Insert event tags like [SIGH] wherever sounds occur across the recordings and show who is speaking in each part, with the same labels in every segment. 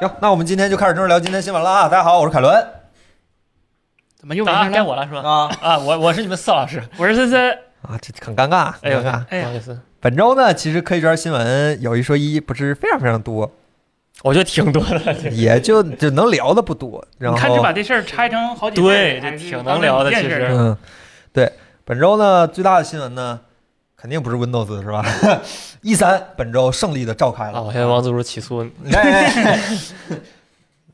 Speaker 1: 行，那我们今天就开始正式聊今天新闻了啊！大家好，我是凯伦
Speaker 2: 怎么又
Speaker 3: 啊，
Speaker 2: 完事
Speaker 3: 该
Speaker 2: 儿了？
Speaker 3: 我了是吧？
Speaker 1: 啊
Speaker 3: 啊，我我是你们四老师，
Speaker 2: 我是森森，
Speaker 1: 啊，这很尴尬，
Speaker 3: 哎呦，
Speaker 1: 很尴尬。
Speaker 2: 哎呀
Speaker 3: 不好意思，
Speaker 1: 本周呢，其实科技圈新闻有一说一，不是非常非常多，
Speaker 3: 我觉得挺
Speaker 1: [LAUGHS]
Speaker 3: 多的，这个
Speaker 1: 也就就能聊的不多。然
Speaker 2: 你
Speaker 1: 后
Speaker 2: 看这把这事儿拆成好几事
Speaker 3: 对
Speaker 2: 儿，
Speaker 3: 这
Speaker 2: 还是
Speaker 3: 挺能聊的
Speaker 2: 当成一件
Speaker 3: 其实
Speaker 2: 事儿
Speaker 1: 嗯，对，本周呢最大的新闻呢，肯定不是 Windows 是吧 [LAUGHS] ？E 三本周胜利的召开了。
Speaker 3: 啊，
Speaker 1: [LAUGHS]
Speaker 3: 我现在王自如起诉
Speaker 1: 哎哦哎哎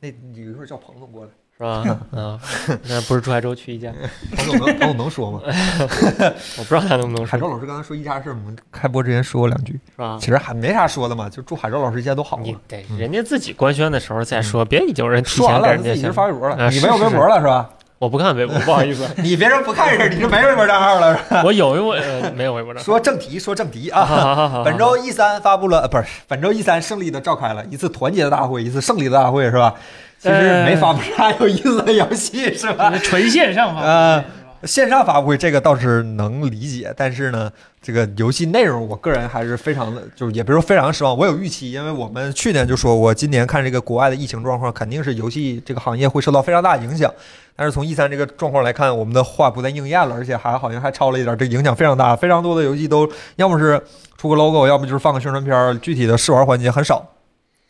Speaker 1: 那你一会儿叫彭总过来，[LAUGHS]
Speaker 3: 是吧？啊，那不是珠海州区一家，
Speaker 1: 彭总能彭总能说吗？
Speaker 3: 我不知道他能不
Speaker 1: [LAUGHS]
Speaker 3: 能
Speaker 1: 海
Speaker 3: 说，
Speaker 1: 舟老师刚才说一家的事儿，我们开播之前说过两句，
Speaker 3: 是吧
Speaker 1: 其？实还没啥说的嘛，就祝海舟老师一切 [LAUGHS] 都好嘛。
Speaker 3: 你得
Speaker 1: 嗯
Speaker 3: 人家自己官宣的时候再说，别有人提
Speaker 1: 说完
Speaker 3: 前给
Speaker 1: 了，
Speaker 3: 人
Speaker 1: 自
Speaker 3: 家
Speaker 1: 己就
Speaker 3: 先
Speaker 1: 发微博了，
Speaker 3: 啊
Speaker 1: 你没
Speaker 3: 是
Speaker 1: 有微博了是
Speaker 3: [LAUGHS]
Speaker 1: 吧？
Speaker 3: 我不看微博，不好
Speaker 1: [LAUGHS]
Speaker 3: 意思，
Speaker 1: 你别人不看这事，你是没微博账号了是吧？
Speaker 3: 我有微博，呃，没有微博的。
Speaker 1: 说正题，说正题
Speaker 3: 好
Speaker 1: 啊。 [LAUGHS]
Speaker 3: 好好好，
Speaker 1: 本周一三发布了，呃不是本周一三胜利的召开了一次团结的大会，一次胜利的大会是吧？其
Speaker 3: 呃
Speaker 1: 实没发布啥有意思的游戏是吧？
Speaker 2: 就是 [LAUGHS] 啊纯线上嘛，
Speaker 1: 呃
Speaker 2: 是吧
Speaker 1: 线上发布会这个倒是能理解，但是呢，这个游戏内容我个人还是非常的，就是也别说非常失望，我有预期，因为我们去年就说过，今年看这个国外的疫情状况，肯定是游戏这个行业会受到非常大影响。但是从 E 三这个状况来看，我们的话不再应验了，而且还好像还超了一点，这个影响非常大，非常多的游戏都要么是出个 logo，要么就是放个宣传片儿，具体的试玩环节很少。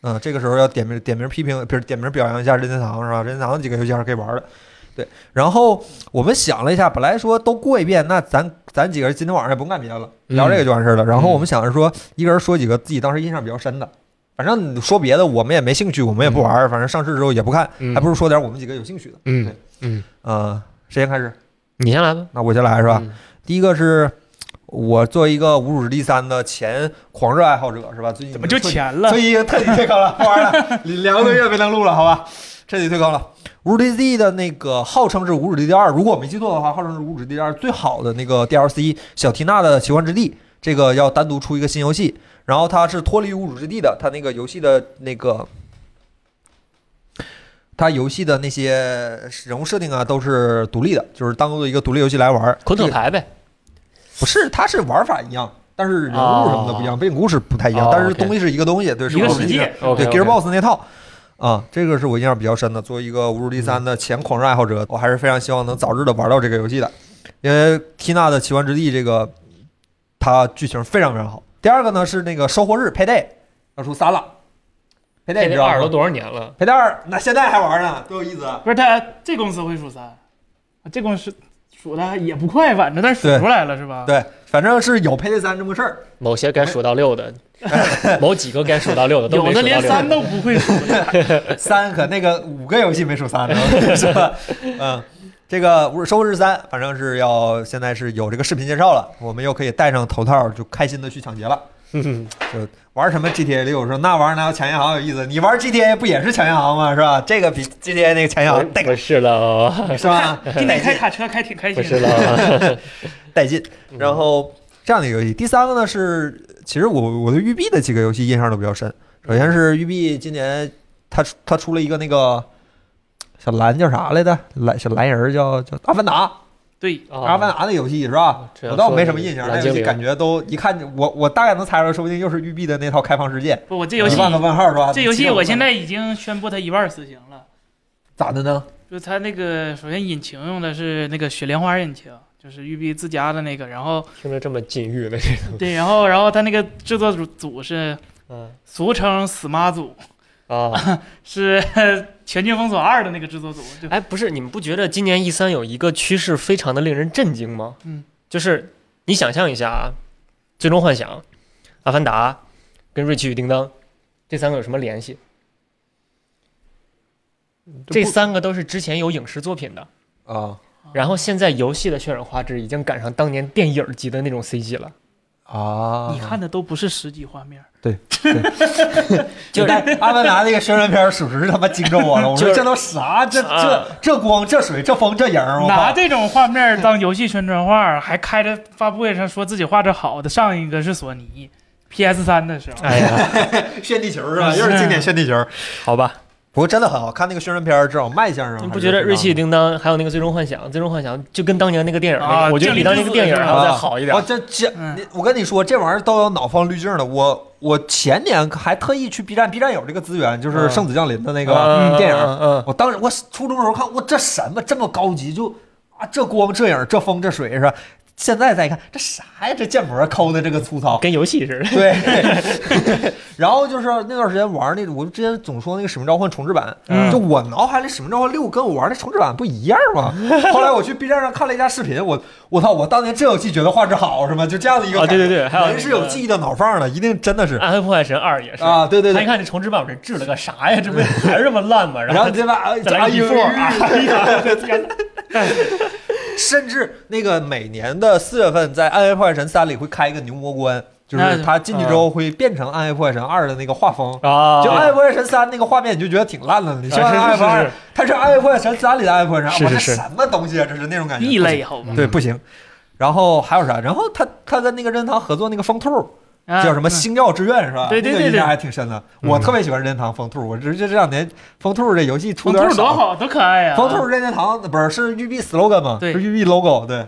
Speaker 1: 嗯，这个时候要点名点名批评，比如点名表扬一下任天堂是吧？任天堂几个游戏还是可以玩的，对。然后我们想了一下，本来说都过一遍，那咱咱几个人今天晚上也不用干别的了，聊这个就完事儿了。然后我们想着说，一个人说几个自己当时印象比较深的，反正你说别的我们也没兴趣，我们也不玩儿，反正上市之后也不看，
Speaker 3: 嗯
Speaker 1: 还不如说点我们几个有兴趣的。
Speaker 3: 嗯嗯，
Speaker 1: 呃，谁先开始？
Speaker 3: 你先来吧，
Speaker 1: 那我先来是吧？
Speaker 3: 嗯？
Speaker 1: 第一个是我作为一个《无主之地三》的前狂热爱好者是吧？最近
Speaker 2: 怎么就
Speaker 1: 彻底
Speaker 2: 钱了
Speaker 1: 所？以彻底退坑了，不玩了，两个多月没能录了，好吧，彻底退坑了。无主之地的那个号称是无主之地二，如果我没记错的话，号称是无主之地二最好的那个 DLC 小缇娜的奇幻之地，这个要单独出一个新游戏，然后它是脱离无主之地的，它那个游戏的那个。它游戏的那些人物设定啊，都是独立的，就是当做一个独立游戏来玩儿。
Speaker 3: 捆
Speaker 1: 这
Speaker 3: 腿
Speaker 1: 个
Speaker 3: 牌呗，
Speaker 1: 不是，它是玩法一样，但是人物什么的不一样，背景故事不太一样，
Speaker 3: 哦
Speaker 1: 但是
Speaker 3: OK
Speaker 1: 东西是一个东西，对，是
Speaker 2: 一个
Speaker 1: 我
Speaker 2: 世
Speaker 1: 理解
Speaker 2: 界，
Speaker 1: 对
Speaker 3: OK，OK
Speaker 1: Gearbox 那套啊，这个是我印象比较深的。作为一个《无主第三》的前狂热爱好者，我还是非常希望能早日的玩到这个游戏的，因为缇娜的奇幻之地这个，它剧情非常非常好。第二个呢是那个收获日 Payday 要出三了，Payday 你知
Speaker 3: 这
Speaker 1: 道
Speaker 3: 二都
Speaker 1: 吗
Speaker 3: 多少年了？
Speaker 1: ？Payday 二那现在还玩呢，多有意思啊！
Speaker 2: 不是他这公司会数三，啊这公司数的也不快，反正但是
Speaker 1: 对
Speaker 2: 数出来了是吧？
Speaker 1: 对，反正是有 Payday 三这么个事儿。
Speaker 3: [LAUGHS] 某些该数到
Speaker 1: [LAUGHS]
Speaker 3: 六的，某几个该数到六的都没
Speaker 2: 有
Speaker 3: 数
Speaker 2: 的
Speaker 3: 到六
Speaker 2: 连三都不会数，
Speaker 3: [LAUGHS]
Speaker 1: [LAUGHS] 三可那个五个游戏没数三呢，是吧？嗯，这个无收日三，反正是要现在是有这个视频介绍了，我们又可以戴上头套，就开心的去抢劫了。
Speaker 2: 嗯
Speaker 1: 就玩什么 GTA 六，说那玩意儿哪有抢银行有意思？你玩 GTA 不也是抢银行吗？是吧？这个比 GTA 那个抢银行带
Speaker 3: 不是了哦，
Speaker 1: 劲，是吧？
Speaker 2: 今
Speaker 1: 带
Speaker 2: [LAUGHS] 天开
Speaker 1: 劲，
Speaker 2: 卡
Speaker 3: [LAUGHS]
Speaker 2: 车开挺开
Speaker 3: 不
Speaker 2: 心
Speaker 3: 是
Speaker 2: 的。
Speaker 3: 了哦，
Speaker 1: 带劲。
Speaker 2: 嗯
Speaker 1: 然后这样的一个游戏，第三个呢是，其实我我对育碧的几个游戏印象都比较深。首先是育碧今年它出它出了一个那个小蓝叫啥来着？蓝小蓝人儿叫叫阿凡达，
Speaker 2: 对，
Speaker 3: [LAUGHS] 哦
Speaker 1: 阿凡达的游戏是
Speaker 2: 哦
Speaker 1: 吧？
Speaker 3: 这
Speaker 1: 我
Speaker 3: 样说
Speaker 1: 倒没什么印象，那
Speaker 3: 蓝
Speaker 1: 游
Speaker 3: 精
Speaker 1: 戏
Speaker 3: 灵
Speaker 1: 感觉都一看就我我大概能猜出来，说不定又是育碧的那套开放世界。
Speaker 2: 不，我这游戏
Speaker 1: 一万个问号是吧？
Speaker 2: 这游
Speaker 1: 七
Speaker 2: 戏
Speaker 1: 个
Speaker 2: 我
Speaker 1: 问
Speaker 2: 现
Speaker 1: 号
Speaker 2: 在已经宣布它一半死刑了。
Speaker 1: 咋的呢？
Speaker 2: 就它那个，首先引擎用的是那个雪莲花引擎，就是育碧自家的那个。然后
Speaker 3: 听着这么禁欲呢，这
Speaker 1: [LAUGHS]
Speaker 3: 种，
Speaker 2: 对，然后然后它那个制作组组是
Speaker 3: 嗯
Speaker 2: 俗称死妈组，
Speaker 3: 啊，
Speaker 2: 是《全军封锁二》的那个制作组。
Speaker 1: 啊
Speaker 2: 就
Speaker 3: 哎，不是，你们不觉得今年 E 三有一个趋势非常的令人震惊吗？
Speaker 2: 嗯，
Speaker 3: 就是你想象一下啊，《最终幻想》、《阿凡达》跟《瑞奇与叮当》这三个有什么联系？这
Speaker 1: 不
Speaker 3: 三个都是之前有影视作品的，
Speaker 1: 啊
Speaker 3: 然后现在游戏的渲染画质已经赶上当年电影级的那种 CG 了。
Speaker 1: 啊！
Speaker 2: 你看的都不是实际画面，
Speaker 1: 就
Speaker 3: [LAUGHS]
Speaker 1: 但阿凡达那个宣传片，属实他妈惊着我了。我
Speaker 3: 就
Speaker 1: 说
Speaker 3: 是
Speaker 1: 这都啥？这
Speaker 3: 啊
Speaker 1: 这这光、这水、这风、这影儿，我
Speaker 2: 拿
Speaker 1: 靠！
Speaker 2: 这种画面当游戏宣传画，还开着发布会上说自己画质好的。上一个是索尼 PS 3的时候，
Speaker 3: 哎呀，
Speaker 1: 炫地球是
Speaker 2: 吧又是
Speaker 3: 嗯
Speaker 2: 经典
Speaker 1: 炫地球。
Speaker 3: 好吧，
Speaker 1: 不过真的很好看，那个宣传片儿至少卖相上还是非常好的，
Speaker 3: 你不觉得《瑞奇与叮当》还有那个《最终幻想》，《最终幻想》就跟当年那个电影那个，
Speaker 2: 啊
Speaker 3: 我觉得比当年那个电影还要再好一点
Speaker 1: 啊、。这这，
Speaker 2: 嗯
Speaker 1: 你我跟你说，这玩意儿都有脑放滤镜的。我我前年还特意去 B 站，B 站有这个资源，就是《
Speaker 3: 嗯
Speaker 1: 圣子降临》的那
Speaker 3: 那
Speaker 1: 个电影。
Speaker 3: 嗯
Speaker 1: [LAUGHS] 我当时我初中时候看，我这什么这么高级就啊这光这影这风这水是吧？现在再一看，这啥呀？这建模抠的这个粗糙
Speaker 3: 嗯，。跟游戏似的。
Speaker 1: 对， [LAUGHS] 然后就是那段时间玩那，我之前总说那个《使命召唤》重置版，
Speaker 2: 嗯
Speaker 1: 就我脑海里《使命召唤六》跟我玩的重置版不一样吗？ [LAUGHS] 后来我去 B 站上看了一下视频，我我操，我当年真有记觉得画质好是吗？就这样的一个
Speaker 3: 啊，
Speaker 1: 感觉
Speaker 3: 对对对，还有啊
Speaker 1: 人是有记忆的脑放的，一定真的
Speaker 3: 那
Speaker 1: 是
Speaker 3: 个《暗黑破坏神二》也是。
Speaker 1: 啊，对对
Speaker 3: 他一
Speaker 1: 对。
Speaker 3: 看这重置版本治了个啥呀？这不还是这么烂吗？然
Speaker 1: 然后
Speaker 3: 后
Speaker 1: 对吧？啊
Speaker 3: 再来
Speaker 1: 哎
Speaker 3: 个 b
Speaker 1: 呦
Speaker 3: e f o 哎呀，我的 [LAUGHS] 天哪
Speaker 1: [LAUGHS] 甚至那个每年的四月份，在《暗黑破坏神三》里会开一个牛魔关，就
Speaker 2: 那嗯
Speaker 1: 是他进去之后会变成《暗黑破坏神二》的那个画风。
Speaker 3: 啊！
Speaker 1: 就《暗黑破坏神三》那个画面，你就觉得挺烂的。你像《
Speaker 3: 啊是是
Speaker 1: 暗黑破坏
Speaker 3: 是
Speaker 1: 神》，它是《暗黑破坏神三》里的《暗黑破坏神二》，
Speaker 3: 是
Speaker 1: 我
Speaker 3: 是
Speaker 1: 这
Speaker 3: 是
Speaker 1: 什么东西啊？这是那种感觉。
Speaker 2: 异类啊好吧
Speaker 1: 不行，？对，不行。然后还有啥？然后他他跟那个任天堂合作那个风兔，
Speaker 2: 啊
Speaker 1: 叫什么《
Speaker 2: 嗯
Speaker 1: 星耀之愿》是吧？
Speaker 2: 对对
Speaker 1: 那
Speaker 2: 对
Speaker 1: 个印
Speaker 2: 对
Speaker 1: 象还挺深的。
Speaker 3: 嗯
Speaker 1: 我特别喜欢任天堂风兔，我直接这两年风兔这游戏出
Speaker 2: 风
Speaker 1: 的有
Speaker 2: 兔
Speaker 1: 点
Speaker 2: 多
Speaker 1: 少。
Speaker 2: 好，多可爱呀！啊
Speaker 1: 风兔任天堂不是是育碧 slogan 吗？
Speaker 2: 对
Speaker 1: 是育碧 logo 对。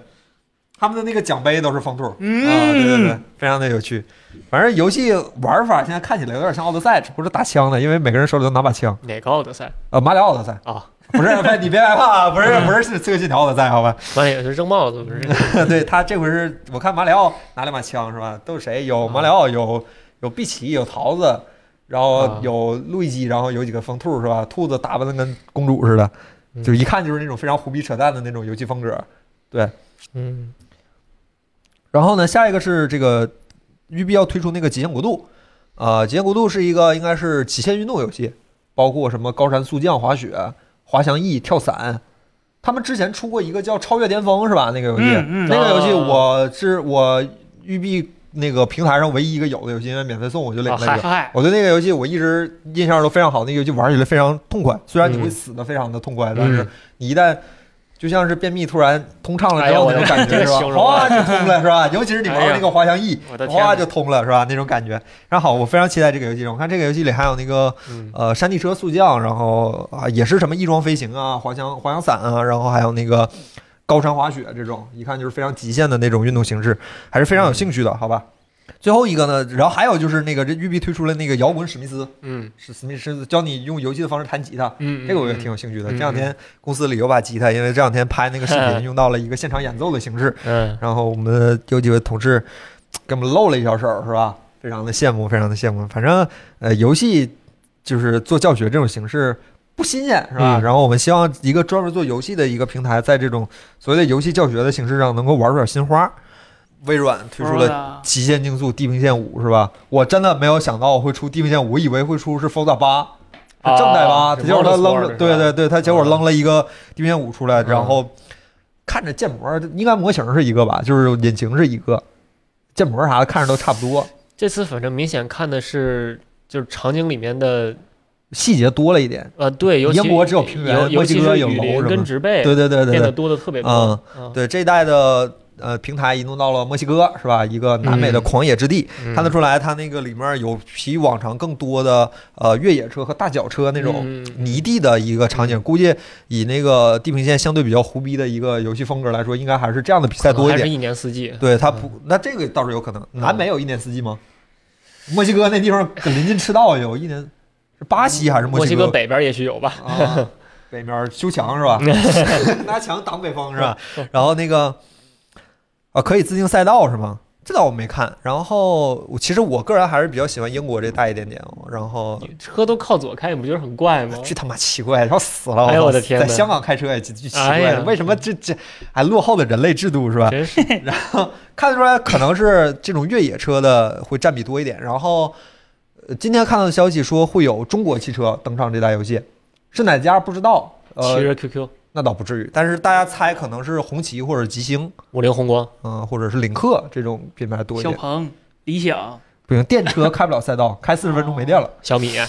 Speaker 1: 他们的那个奖杯都是风兔，
Speaker 2: 嗯
Speaker 1: 啊，对对对，非常的有趣。反正游戏玩法现在看起来有点像奥德赛，只不过是打枪的，因为每个人手里都拿把枪。
Speaker 3: 哪个奥德赛
Speaker 1: 呃，马里奥奥德赛
Speaker 3: 啊？
Speaker 1: 不是，不是你别害怕，啊，不是不是是刺客信条奥德赛，好吧？
Speaker 3: 完了也是扔帽子，
Speaker 1: [LAUGHS]
Speaker 3: 不是？
Speaker 1: 对他这回是我看马里奥拿两把枪是吧？都是谁？有马里奥，有有碧琪，有桃子，然后
Speaker 3: 啊
Speaker 1: 有路易基，然后有几个疯兔是吧？兔子打扮的跟公主似的，就一看就是那种非常胡逼扯淡的那种游戏风格。
Speaker 3: 嗯，
Speaker 1: 然后呢，下一个是这个育碧要推出那个《极限国度》，呃，《极限国度》是一个应该是极限运动游戏，包括什么高山速降、滑雪、滑翔翼、跳伞。他们之前出过一个叫《超越巅峰》是吧？那个游戏，
Speaker 2: 嗯嗯
Speaker 1: 那个游戏
Speaker 3: 啊
Speaker 1: 我是我育碧那个平台上唯一一个有的游戏，因为免费送我就领
Speaker 3: 啊
Speaker 1: 了一个。
Speaker 3: 嗨
Speaker 2: 哦嗨，
Speaker 1: 我对那个游戏我一直印象都非常好，那个游戏玩起来非常痛快，虽然你会
Speaker 3: 嗯
Speaker 1: 死的非常的痛快，但是你一旦就像是便秘突然通畅了之后
Speaker 3: 哎呀我
Speaker 1: 那
Speaker 3: 的
Speaker 1: 种感
Speaker 3: 这
Speaker 1: 觉
Speaker 3: 个
Speaker 1: 是吧？
Speaker 3: 形容
Speaker 1: 哗
Speaker 3: 啊
Speaker 1: 就通了是吧？尤其是你玩
Speaker 3: [LAUGHS] 哎呀
Speaker 1: 那个滑翔翼，
Speaker 3: 我的天
Speaker 1: 哗
Speaker 3: 哪！
Speaker 1: 就通了是吧？那种感觉。然后好，我非常期待这个游戏。我看这个游戏里还有那个
Speaker 3: 嗯
Speaker 1: 呃山地车速降，然后啊也是什么翼装飞行啊、滑翔滑翔伞啊，然后还有那个高山滑雪这种，一看就是非常极限的那种运动形式，还是非
Speaker 3: 嗯
Speaker 1: 常有兴趣的，好吧？最后一个呢，然后还有就是那个这育碧推出了那个摇滚史密斯，
Speaker 3: 嗯
Speaker 1: 史史密斯教你用游戏的方式弹吉他，
Speaker 3: 嗯
Speaker 1: 这个我也挺有兴趣的。
Speaker 3: 嗯
Speaker 1: 这两天公司里有把吉他，因为这两天拍那个视
Speaker 3: [LAUGHS]
Speaker 1: 频用到了一个现场演奏的形式，
Speaker 3: 嗯
Speaker 1: 然后我们有几位同事给我们露了一小手，是吧？非常的羡慕，非常的羡慕。反正呃，游戏就是做教学这种形式不新鲜，是吧？
Speaker 3: 嗯
Speaker 1: 然后我们希望一个专门做游戏的一个平台，在这种所谓的游戏教学的形式上，能够玩出点新花。微软推出了
Speaker 2: 了
Speaker 1: 《极限竞速：地平线五》是吧？我真的没有想到会出《地平线五》，我以为会出是 Forza 八，是正代八，
Speaker 3: 啊
Speaker 1: 结果他
Speaker 3: 是
Speaker 1: 扔
Speaker 3: Motorsport
Speaker 1: 了，
Speaker 3: 是吧
Speaker 1: 对对对，他结果
Speaker 3: 嗯
Speaker 1: 扔了一个地平线五出来，
Speaker 3: 嗯
Speaker 1: 然后看着建模应该模型是一个吧，就是引擎是一个，建模啥的看着都差不多，
Speaker 3: 这次反正明显看的是就是场景里面的
Speaker 1: 细节多了一点。
Speaker 3: 呃，对，尤其
Speaker 1: 英国只有平原
Speaker 3: 尤
Speaker 1: 墨
Speaker 3: 尤
Speaker 1: 西
Speaker 3: 其
Speaker 1: 哥
Speaker 3: 是
Speaker 1: 有
Speaker 3: 雨
Speaker 1: 楼什
Speaker 3: 林
Speaker 1: 么
Speaker 3: 跟植被
Speaker 1: 对对对对
Speaker 3: 变得
Speaker 1: 对
Speaker 3: 多的特别多。
Speaker 1: 嗯
Speaker 3: 嗯，
Speaker 1: 对，这一代的呃平台移动到了墨西哥是吧？一个南美的
Speaker 3: 嗯
Speaker 1: 狂野之地，
Speaker 3: 嗯
Speaker 1: 看得出来它那个里面有比往常更多的呃越野车和大脚车那种
Speaker 3: 嗯嗯
Speaker 1: 泥地的一个场景，估计以那个地平线相对比较胡逼的一个游戏风格来说，应该还是这样的比赛多一
Speaker 3: 哦还
Speaker 1: 点
Speaker 3: 是。一年四季。
Speaker 1: 对他不，那这个倒是有可能。南美有一年四季吗？墨西哥那地方可临近赤道有一年，是巴西还是
Speaker 3: 墨
Speaker 1: 西
Speaker 3: 西哥北边也许有吧。
Speaker 1: 啊，北面修墙
Speaker 3: [LAUGHS]
Speaker 1: 是吧？ [LAUGHS] 拿墙挡北风是吧？然后那个啊，可以自定赛道是吗？这倒我没看。然后我其实我个人还是比较喜欢英国这大一点点。然后
Speaker 3: 车都靠左开，你不觉得很怪吗？
Speaker 1: 巨他妈奇怪，要死了！
Speaker 3: 哎呦
Speaker 1: 操
Speaker 3: 我的天
Speaker 1: 在
Speaker 3: 哪
Speaker 1: 香港开车也巨巨奇
Speaker 3: 哎
Speaker 1: 怪
Speaker 3: 呀，
Speaker 1: 为什么这这还落后的人类制度是吧？
Speaker 3: 真是
Speaker 1: 看得出来，可能是这种越野车的会占比多一点。然后，呃今天看到的消息说会有中国汽车登上这台游戏，是哪家不知道。
Speaker 3: 骑
Speaker 1: 呃，
Speaker 3: 着 QQ
Speaker 1: 那倒不至于，但是大家猜可能是红旗或者吉星，
Speaker 3: 五菱宏光，
Speaker 1: 嗯、或者是领克这种品牌多一
Speaker 2: 小
Speaker 1: 点。
Speaker 2: 鹏、理想，
Speaker 1: 不行，电车开不了赛道，开四十分钟没电了。
Speaker 3: 小米
Speaker 1: [LAUGHS]
Speaker 3: 啊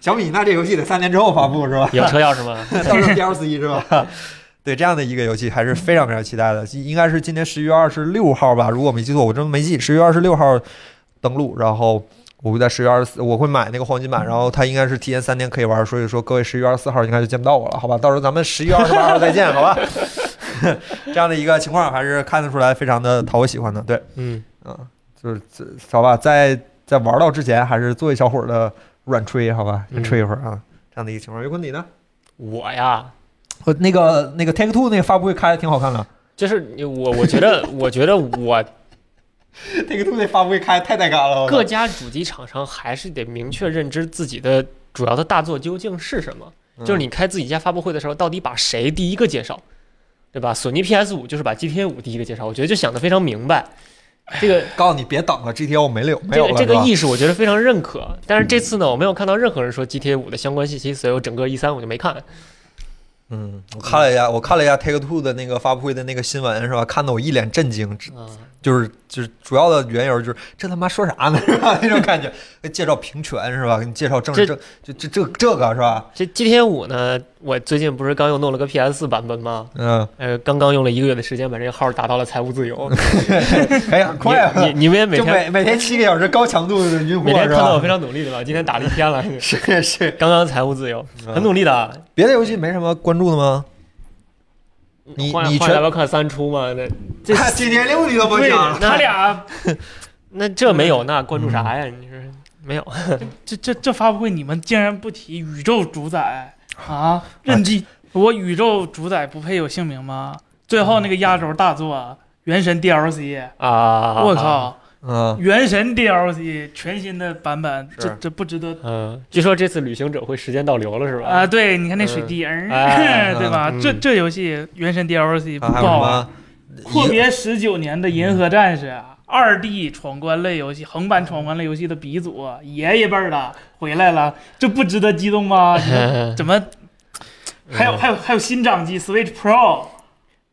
Speaker 1: 小米，那这游戏得三年之后发布是吧？
Speaker 3: [LAUGHS] 有车钥匙吗？
Speaker 1: [LAUGHS] 到时候 DLC 是吧？ [LAUGHS] 对，这样的一个游戏还是非常非常期待的，应该是今年十一月二十六号吧，如果我没记错，我真没记，十一月二十六号登录，然后我会在十月二十四，我会买那个黄金版，然后它应该是提前三天可以玩，所以说各位十一月二十四号应该就见不到我了，好吧？到时候咱们十一月二十八号再见，好吧？ [LAUGHS] 这样的一个情况还是看得出来，非常的讨我喜欢的，对，
Speaker 3: 嗯，
Speaker 1: 嗯，就是好吧，在在玩到之前，还是做一小会儿的软吹，好吧，先
Speaker 3: 嗯
Speaker 1: 吹一会儿啊，这样的一个情况。有坤，你呢？
Speaker 3: 我呀，
Speaker 1: 我那个那个 Take Two 那个发布会开的挺好看的
Speaker 3: 就是你我我觉得我觉
Speaker 1: [LAUGHS]
Speaker 3: 得我
Speaker 1: ，Take Two 那发布会开太带感了
Speaker 3: 各家主机厂商还是得明确认知自己的主要的大作究竟是什么。
Speaker 1: 嗯
Speaker 3: 就是你开自己家发布会的时候，到底把谁第一个介绍，对吧？索尼 PS 五就是把 GTA 五第一个介绍，我觉得就想得非常明白。这个
Speaker 1: 告诉你别等了，GTA 我没了，没
Speaker 3: 这
Speaker 1: 有
Speaker 3: 个
Speaker 1: 了，
Speaker 3: 这个
Speaker 1: 是吧
Speaker 3: 意识，我觉得非常认可。但是这次呢，我没有看到任何人说 GTA 五的相关信息，所以我整个一 E 三我就没看。
Speaker 1: 嗯，我看了一下，我看了一下 Take Two 的那个发布会的那个新闻是吧？看得我一脸震惊，只
Speaker 3: 啊，
Speaker 1: 就是就是主要的缘由就是这他妈说啥呢是吧？那 [LAUGHS] 种感觉，哎介绍平权是吧？给你介绍政治正就这这这个是吧？
Speaker 3: 这 GTA 五呢，我最近不是刚又弄了个 PS 版本吗？
Speaker 1: 嗯，
Speaker 3: 呃，刚刚用了一个月的时间把这个号达到了财务自由。
Speaker 1: 哎呀， [LAUGHS] 快啊！
Speaker 3: 你你你们也
Speaker 1: [LAUGHS]
Speaker 3: 每
Speaker 1: 就
Speaker 3: 天
Speaker 1: 每每天七个小时高强度的运货
Speaker 3: 每天
Speaker 1: 是
Speaker 3: 看到我
Speaker 1: 吧？
Speaker 3: 非常努力对吧？今天打了一天了，
Speaker 1: [LAUGHS] 是是，
Speaker 3: 刚刚财务自由，很
Speaker 1: 嗯
Speaker 3: 努力的。啊
Speaker 1: 别的游戏没什么关注的吗？你
Speaker 3: 换
Speaker 1: 你
Speaker 3: 换
Speaker 1: 全
Speaker 3: l e v e l 三出嘛？那这
Speaker 1: 今天六你都
Speaker 2: 对，
Speaker 1: 想
Speaker 2: 他俩
Speaker 3: 那这没
Speaker 1: 嗯
Speaker 3: 有，那关注啥呀？你是没有？
Speaker 2: 这这这发布会，你们竟然不提宇宙主宰啊？任记，我宇宙主宰不配有姓名吗？最后那个压轴大作《原神》DLC，
Speaker 3: 啊！
Speaker 2: 我！靠，《
Speaker 1: 嗯，
Speaker 2: 原神》DLC 全新的版本，
Speaker 1: 是
Speaker 2: 这这不值得
Speaker 3: 嗯，据说这次旅行者会时间倒流了，是吧？
Speaker 2: 啊！对，你看那水滴，
Speaker 3: 哎
Speaker 2: [LAUGHS] 嗯，对吧
Speaker 3: 嗯？
Speaker 2: 这这游戏《原神》DLC 不
Speaker 1: 还有什
Speaker 2: 爆啊！
Speaker 1: 么？
Speaker 2: 阔别十九年的《银河战士》啊
Speaker 3: 嗯
Speaker 2: 二 D 闯关类游戏、横版闯关类游戏的鼻祖，爷爷辈儿的回来了，这不值得激动
Speaker 3: [LAUGHS]
Speaker 2: 吗？
Speaker 3: 嗯
Speaker 2: 怎么还有还有还有新掌机 Switch Pro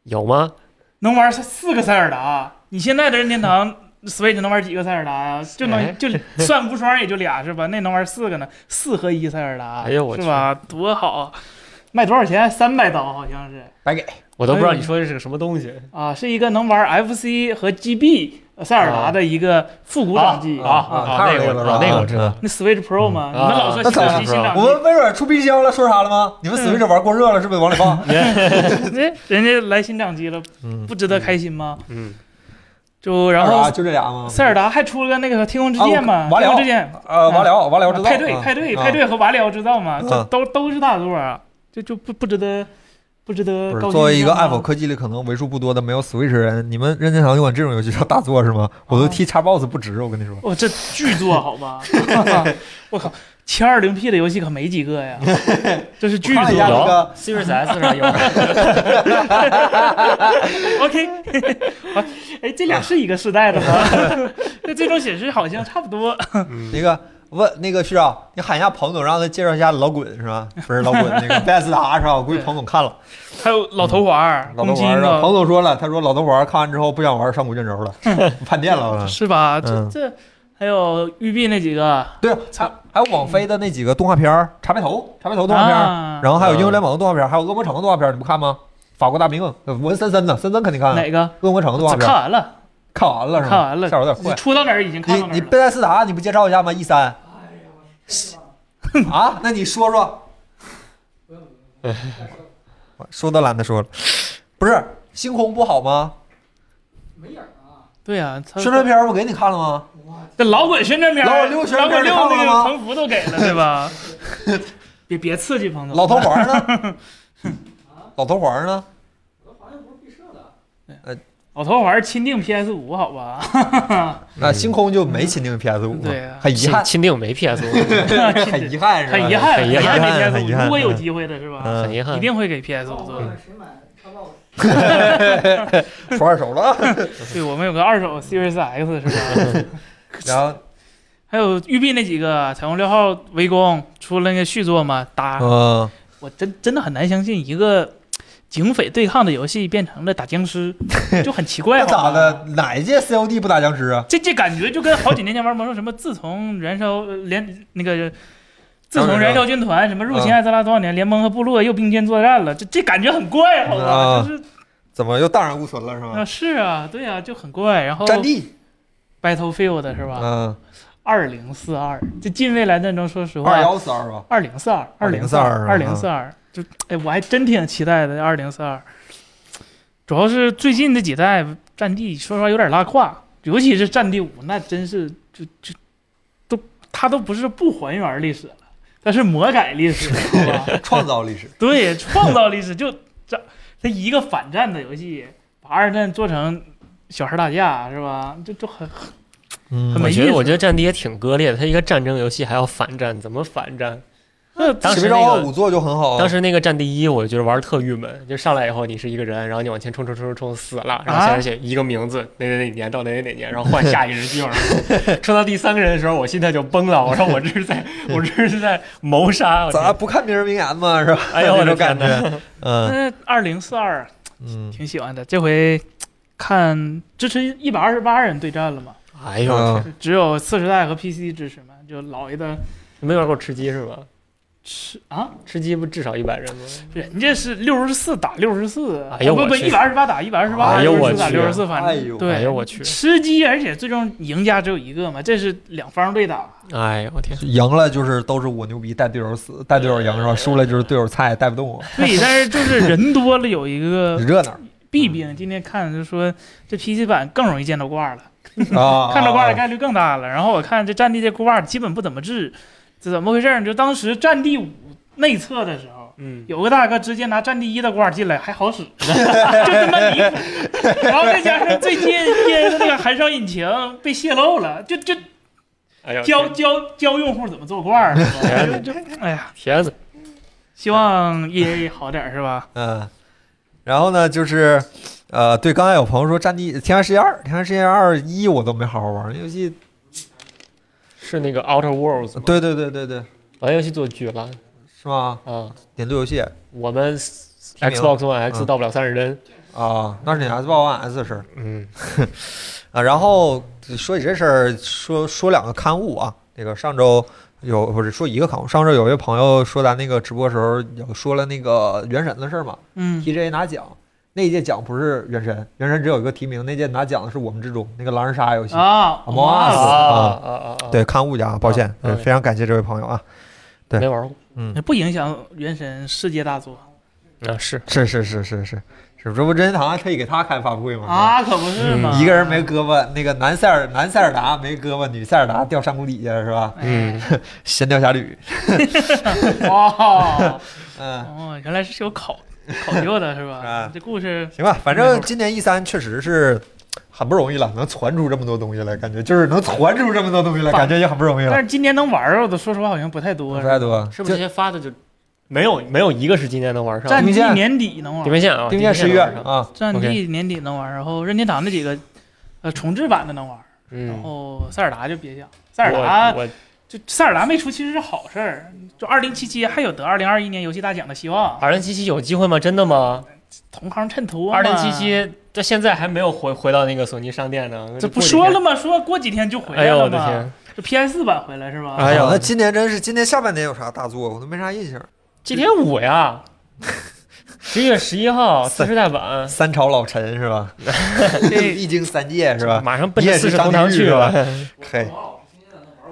Speaker 3: 有吗？
Speaker 2: 能玩四个塞尔达？啊你现在的任天堂 Switch 能玩几个塞尔达呀？就
Speaker 3: 哎
Speaker 2: 能就算无双也就俩是吧？那能玩四个呢？四合一塞尔达，
Speaker 3: 哎呦我去
Speaker 2: 是吧？多好啊！卖多少钱？三百刀好像是。
Speaker 1: 白给
Speaker 3: 我都不知道你说的是个什么东
Speaker 1: 哎
Speaker 3: 西。
Speaker 2: 啊，是一个能玩 FC 和 GB 塞尔达的一个复古掌机
Speaker 3: 啊啊
Speaker 1: 啊，
Speaker 3: 那个
Speaker 1: 看
Speaker 3: 我
Speaker 1: 着
Speaker 3: 知
Speaker 1: 那
Speaker 3: 道，那个我知道。
Speaker 2: 那 Switch Pro 嘛，
Speaker 3: 嗯
Speaker 2: 你们老说
Speaker 1: 啊那
Speaker 2: 新新掌
Speaker 1: 我们微软出冰箱了，说啥了吗？你们
Speaker 2: 嗯
Speaker 1: Switch 玩过热了是不是？往里放。
Speaker 2: 机，人哎人家来新掌机了，
Speaker 1: 嗯，
Speaker 2: 不值得开心吗？
Speaker 3: 嗯，
Speaker 2: 就然
Speaker 1: 二啊
Speaker 2: 后
Speaker 1: 就这俩吗？
Speaker 2: 塞尔达还出了那个天空之剑嘛，
Speaker 1: 啊我
Speaker 2: 天空之剑
Speaker 1: 呃，
Speaker 2: 啊
Speaker 1: 瓦辽瓦辽
Speaker 2: 啊
Speaker 1: 知道
Speaker 2: 派对派对派，对和瓦里奥制造嘛，
Speaker 1: 嗯
Speaker 2: 这都都是大作啊，这就不不值得不值
Speaker 1: 啊
Speaker 2: 得
Speaker 1: 不
Speaker 2: 高
Speaker 1: 是
Speaker 2: 兴
Speaker 1: 作为一个
Speaker 2: 吗
Speaker 1: 爱否科技里可能为数不多的没有 Switch 人，你们任天堂就管这种游戏叫大作是吗？我都踢 Xbox 不值，我跟你说。
Speaker 2: 哦我、这巨作好
Speaker 1: [LAUGHS]
Speaker 2: 吧， [LAUGHS] 我靠，七二零 P 的游戏可没几个
Speaker 1: [LAUGHS]
Speaker 2: 呀，这是巨
Speaker 1: 我看了一下。
Speaker 2: 作
Speaker 1: 那个
Speaker 3: Series S 上有。啊
Speaker 1: [LAUGHS]
Speaker 2: OK，好， [LAUGHS] 哎，这俩是一个世代的 [LAUGHS] 吗？那最终显示好像差不多。
Speaker 1: 那个问那个徐少，你喊一下彭总，让他介绍一下老滚是吧？不是老滚，那个贝斯达是吧？我估计彭总看了，
Speaker 2: [LAUGHS] 还有老头环儿、
Speaker 1: 嗯老
Speaker 2: 公
Speaker 1: 头
Speaker 2: 鸡
Speaker 1: 玩儿啊了。
Speaker 2: 呢，
Speaker 1: 彭总说了，他说老头玩儿看完之后不想玩上古卷轴了，
Speaker 2: 嗯
Speaker 1: [LAUGHS] 叛变了。
Speaker 2: 是吧？这
Speaker 1: 嗯
Speaker 2: 这还有育碧那几个
Speaker 1: 对，还还有网飞的那几个动画片儿，茶杯头、茶杯头动画片儿，
Speaker 2: 啊，
Speaker 1: 然后还有英雄联盟的动画片儿，还有恶魔城的动画片儿，你不看吗？法国大兵，呃文森森的，森森肯定看啊。
Speaker 2: 哪个？
Speaker 1: 恶魔城的动画
Speaker 2: 这
Speaker 1: 片
Speaker 2: 看
Speaker 1: 儿
Speaker 2: 完了，
Speaker 1: 看完了是吗？
Speaker 2: 看完了
Speaker 1: 下手有点快。
Speaker 2: 出到哪儿已经看到哪
Speaker 1: 你你
Speaker 2: 儿
Speaker 1: 贝
Speaker 2: 了。
Speaker 1: 塞斯达你不介绍一下吗？E 三。 [LAUGHS] 啊，那你说说。 [LAUGHS] 说都懒得说了，不是星空不好吗？
Speaker 2: 对呀，他
Speaker 1: 宣传片儿不给你看了吗？
Speaker 2: 这老滚宣传片
Speaker 1: 老
Speaker 2: 儿，
Speaker 1: 滚六宣传
Speaker 2: 老
Speaker 1: 片
Speaker 2: 滚
Speaker 1: 儿
Speaker 2: 六
Speaker 1: 你看
Speaker 2: 那
Speaker 1: 了
Speaker 2: 个
Speaker 1: 吗
Speaker 2: 横幅都给了，对吧？
Speaker 1: [LAUGHS]
Speaker 2: 别别刺激彭总，
Speaker 1: 老头环儿呢？
Speaker 2: [LAUGHS]
Speaker 1: 老头环儿呢？
Speaker 2: 老头环儿钦定 PS 五
Speaker 1: [LAUGHS]
Speaker 2: 好吧？
Speaker 3: 嗯
Speaker 1: 那星空就没亲定 PS 五，
Speaker 2: 对呀
Speaker 1: 很遗憾，
Speaker 3: 钦定没 PS 五，
Speaker 1: [LAUGHS] 很遗憾，是吧
Speaker 2: 很遗憾，
Speaker 3: 很遗憾
Speaker 2: 没 PS
Speaker 1: 很遗
Speaker 2: 五，
Speaker 1: 憾
Speaker 2: 如果有机会啊的是吧？
Speaker 3: 很
Speaker 1: 嗯，
Speaker 3: 遗憾
Speaker 2: 一。定会给 PS 五做的。
Speaker 1: 说二手了。
Speaker 2: 对，我们有个二手 Series X 是吧？
Speaker 1: [LAUGHS] 然后，
Speaker 2: 还有育碧那几个彩虹六号围攻出了那个续作嘛，打、
Speaker 1: 嗯，
Speaker 2: 我真真的很难相信一个警匪对抗的游戏变成了打
Speaker 1: [LAUGHS]
Speaker 2: 僵尸，就很奇怪
Speaker 1: 那咋
Speaker 2: 好吗
Speaker 1: 的？？哪一届 COD 不打僵尸啊？
Speaker 2: 这这感觉就跟好几年前玩魔兽什么，自从燃烧呃联那个。自从燃烧军团什么入侵艾泽拉多少年，联盟和部落又并肩作战了，这这感觉很怪，好吧？
Speaker 1: 啊
Speaker 2: 就是
Speaker 1: 怎么又荡然无存了是
Speaker 2: 啊，
Speaker 1: 吗？
Speaker 2: 是啊，对啊，就很怪。然后
Speaker 1: 战地，
Speaker 2: Battlefield 是吧？
Speaker 1: 嗯，
Speaker 2: 二零四二，这近未来战争，说实话，
Speaker 1: 二幺四二
Speaker 2: [LAUGHS]
Speaker 1: 吧。
Speaker 2: 二零四二，二零
Speaker 1: 2042
Speaker 2: 二零四二，就哎，我还真挺期待的二零四二。主要是最近这几代战地，说实话有点拉胯，尤其是战地五，那真是就就它都不是不还原历史了，它是魔改历史，好吧？ [LAUGHS]
Speaker 1: 创造历史，
Speaker 2: 对，创造历史就这，它一个反战的游戏，把二战做成小孩打架是吧？就就很
Speaker 1: 嗯
Speaker 2: 没
Speaker 3: 我觉
Speaker 2: 意
Speaker 3: 得
Speaker 2: 思
Speaker 3: 我觉得战地也挺割裂的，它一个战争游戏还要反战，怎么反战？
Speaker 2: 那
Speaker 3: 当时
Speaker 1: 使命
Speaker 3: 那
Speaker 1: 召唤
Speaker 3: 个
Speaker 1: 五做就很好啊，
Speaker 3: 当时那个战地一，我觉得玩得特郁闷，就上来以后你是一个人，然后你往前冲冲冲冲冲死了，然后下面写一个名字，哪哪哪年到哪哪哪年，然后换下一个人继续往上冲，冲到第三个人的时候，我心态就崩了，我说我这是在我这是在谋杀，我
Speaker 1: 咋
Speaker 3: 天
Speaker 1: 不看名人名言嘛，是吧？
Speaker 3: 哎呦我
Speaker 1: 那
Speaker 3: 的
Speaker 1: 种
Speaker 3: 天
Speaker 1: 感
Speaker 3: 哪！
Speaker 1: 觉，嗯
Speaker 2: 那二零四二
Speaker 1: 嗯，
Speaker 2: 挺喜欢的，这回看支持一百二十八人对战了嘛，
Speaker 3: 哎呦
Speaker 1: 嗯
Speaker 3: 我天，
Speaker 2: 只有四十代和 PC 支持嘛，就老爷的
Speaker 3: 你没玩过吃鸡是吧？
Speaker 2: 吃啊，
Speaker 3: 吃鸡不至少一百人吗？
Speaker 2: 人家是六十四打六十四，
Speaker 3: 哎呦
Speaker 2: 不
Speaker 3: 我
Speaker 2: 不
Speaker 3: 去
Speaker 2: 一百二十八打一百二十八，
Speaker 1: 哎
Speaker 3: 呦
Speaker 2: 六
Speaker 3: 我
Speaker 2: 十四打
Speaker 3: 去
Speaker 2: 六十四，反
Speaker 1: 哎
Speaker 2: 正
Speaker 1: 呦
Speaker 2: 对，
Speaker 3: 哎呦我去，
Speaker 2: 吃鸡，而且最终赢家只有一个嘛，这是两方对
Speaker 3: [LAUGHS]
Speaker 2: 打，
Speaker 3: 哎呦我天，
Speaker 1: 赢了就是都是我牛逼，带队友死，带队友赢是吧？输了就是队友菜，带不动我，
Speaker 2: 对，但是就是人多了有一个
Speaker 1: 热闹
Speaker 2: 弊病，今天看就说这 PC 版更容易见到挂了，
Speaker 1: 啊！
Speaker 2: 看到挂
Speaker 1: 啊
Speaker 2: 的概率更大了。然后我看这战地这挂基本不怎么治，这怎么回事儿？就当时战地五内测的时候。
Speaker 3: 嗯，
Speaker 2: 有个大哥直接拿战地一的挂进来，还好使， [LAUGHS] 就他妈离谱。然后再加上最近 EA 的那个寒烧引擎被泄露了，就就
Speaker 3: 哎呦
Speaker 2: 教教教用户怎么做挂呢？
Speaker 3: 天
Speaker 2: 就就哎呀，
Speaker 3: 铁子，
Speaker 2: 希望 EA 好点儿是吧？
Speaker 1: 嗯，然后呢，就是呃，对，刚才有朋友说《战地天下世界二》，《天下世界二》一我都没好好玩，那游戏，
Speaker 3: 是那个 Outer Worlds 吗？
Speaker 1: 对对对对对，
Speaker 3: 玩游戏做绝了
Speaker 1: 是吗？
Speaker 3: 啊！
Speaker 1: 点对游戏
Speaker 3: 我们
Speaker 1: 提名
Speaker 3: Xbox One X
Speaker 1: 嗯
Speaker 3: 到不了三十帧，
Speaker 1: 啊，那是你 S 八 One S 的事儿
Speaker 3: 嗯，
Speaker 1: 啊。然后说起这事儿，说说两个刊物啊，那个上周。有不是说一个刊物？上周有位朋友说咱那个直播时候有说了那个《原神》的事儿嘛，
Speaker 2: 嗯
Speaker 1: TGA 拿奖，那一届奖不是《原神》，《原神》只有一个提名，那届拿奖的是我们之中那个狼人杀游戏。
Speaker 2: 啊，
Speaker 1: Among Us
Speaker 2: 哇
Speaker 3: 啊啊啊啊！
Speaker 1: 对，刊物奖，抱歉
Speaker 3: 啊，
Speaker 1: 对
Speaker 3: 啊
Speaker 1: 非常感谢这位朋友啊。对
Speaker 3: 没玩过。
Speaker 1: 嗯，
Speaker 2: 不影响原神世界大作
Speaker 3: 啊，是
Speaker 1: 是是是是是是，这不任天堂还特意给他开发布会吗？
Speaker 2: 啊，可不是嘛，
Speaker 1: 嗯
Speaker 2: 哎
Speaker 1: 一个人没胳膊，那个男塞尔男塞尔达没胳膊，女塞尔达掉山谷底下是吧？
Speaker 3: 嗯
Speaker 2: 哎，
Speaker 1: 神雕侠侣， [LAUGHS]
Speaker 2: 哇，
Speaker 1: 嗯。
Speaker 2: 哦，原来是有考考究的是吧
Speaker 1: 啊？
Speaker 2: 这故事
Speaker 1: [LAUGHS] 行吧，反正今年 E 三确实是很不容易了，能传出这么多东西来，感觉就是能传出这么多东西来，感觉也很不容易
Speaker 2: 但
Speaker 1: 了。
Speaker 2: 是今年能玩儿的，说实话好像不太多。
Speaker 1: 不
Speaker 2: 是吧
Speaker 1: 太多，
Speaker 3: 是不是这些发的就没有没有一个是今年能玩上？
Speaker 2: 战
Speaker 1: 地
Speaker 2: 地
Speaker 1: 平线
Speaker 2: 年底能玩
Speaker 3: 地
Speaker 2: 儿，
Speaker 3: 平线啊，
Speaker 1: 定线十一月
Speaker 3: 能玩上
Speaker 1: 啊，
Speaker 2: 战地年底能玩儿，然后任天堂那几个，呃，重置版的能玩儿，然
Speaker 3: 嗯，
Speaker 2: 后塞尔达就别想，塞
Speaker 3: 塞
Speaker 2: 尔达
Speaker 3: 我
Speaker 2: 就塞尔达没出其实是好事儿，就二零七七还有得二零二一年游戏大奖的希望，
Speaker 3: 二零七七有机会吗？真的吗？
Speaker 2: 同行衬托嘛。
Speaker 3: 二零七七到现在还没有回回到那个索尼商店呢，
Speaker 2: 这不
Speaker 3: 过几
Speaker 2: 说
Speaker 3: 天
Speaker 2: 了？吗？说过几天就回
Speaker 3: 哎
Speaker 2: 来
Speaker 3: 呦
Speaker 2: 了
Speaker 3: 我的
Speaker 2: 嘛。
Speaker 3: 天
Speaker 2: 这 PS 版回来是吧？
Speaker 3: 哎呀
Speaker 1: 好啊那今年真是今年下半年有啥大作，我都没啥印象。
Speaker 3: ！G T 五呀，十一月十一号
Speaker 1: 三
Speaker 3: 四十代版
Speaker 1: [LAUGHS] 三朝老臣是 [LAUGHS] 吧？
Speaker 2: 这
Speaker 1: 历经三界是 [LAUGHS] 吧？
Speaker 3: 马上奔
Speaker 1: 你
Speaker 3: 着
Speaker 1: 也
Speaker 3: 四
Speaker 1: 是
Speaker 3: 世
Speaker 1: 张
Speaker 3: 同堂
Speaker 1: 天
Speaker 3: 去
Speaker 1: 玉
Speaker 3: 吧
Speaker 1: 吧？嘿， [LAUGHS]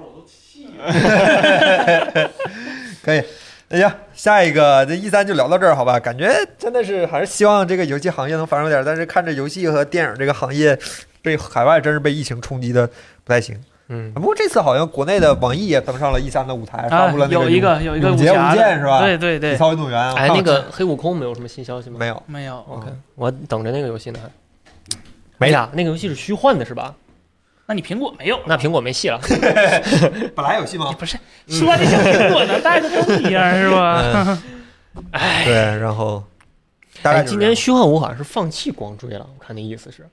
Speaker 1: 可以。那行，下一个这 E 三就聊到这儿，好吧？感觉真的是还是希望这个游戏行业能发生点儿，但是看着游戏和电影这个行业被海外真是被疫情冲击的不太行。
Speaker 3: 嗯，
Speaker 1: 不过这次好像国内的网易也登上了 E 三的舞台，发
Speaker 2: 啊
Speaker 1: 布了，那
Speaker 2: 有
Speaker 1: 个
Speaker 2: 一个有一个
Speaker 1: 永
Speaker 2: 武
Speaker 1: 劫
Speaker 2: 侠
Speaker 1: 无
Speaker 2: 的
Speaker 1: 间是吧
Speaker 2: 对对
Speaker 1: 体
Speaker 2: 对，
Speaker 1: 操运动员。我
Speaker 3: 哎，
Speaker 1: 看了
Speaker 3: 那个黑悟空没有什么新消息吗？
Speaker 1: 没有，
Speaker 2: 没有。
Speaker 3: OK，我等着那个游戏呢，还
Speaker 1: 没
Speaker 3: 啥，那个游戏是虚幻的是吧？
Speaker 2: 那你苹果没有？
Speaker 3: 那苹果没戏了。
Speaker 1: 本来有戏吗？
Speaker 2: [LAUGHS] 不是说的像苹果的，带的都一样是
Speaker 3: [LAUGHS]
Speaker 2: 吧？
Speaker 1: 嗯对，然后大概
Speaker 3: 哎，
Speaker 1: 就是
Speaker 3: 今
Speaker 1: 这样
Speaker 3: 年虚幻五好像是放弃光追了，我看那意思是，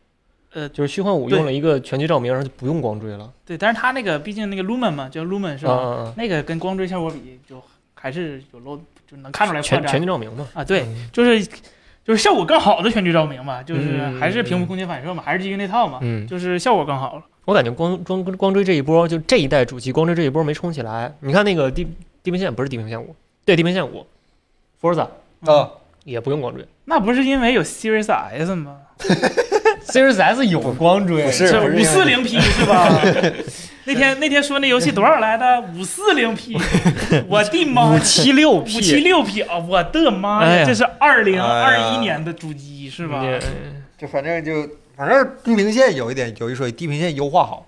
Speaker 2: 呃
Speaker 3: 就是虚幻五
Speaker 2: 对
Speaker 3: 用了一个全局照明，然后就不用光追了。
Speaker 2: 对，但是它那个毕竟那个 Lumen 嘛，叫 Lumen 是
Speaker 3: 啊
Speaker 2: 吧？
Speaker 3: 啊啊！
Speaker 2: 那个跟光追效果比，就还是有漏，就能看出来破
Speaker 3: 全全嗯
Speaker 2: 绽
Speaker 3: 局照明嘛。
Speaker 2: 啊。对，就是就是效果更好的全局照明嘛，就是
Speaker 3: 嗯
Speaker 2: 还是屏幕空间反射嘛，还是基于那套嘛，
Speaker 3: 嗯，
Speaker 2: 就是效果更好了。
Speaker 3: 我感觉光光光追这一波，就这一代主机光追这一波没冲起来。你看那个地地平线不是地平线五，对地平线五，Forza
Speaker 1: 啊，
Speaker 3: 也不用光追
Speaker 2: 那不是因为有 Series S 吗？
Speaker 3: ，Series S 有光追，
Speaker 1: 不是
Speaker 2: 五四零 P 是吧？那天那天说那游戏多少来的？五四零 P，我的妈！
Speaker 3: 五七六
Speaker 2: 五七
Speaker 3: P
Speaker 2: 六 P 啊！我的妈
Speaker 3: 哎
Speaker 2: 呀，
Speaker 3: 呀
Speaker 2: 这是二零
Speaker 1: 哎
Speaker 2: 二
Speaker 1: 呀
Speaker 2: 一年的主机是
Speaker 3: 是
Speaker 2: 吧？
Speaker 1: 就反正就反正地平线有一点有一说一，地平线优化好，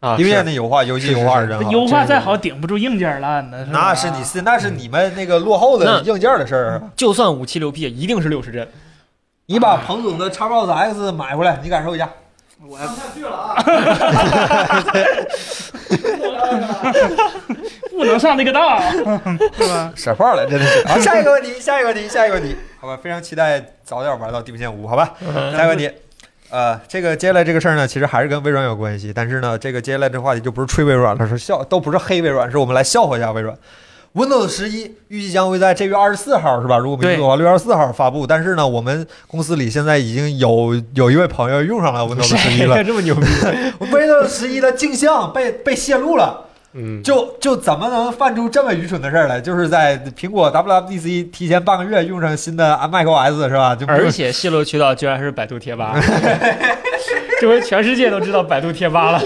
Speaker 3: 啊，
Speaker 1: 因为
Speaker 3: 是
Speaker 1: 那油画，游戏
Speaker 3: 是是
Speaker 1: 油画
Speaker 3: 是
Speaker 1: 真
Speaker 2: 那
Speaker 1: 好
Speaker 2: 油画
Speaker 3: 真是
Speaker 2: 再好，顶不住硬件烂的。是吧
Speaker 1: 那是你是那是你们那个落后的
Speaker 3: 那
Speaker 1: 硬件的事儿啊！
Speaker 3: 就算五七六 P 也一定是六十帧。
Speaker 1: 你把彭总的 Xbox X 买回来，你感受一下。
Speaker 2: 我
Speaker 4: 看不下去了啊！
Speaker 2: 不能上那个当，啊是吧？
Speaker 1: 甩炮了，真的是。好，下一个问题，下一个问题，下一个问题，好吧，非常期待早点玩到《地平线五》，好吧，下一个问题。呃，这个接下来这个事儿呢，其实还是跟微软有关系，但是呢，这个接下来这个话题就不是吹微软了，是笑，都不是黑微软，是我们来笑话一下微软。Windows 十一预计将会在这月二十四号是吧？如果没记错的话，六月二十四号发布。但是呢，我们公司里现在已经有有一位朋友用上了 Windows 十一了
Speaker 3: [LAUGHS] 这么
Speaker 1: [LAUGHS]
Speaker 3: 牛逼？
Speaker 1: ，Windows 十一的镜像被被泄露了。
Speaker 3: 嗯，
Speaker 1: 就就怎么能犯出这么愚蠢的事儿来？就是在苹果 WWDC 提前半个月用上新的 macOS 是吧？就没有
Speaker 3: 而且泄露渠道居然还是百度
Speaker 1: [LAUGHS]
Speaker 3: 贴吧，这回全世界都知道百度贴吧了。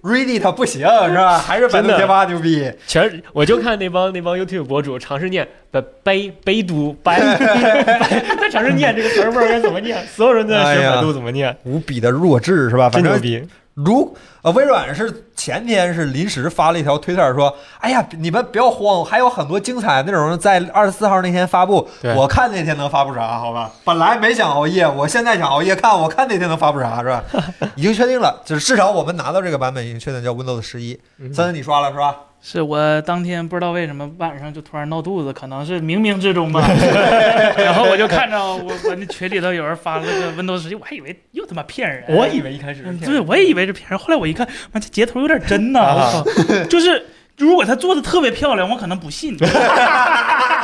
Speaker 1: Reddit 不行是 [LAUGHS] 吧？还是百度
Speaker 3: 真的
Speaker 1: 贴吧牛逼。
Speaker 3: 全我就看那帮那 [LAUGHS] 帮 YouTube 博主尝试念百百百度 [LAUGHS] 百，他尝试念这个词儿不知道该怎么念，所有人都在
Speaker 1: 哎
Speaker 3: 学
Speaker 1: 呀
Speaker 3: 百度怎么念，
Speaker 1: 无比的弱智是吧？反
Speaker 3: 真牛
Speaker 1: 正
Speaker 3: 逼！
Speaker 1: 如呃，微软是前天是临时发了一条推特说：“哎呀，你们不要慌，还有很多精彩的内容在二十四号那天发布。
Speaker 3: 对
Speaker 1: 我看那天能发布啥？好吧，本来没想熬夜，我现在想熬夜看，我看那天能发布啥是
Speaker 3: [LAUGHS]
Speaker 1: 吧？已经确定了，就是至少我们拿到这个版本已经确定叫 Windows 十一。
Speaker 3: 嗯
Speaker 1: 森森，你刷了是吧？
Speaker 2: 是我当天不知道为什么晚上就突然闹肚子，可能是冥冥之中吧。然后我就看着我我那群里头有人发了个 Windows 十一，我还以为又他妈骗人。
Speaker 3: [LAUGHS] 我以为一开始是
Speaker 2: 嗯
Speaker 3: 骗
Speaker 2: 对，
Speaker 3: 人
Speaker 2: 我也以为是骗人，后来我一看，妈这截图有点真呐、
Speaker 3: 啊
Speaker 2: 我靠，就是如果他做的特别漂亮，我可能不信， [LAUGHS]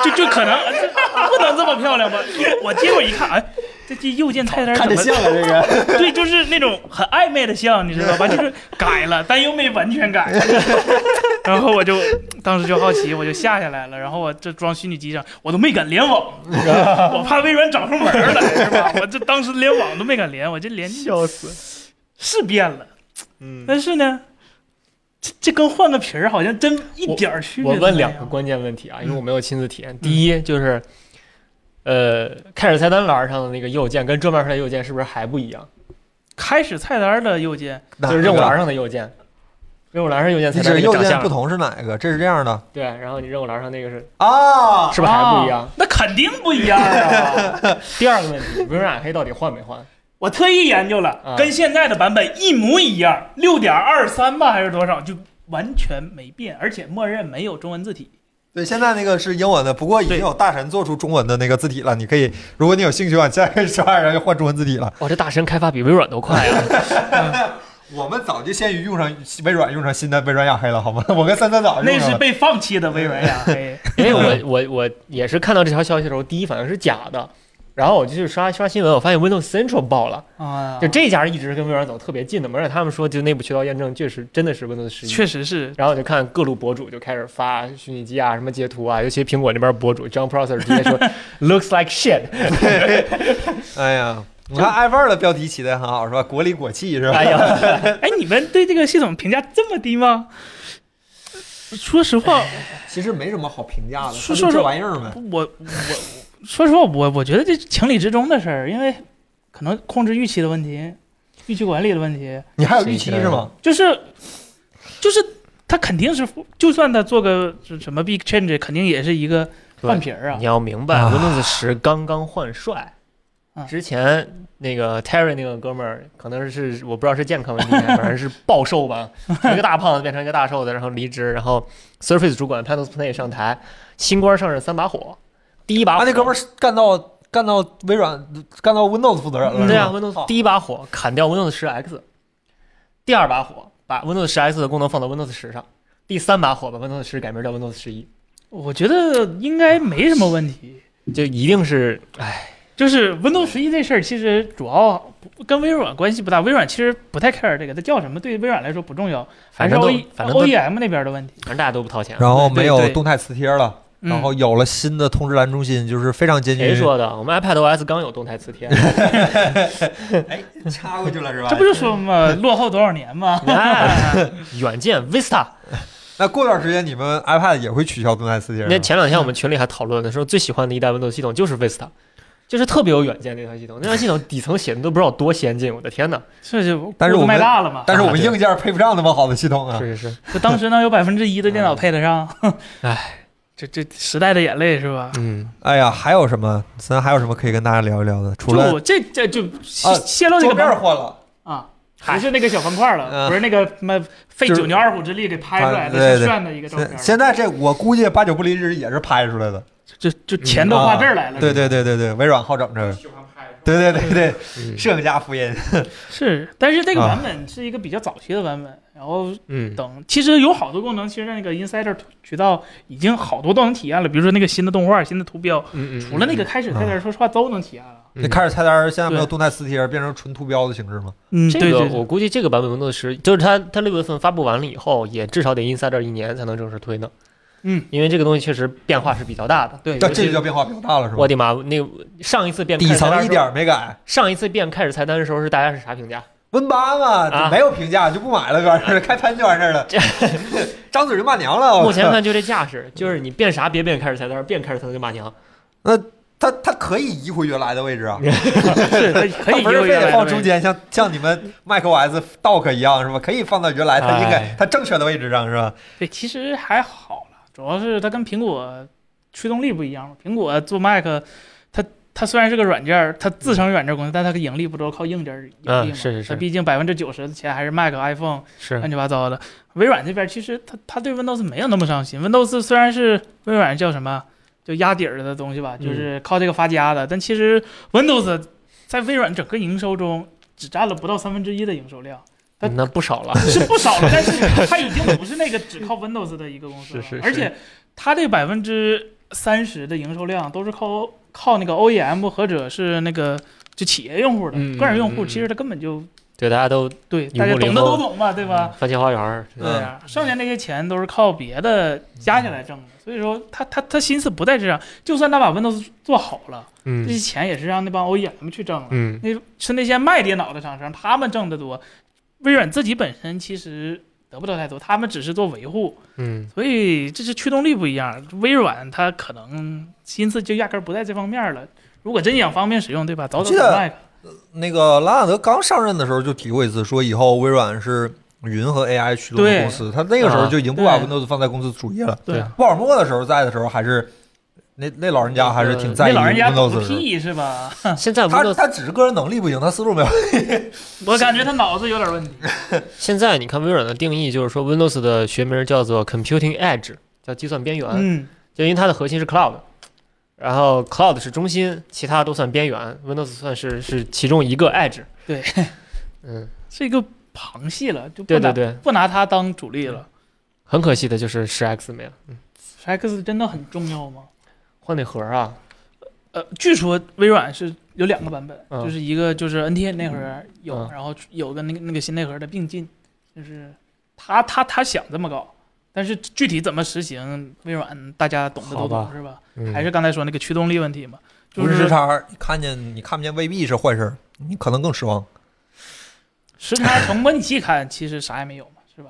Speaker 2: 就就可能这不能这么漂亮吧？我结果一看，哎，这这右键菜单
Speaker 1: 看
Speaker 2: 怎
Speaker 1: 着
Speaker 2: 么
Speaker 1: 像啊，这 [LAUGHS] 个
Speaker 2: 对，就是那种很暧昧的像，你知道吧？就是改了，但又没完全改。 [LAUGHS] 然后我就当时就好奇，我就下下来了。然后我这装虚拟机上，我都没敢联网， [LAUGHS] 我怕微软找上门儿来，是吧？我这当时连网都没敢连，我这连
Speaker 3: 笑死，
Speaker 2: 是变了，
Speaker 3: 嗯。
Speaker 2: 但是呢，这这跟换个皮儿好像真一点儿区别
Speaker 3: [LAUGHS] 我
Speaker 2: 都
Speaker 3: 问
Speaker 2: 没有
Speaker 3: 两个关键问题啊，因为我没有亲自体验。
Speaker 1: 嗯
Speaker 3: 第一就是，呃，开始菜单栏上的那个右键跟桌面上的右键是不是还不一样？
Speaker 2: 开始菜单的右键，
Speaker 3: 就是任务栏上的右键，任务栏上右键
Speaker 1: 你
Speaker 3: 菜
Speaker 1: 指
Speaker 3: 单
Speaker 1: 右
Speaker 3: 长
Speaker 1: 键不
Speaker 3: 相，
Speaker 1: 同是哪个？这是这样的
Speaker 3: 对，然后你任务栏上那个是
Speaker 1: 啊，
Speaker 3: 是不是还不一样
Speaker 2: 啊？那肯定不一样
Speaker 3: [LAUGHS]
Speaker 2: 啊！
Speaker 3: 第二个问题，微软黑到底换没换？
Speaker 2: 我特意研究了
Speaker 3: 啊，
Speaker 2: 跟现在的版本一模一样，六点二三吧还是多少，就完全没变，而且默认没有中文字体。
Speaker 1: 对，现在那个是英文的，不过已经
Speaker 2: 对
Speaker 1: 有大神做出中文的那个字体了。你可以，如果你有兴趣往下可以刷，然后就换中文字体了。
Speaker 3: 哦哇，这大神开发比微软都快啊！
Speaker 1: 我们早就先于用上微软用上新的微软雅黑了，好吗？我跟三三
Speaker 3: 啊
Speaker 1: 早就
Speaker 2: 那
Speaker 1: 用上
Speaker 2: 是
Speaker 1: 了。
Speaker 2: 被放弃的微啊哎软
Speaker 3: [LAUGHS]
Speaker 2: 呀，嘿
Speaker 3: 因为
Speaker 2: 嗯
Speaker 3: 我我我也是看到这条消息的时候，第一反应是假的，然后我就去刷刷新闻，我发现 Windows Central 爆了。
Speaker 2: 啊
Speaker 3: 就，这家一直是跟微软走特别近的嘛，而且他们说就内部渠道验证确实真的是 Windows 十一。
Speaker 2: 确实是
Speaker 3: 然后我就看各路博主就开始发虚拟机啊、什么截图啊，尤其苹果那边博主 John Prosser 直接
Speaker 2: [LAUGHS]
Speaker 3: 说 “looks like shit”，
Speaker 1: 哎呀，你看 i 二的标题起的很好，是吧？国里国气是吧
Speaker 3: 哎？呀，
Speaker 2: 哎，你们对这个系统评价这么低吗？说实话，
Speaker 1: 其实没什么好评价的，
Speaker 2: 说
Speaker 1: 它就
Speaker 2: 说
Speaker 1: 这
Speaker 2: 说
Speaker 1: 玩意儿呗。
Speaker 2: 我我我说实话，我我觉得这情理之中的事儿，因为可能控制预期的问题，预期管理的问题，
Speaker 1: 你还有预期是吗？
Speaker 2: 就是就是他肯定是，就算他做个什么 big change，肯定也是一个换皮儿啊
Speaker 3: 你。要明白
Speaker 1: 啊
Speaker 3: ，Windows 十刚刚换帅
Speaker 2: 啊，
Speaker 3: 之前那个 Terry 那个哥们儿，可能是我不知道是健康问题，反正是暴瘦
Speaker 2: [LAUGHS]
Speaker 3: 吧，一个大胖子变成一个大瘦子，然后离职，然后 Surface 主管 Panos Panay 上台，新官上任三把火，第一把
Speaker 2: 啊
Speaker 1: 他
Speaker 3: 火
Speaker 1: 啊那哥们儿是干到干到微软干到 Windows 负责
Speaker 2: 嗯
Speaker 1: 人了，
Speaker 3: 对啊
Speaker 1: 是吧
Speaker 2: 哦
Speaker 3: ，Windows 第一把火砍掉 Windows 10 X，第二把火把 Windows 10 X 的功能放到 Windows 10上，第三把火把 Windows 10改名叫 Windows 11，
Speaker 2: 我觉得应该没什么问题。
Speaker 3: 就一定是哎，
Speaker 2: 就是 Windows 十一这事儿，其实主要不跟微软关系不大，微软其实不太 care 这个，它叫什么对微软来说不重要，还
Speaker 3: 反
Speaker 2: 是
Speaker 3: 正
Speaker 2: O
Speaker 3: 都
Speaker 2: E
Speaker 3: 反正都
Speaker 2: O E M 那边的问题。
Speaker 3: 反正大家都不掏钱。啊
Speaker 1: 然后没
Speaker 2: 对
Speaker 1: 有
Speaker 2: 对
Speaker 1: 动态磁贴了，
Speaker 2: 嗯
Speaker 1: 然后有了新的通知栏中心，就是非常接近于
Speaker 3: 谁说的？我们 iPad OS 刚有动态磁贴，
Speaker 1: 哎，插过去了是吧
Speaker 2: 这不就说
Speaker 3: [LAUGHS]
Speaker 2: 嘛，落后多少年嘛。
Speaker 3: 哎软件 Vista。
Speaker 1: 那过段时间你们 iPad 也会取消动态磁贴吗？
Speaker 3: 那前两天我们群里还讨论的说，最喜欢的一代 Windows 系统就是 Vista，就是特别有远见那套系统，那套系统底层写的都不知道多先进，我的天哪！
Speaker 2: 这就
Speaker 1: 但是
Speaker 2: 锅
Speaker 1: 我
Speaker 2: 都
Speaker 1: 们
Speaker 2: 卖大了嘛。
Speaker 1: 但是我们
Speaker 3: 啊对
Speaker 1: 硬件配不上那么好的系统啊。
Speaker 3: 是是是，
Speaker 2: 就当时能有百分之一的电脑配
Speaker 1: [LAUGHS]
Speaker 2: 得上，
Speaker 3: 唉，
Speaker 2: 这这时代的眼泪是吧？
Speaker 3: 嗯，
Speaker 1: 哎呀，还有什么？咱还有什么可以跟大家聊一聊的？除了
Speaker 2: 就这这就泄泄露这
Speaker 1: 啊桌
Speaker 2: 个
Speaker 1: 面
Speaker 2: 版
Speaker 1: 换了，
Speaker 2: 啊，不是那个小方块了，
Speaker 1: 嗯
Speaker 2: 不是那个什么费
Speaker 1: 就是
Speaker 2: 九牛二虎之力给拍出来
Speaker 1: 啊对
Speaker 2: 的，是
Speaker 1: 对
Speaker 2: 炫的一个照片
Speaker 1: 现。现在这我估计八九不离十也是拍出来的。
Speaker 2: 就就钱都花这儿
Speaker 3: 嗯
Speaker 2: 来了，
Speaker 1: 对对对对对，微软好整这个。
Speaker 4: 喜欢拍是吧？
Speaker 1: 对对对对，
Speaker 3: 嗯
Speaker 1: 摄影家福音。
Speaker 2: 是，但是这个
Speaker 1: 啊
Speaker 2: 版本是一个比较早期的版本，然后
Speaker 3: 嗯，
Speaker 2: 等其实有好多功能，其实在那个 Insider 渠道已经好多都能体验了，比如说那个新的动画、新的图标，
Speaker 3: 嗯嗯
Speaker 2: 除了那个开始
Speaker 1: 嗯
Speaker 2: 菜单，说实话都能体验了。
Speaker 1: 那
Speaker 3: 嗯
Speaker 1: 开始菜单现在没有
Speaker 2: 对
Speaker 1: 动态磁贴，变成纯图标的形式吗？
Speaker 2: 嗯，
Speaker 3: 这
Speaker 2: 对
Speaker 3: 个
Speaker 2: 对
Speaker 3: 我估计这个版本 Windows 十，就是它它六月份发布完了以后，也至少得 Insider 一年才能正式推呢。
Speaker 2: 嗯，
Speaker 3: 因为这个东西确实变化是比较大的。
Speaker 2: 对，
Speaker 1: 但
Speaker 2: 尤
Speaker 1: 这
Speaker 2: 其
Speaker 1: 就叫变化比较大了，是吧
Speaker 3: 我？的妈，那个上一次变
Speaker 1: 底
Speaker 3: 开始菜单
Speaker 1: 层一
Speaker 3: 的时候
Speaker 1: 点儿没改
Speaker 3: 上一次变开始菜单的时候是大家是啥评价？
Speaker 1: ，Win 八嘛，
Speaker 3: 啊
Speaker 1: 就没有评价就不买了，完事儿开喷就完事儿了，
Speaker 3: [LAUGHS]
Speaker 1: 张嘴就骂娘了。我 [LAUGHS]
Speaker 3: 目前
Speaker 1: 靠
Speaker 3: 看就这架势，就是你变啥别变开始菜单，变开始菜单就骂娘。
Speaker 1: 它它可以移回原来的位置啊，
Speaker 2: [LAUGHS] 是可以可以
Speaker 1: 它不是
Speaker 2: 优
Speaker 1: 非
Speaker 2: 越
Speaker 1: 得
Speaker 2: 来
Speaker 1: 放
Speaker 2: 的
Speaker 1: 中
Speaker 2: 位置
Speaker 1: 间，像像你们 macOS Dock 一样是吧？可以放到原来它应该
Speaker 3: 哎
Speaker 1: 它正确的位置上是吧？
Speaker 2: 对，其实还好了，主要是它跟苹果驱动力不一样嘛。苹果做 Mac，它它虽然是个软件儿，它自称软件公司，但它的盈利不都靠硬件儿盈利
Speaker 3: 嗯，
Speaker 2: 嘛？
Speaker 3: 是是
Speaker 2: 它
Speaker 3: 是
Speaker 2: 毕竟百分之九十的钱还是 Mac、iPhone，乱
Speaker 3: 是，
Speaker 2: 七八糟的。微软这边其实它它对 Windows 没有那么上心，Windows 虽然是微软叫什么就压底儿的东西吧，
Speaker 3: 嗯
Speaker 2: 就是靠这个发家的，但其实 Windows 在微软整个营收中只占了不到三分之一的营收量。它
Speaker 3: [LAUGHS] 那不少了。
Speaker 2: [LAUGHS] 是不少了，但是
Speaker 3: [LAUGHS]
Speaker 2: 它已经不是那个只靠 Windows 的一个公司了，
Speaker 3: 是是是
Speaker 2: 而且它这百分之三十的营收量都是靠靠那个 OEM 或者是那个就企业用户的，
Speaker 3: 嗯
Speaker 2: 个人用
Speaker 3: 嗯
Speaker 2: 户
Speaker 3: 嗯
Speaker 2: 其实它根本就
Speaker 3: 对，大家都
Speaker 2: 对
Speaker 3: 户
Speaker 2: 大家懂的
Speaker 3: 零
Speaker 2: 都
Speaker 3: 头
Speaker 2: 懂嘛，对吧？
Speaker 3: 番茄花园儿，
Speaker 1: 嗯
Speaker 2: 对呀、剩下那些钱都是靠别的加起来挣的，
Speaker 3: 嗯
Speaker 2: 所以说他他他心思不在这上。就算他把 Windows 做好了，这些
Speaker 3: 嗯
Speaker 2: 钱也是让那帮 OEM 去挣了。
Speaker 3: 嗯
Speaker 2: 那是那些卖电脑的厂商，他们挣得多。微软自己本身其实得不到太多，他们只是做维护，
Speaker 3: 嗯
Speaker 2: 所以这是驱动力不一样。微软它可能心思就压根儿不在这方面了。如果真想方便使用，对吧？早早
Speaker 1: 我记得
Speaker 2: Mac，
Speaker 1: 那个拉纳德刚上任的时候就提过一次，说以后微软是云和 AI 驱动的公司。他那个时候就已经不把
Speaker 2: 啊对
Speaker 1: Windows 放在公司主业了。
Speaker 2: 对
Speaker 3: 对，
Speaker 1: 沃尔默的时候在的时候，还是那那老人家还是挺在
Speaker 2: 那
Speaker 1: 意
Speaker 2: 老人家懂
Speaker 1: Windows
Speaker 2: 个
Speaker 1: 的时候。
Speaker 2: 屁是吧？
Speaker 3: 嗯，现在
Speaker 1: 他
Speaker 3: Windows
Speaker 1: 他只是个人能力不行，他思路没有。
Speaker 2: 我感觉他脑子有点问
Speaker 3: 嗯
Speaker 2: 题。
Speaker 3: 现在你看微软的定义就是说 Windows 的学名叫做 Computing Edge，叫计算边缘，
Speaker 2: 嗯，
Speaker 3: 就因为它的核心是 Cloud，然后 Cloud 是中心，其他都算边缘，Windows 算是是其中一个 Edge。
Speaker 2: 对，
Speaker 3: 嗯，
Speaker 2: 是一个旁系了，就不
Speaker 3: 对
Speaker 2: 拿
Speaker 3: 对对，
Speaker 2: 不拿它当主力了。
Speaker 3: 很可惜的就是十 X 没了，
Speaker 2: X 真的很重要吗？
Speaker 3: 换内核啊，
Speaker 2: 呃，据说微软是有两个版本，
Speaker 3: 嗯
Speaker 2: 就是一个就是 NT 内核有，
Speaker 3: 嗯
Speaker 2: 然后有个那个那个新内核的并进，就是他他他想这么搞，但是具体怎么实行，微软大家懂的都
Speaker 3: 好吧
Speaker 2: 懂是吧？
Speaker 3: 嗯
Speaker 2: 还是刚才说那个驱动力问题嘛，就
Speaker 1: 无时
Speaker 2: 是
Speaker 1: 差看见你看不见未必是坏事，你可能更失望。
Speaker 2: 时差从模拟器看，其实啥也没有嘛，是吧？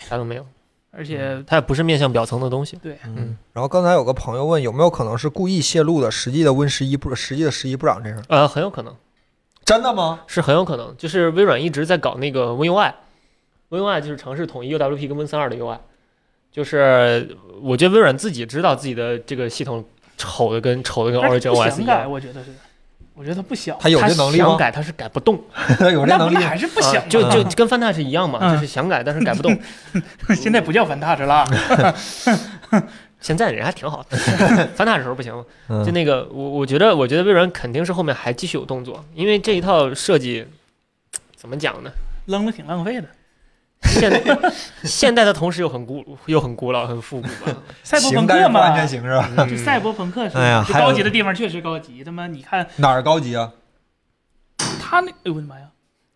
Speaker 3: 啥都没有，
Speaker 2: 而且
Speaker 3: 它也不是面向表层的东西。
Speaker 1: 嗯，然后刚才有个朋友问有没有可能是故意泄露的，实际的 Win 十一不实际的十一不长这样？
Speaker 3: 呃，很有可能
Speaker 1: 真的吗？
Speaker 3: 是很有可能，就是微软一直在搞那个 WinUI，WinUI 就是尝试统一 UWP 跟 Win 32的 UI，就是我觉得微软自己知道自己的这个系统丑的跟丑的跟
Speaker 2: 但是
Speaker 3: Origin
Speaker 2: 不
Speaker 3: OS
Speaker 2: 想
Speaker 3: 一
Speaker 2: 改，
Speaker 3: 样，
Speaker 2: 我觉得是，我觉得他不想，
Speaker 1: 他有
Speaker 3: 他
Speaker 1: 这能力
Speaker 3: 想
Speaker 1: 吗？
Speaker 3: 改它是改不动，
Speaker 1: 他 [LAUGHS] 有这
Speaker 2: 那
Speaker 1: 能力
Speaker 2: 不那
Speaker 1: 吗？
Speaker 2: 还是不想
Speaker 3: 啊
Speaker 2: 嘛，
Speaker 3: 就就
Speaker 1: 嗯
Speaker 3: 跟 Fanta 是一样嘛，
Speaker 2: 嗯
Speaker 3: 就是想改但是改
Speaker 2: [LAUGHS]
Speaker 3: 不动。
Speaker 2: 现在不叫 Vantage 了，
Speaker 3: 现在人还挺好
Speaker 2: [LAUGHS]
Speaker 3: 的，Fanta 的时候不行，
Speaker 1: 嗯
Speaker 3: 就那个我我觉得我觉得微软肯定是后面还继续有动作，因为这一套设计怎么讲呢？
Speaker 2: 扔了挺浪费的。
Speaker 3: 现
Speaker 2: [LAUGHS]
Speaker 3: 现代的同时又很古又很古老很复古吧，
Speaker 2: 赛博朋
Speaker 1: 行但是
Speaker 2: 克
Speaker 1: 不
Speaker 2: 嘛，
Speaker 1: 安全行是吧？
Speaker 3: 嗯
Speaker 2: 就赛博朋克是吧，
Speaker 1: 哎呀
Speaker 2: 就
Speaker 1: 还有
Speaker 2: 高级的地方确实高级。他妈，你看
Speaker 1: 哪儿高级啊？
Speaker 2: 他那，哎呦我的妈呀，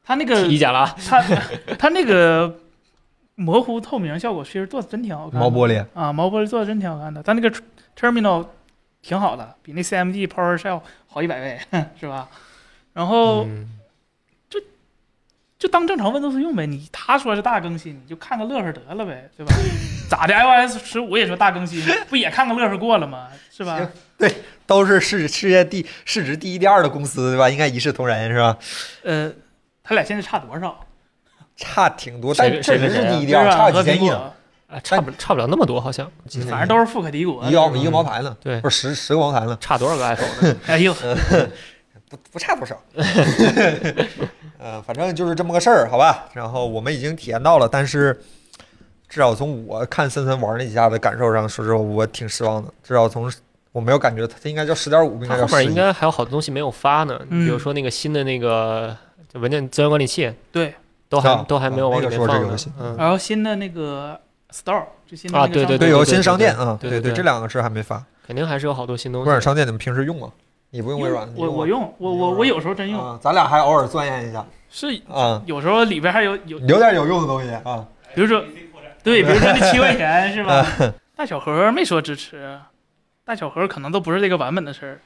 Speaker 2: 他那个
Speaker 3: 提意见了啊，
Speaker 2: 他他那个模糊透明效果其实做的真挺好看的，
Speaker 1: 毛玻璃。
Speaker 2: 啊，毛玻璃做的真挺好看的。他那个 tr- terminal 挺好的，比那 CMD PowerShell 好一百倍， [LAUGHS] 是吧？然后
Speaker 3: 嗯
Speaker 2: 就当正常 Windows 用呗，你他说是大更新，你就看个乐呵得了呗，对吧？ [LAUGHS] 咋的？iOS 十五也说大更新，不也看个乐呵过了吗？是吧？
Speaker 1: 都是世世界第市值第一、第二的公司，对吧？应该一视同仁，是吧？
Speaker 2: 呃，他俩现在差多少？
Speaker 1: 差挺多，
Speaker 3: 谁
Speaker 1: 但确
Speaker 3: 谁
Speaker 1: 实
Speaker 3: 跟谁
Speaker 1: 是
Speaker 3: 啊
Speaker 1: 第一、第
Speaker 2: 对
Speaker 1: 二，差
Speaker 2: 吧？
Speaker 1: 了
Speaker 2: 和
Speaker 1: 几
Speaker 2: 苹
Speaker 1: 千亿呢，
Speaker 2: 果，
Speaker 3: 啊，差不差不了那么多，好像
Speaker 1: 几千亿
Speaker 2: 反正都是富可敌国。
Speaker 1: 一个
Speaker 2: 对吧
Speaker 1: 一个茅台呢，
Speaker 3: 对
Speaker 1: 不是十十个茅台呢，
Speaker 3: 差多少个 iPhone
Speaker 1: [LAUGHS]
Speaker 3: 呢？
Speaker 2: 哎呦，
Speaker 1: 呃不不差多少。呃，反正就是这么个事儿，好吧。然后我们已经体验到了，但是至少从我看森森玩那几下的感受上，说实话，我挺失望的。至少从我没有感觉它，它应该叫十点五，不应该
Speaker 3: 它
Speaker 1: 叫
Speaker 3: 后面
Speaker 1: 十
Speaker 3: 应。该还有好多东西没有发呢，
Speaker 2: 嗯
Speaker 3: 比如说那个新的那个就文件资源管理器，
Speaker 2: 对，
Speaker 3: 都还
Speaker 1: 啊
Speaker 3: 都还没有
Speaker 1: 啊
Speaker 3: 往里
Speaker 1: 那个
Speaker 3: 面
Speaker 1: 说这
Speaker 3: 放
Speaker 1: 个
Speaker 3: 呢
Speaker 1: 游戏。
Speaker 3: 嗯，
Speaker 2: 然后新的那个 Store 就新的那
Speaker 3: 啊
Speaker 2: 个
Speaker 3: 对
Speaker 2: 商
Speaker 3: 对
Speaker 2: 店
Speaker 1: 有新商店啊，
Speaker 3: 对对
Speaker 1: 对
Speaker 3: 对对
Speaker 1: 这两个是还没发。
Speaker 3: 肯定还是有好多新东
Speaker 1: 微软
Speaker 3: 西。
Speaker 1: 商店你们平时用吗？你不用微软？你
Speaker 2: 我
Speaker 1: 吗
Speaker 2: 我用我我我有时候真用，
Speaker 1: 啊，咱俩还偶尔钻研一下
Speaker 2: 是
Speaker 1: 啊，
Speaker 2: 有时候里边还有有，
Speaker 1: 有点有用的东西啊。
Speaker 2: 比如说对，比如说那七块钱是吧？
Speaker 1: 啊 [LAUGHS]
Speaker 2: 大小盒没说支持，大小盒可能都不是这个版本的事儿。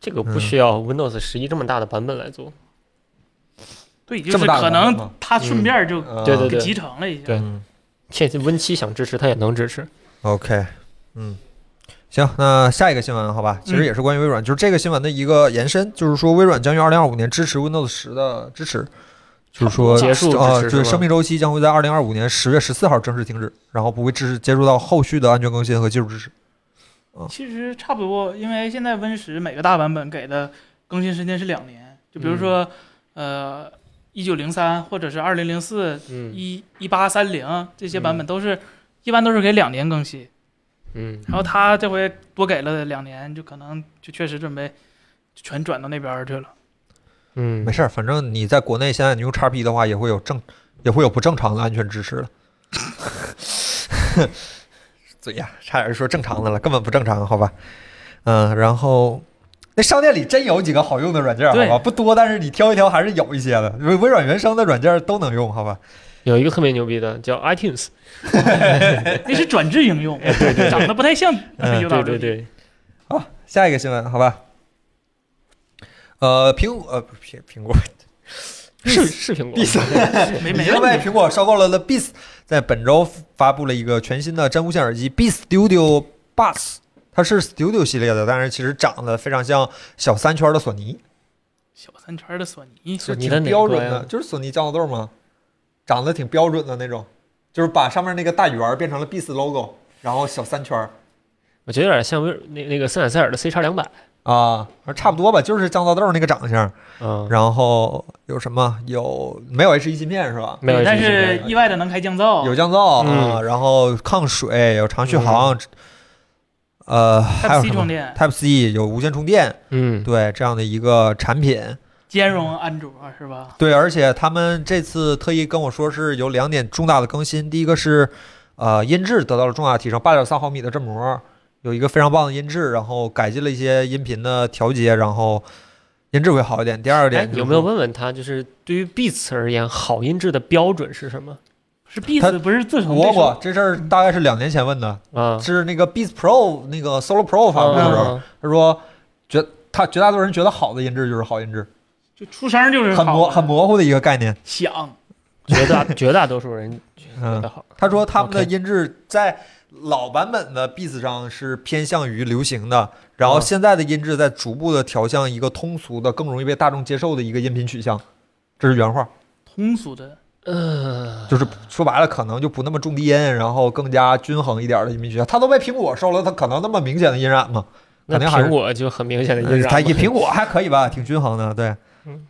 Speaker 3: 这个
Speaker 1: 嗯
Speaker 3: 不需要 Windows 十一这么大的版本来做。
Speaker 2: 对，就
Speaker 1: 这么
Speaker 2: 是
Speaker 1: 大
Speaker 2: 可
Speaker 1: 版本
Speaker 2: 能
Speaker 1: 吗
Speaker 2: 他顺便就
Speaker 1: 啊
Speaker 3: 对对
Speaker 2: 给
Speaker 3: 对
Speaker 2: 集成了一下。
Speaker 3: 对
Speaker 1: 嗯
Speaker 3: 现在 Win 七想支持它也能支持。
Speaker 1: OK，嗯，行，那下一个新闻好吧，其
Speaker 3: 嗯
Speaker 1: 实也是关于微软，就是这个新闻的一个延伸，就是说微软将于二零二五年支持 Windows 十的支持，就是说
Speaker 3: 结束
Speaker 1: 啊，
Speaker 3: 支持是
Speaker 1: 对，
Speaker 3: 吗
Speaker 1: 生命周期将会在二零二五年十月十四号正式停止，然后不会支持接触到后续的安全更新和技术支持。
Speaker 2: 其实差不多，因为现在 Win 十每个大版本给的更新时间是两年，就
Speaker 3: 嗯
Speaker 2: 比如说，呃，一九零三或者是二零零四、
Speaker 3: 嗯
Speaker 2: 一一八三零这些版本都是、一般都是给两年更新，
Speaker 3: 嗯，
Speaker 2: 然后他这回多给了两年，就可能就确实准备就全转到那边儿去
Speaker 3: [LAUGHS]
Speaker 2: 了。
Speaker 3: 嗯，
Speaker 1: 没事儿，反正你在国内现在你用 XP 的话，也会有正，也会有不正常的安 [LAUGHS] 全支持了。嘴呀，差点说正常的了，根本不正常，好吧？嗯，然后那商店里真有几个好用的软件，好吧？
Speaker 2: 对
Speaker 1: 不多，但是你挑一挑还是有一些的。微微软原生的软件都能用，好吧？
Speaker 3: 有一个特别牛逼的叫 iTunes，
Speaker 2: 那是转制应
Speaker 3: 哎
Speaker 2: 用，长得不太像
Speaker 1: 嗯
Speaker 2: 有
Speaker 3: 对
Speaker 2: 点
Speaker 3: 对对，
Speaker 1: 好，下一个新闻，好吧？呃，苹果呃不是苹苹果
Speaker 3: 是是苹果
Speaker 1: Beats
Speaker 2: 没
Speaker 1: 已
Speaker 2: 没
Speaker 1: 经
Speaker 2: 问
Speaker 1: 被
Speaker 2: 题。
Speaker 1: 苹果收购了的 Beats，在本周发布了一个全新的真无线耳机 Beats Studio Buds，它是 Studio 系列的，但是其实长得非常像小三圈的索尼，
Speaker 2: 小三圈的索尼，
Speaker 1: 是
Speaker 3: 索尼
Speaker 1: 挺
Speaker 3: 的哪
Speaker 1: 标
Speaker 3: 个
Speaker 1: 准
Speaker 3: 呀
Speaker 1: 的，就是索尼降噪豆嘛，长得挺标准的那种，就是把上面那个大圆儿变成了 Beats logo，然后小三圈儿
Speaker 3: 我觉得有点像微那那个森海塞尔的 C 叉两百。
Speaker 1: 啊，差不多吧，就是降噪豆那个长相。
Speaker 3: 嗯，
Speaker 1: 然后有什么？有没有 H1 芯片是吧？
Speaker 3: 没有
Speaker 2: 对但
Speaker 3: HTC
Speaker 2: 是意外的能开降噪，
Speaker 1: 有降噪啊，
Speaker 3: 嗯
Speaker 1: 然后抗水，有长续航，呃，还
Speaker 2: Type
Speaker 1: 有
Speaker 2: C
Speaker 1: 什
Speaker 2: 充
Speaker 1: 么
Speaker 2: 电，
Speaker 1: Type C 有无线充电，
Speaker 3: 嗯，
Speaker 1: 对这样的一个产品。
Speaker 2: 兼容安卓是吧？
Speaker 1: 对，而且他们这次特意跟我说是有两点重大的更新，第一个是呃音质得到了重大提升，八点三毫米的振膜有一个非常棒的音质，然后改进了一些音频的调节，然后音质会好一点。第二
Speaker 3: 哎
Speaker 1: 点、，
Speaker 3: 有没有问问他，就是对于 Beats 而言，好音质的标准是什么
Speaker 2: 是
Speaker 1: 他
Speaker 2: Beats 不是自成
Speaker 1: 我
Speaker 2: 对手
Speaker 1: 我这事儿大概是两年前问的，
Speaker 3: 啊？
Speaker 1: 是那个 Beats Pro 那个 Solo Pro 发布的时候，
Speaker 3: 啊，
Speaker 1: 他说绝他绝大多数人觉得好的音质就是好音质，
Speaker 2: 就出声就是
Speaker 1: 很模
Speaker 2: 好
Speaker 1: 很模糊的一个概念。
Speaker 2: 响，
Speaker 3: 绝大绝大多数人觉
Speaker 1: 嗯
Speaker 3: 得，好。
Speaker 1: 他说他们的
Speaker 3: OK
Speaker 1: 音质在老版本的 Beats 上是偏向于流行的，然后
Speaker 3: 嗯
Speaker 1: 现在的音质在逐步的调向一个通俗的、更容易被大众接受的一个音频取向。这是原话，
Speaker 2: 通俗的
Speaker 3: 嗯，
Speaker 1: 就是说白了，可能就不那么重低音，然后更加均衡一点的音频取向。他都被苹果收了，他可能那么明显的音啊嗯染吗？
Speaker 3: 那
Speaker 1: 肯定还是
Speaker 3: 苹果就很明显的
Speaker 1: 呃
Speaker 3: 音
Speaker 1: 它
Speaker 3: [LAUGHS] 染
Speaker 1: 也
Speaker 3: 嘛。
Speaker 1: 苹果还可以吧，挺均衡的，对
Speaker 3: 嗯。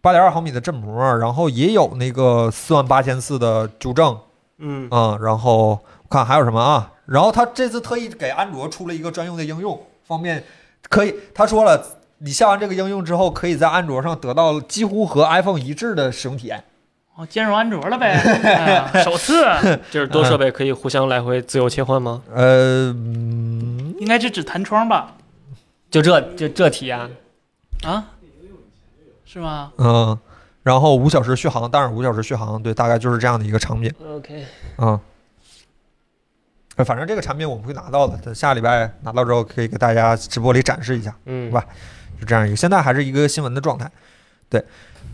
Speaker 1: 八点二毫米的振膜，然后也有那个四万八千次的纠正，
Speaker 3: [LAUGHS] 嗯
Speaker 1: 嗯，然后我看还有什么啊？然后他这次特意给安卓出了一个专用的应用，方便可以，他说了，你下完这个应用之后，可以在安卓上得到几乎和 iPhone 一致的使用体验。
Speaker 2: 哦，兼容安卓了呗，哎呀首次
Speaker 3: 啊
Speaker 1: [LAUGHS]
Speaker 3: 就是
Speaker 1: 嗯
Speaker 3: 多设备可以互相来回自由切换吗？
Speaker 1: 呃，嗯
Speaker 2: 应该是指弹窗吧？
Speaker 3: 就这就这体验，
Speaker 2: 啊，是吗？
Speaker 1: 嗯，然后五小时续航，但是五小时续航，对，大概就是这样的一个场景。
Speaker 3: OK，
Speaker 1: 嗯，呃反正这个产品我们会拿到的，等下礼拜拿到之后可以给大家直播里展示一下，
Speaker 3: 嗯，
Speaker 1: 哇就这样一个。现在还是一个新闻的状态。对，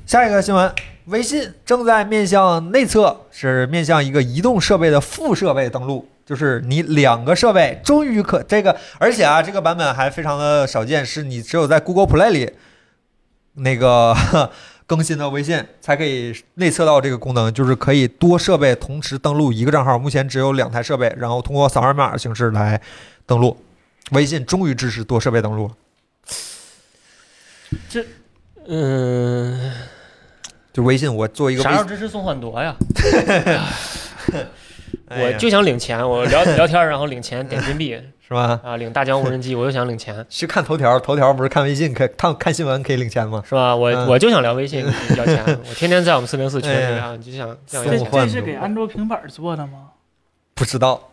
Speaker 1: 下一个新闻，微信正在面向内测，是面向一个移动设备的副设备登录。就是你两个设备终于可这个，而且啊，这个版本还非常的少见，是你只有在 Google Play 里那个呵更新的微信才可以内测到这个功能，就是可以多设备同时登录一个账号。目前只有两台设备，然后通过扫二维码的形式来登录。微信终于支持多设备登录了，
Speaker 3: 嗯，
Speaker 1: 就微信我作为一个微
Speaker 3: 啥时候支持送换夺呀？
Speaker 1: 哎呀
Speaker 3: 我就想领钱，我聊聊天，然后领钱点金
Speaker 1: [LAUGHS]
Speaker 3: 币
Speaker 1: 是吧？
Speaker 3: 啊，领大疆无人机，我就想领钱，
Speaker 1: 去看头条，头条不是看微信可看看新闻可以领钱吗？
Speaker 3: 是吧？我、
Speaker 1: 嗯
Speaker 3: 我就想聊微信要
Speaker 1: [LAUGHS]
Speaker 3: 钱，我天天在我们四零四群
Speaker 1: 哎
Speaker 3: 里
Speaker 1: 呀
Speaker 3: 啊，就想想要
Speaker 2: 这
Speaker 1: 对
Speaker 3: 钱。
Speaker 2: 这是给安卓平板做的吗？
Speaker 1: 不知道，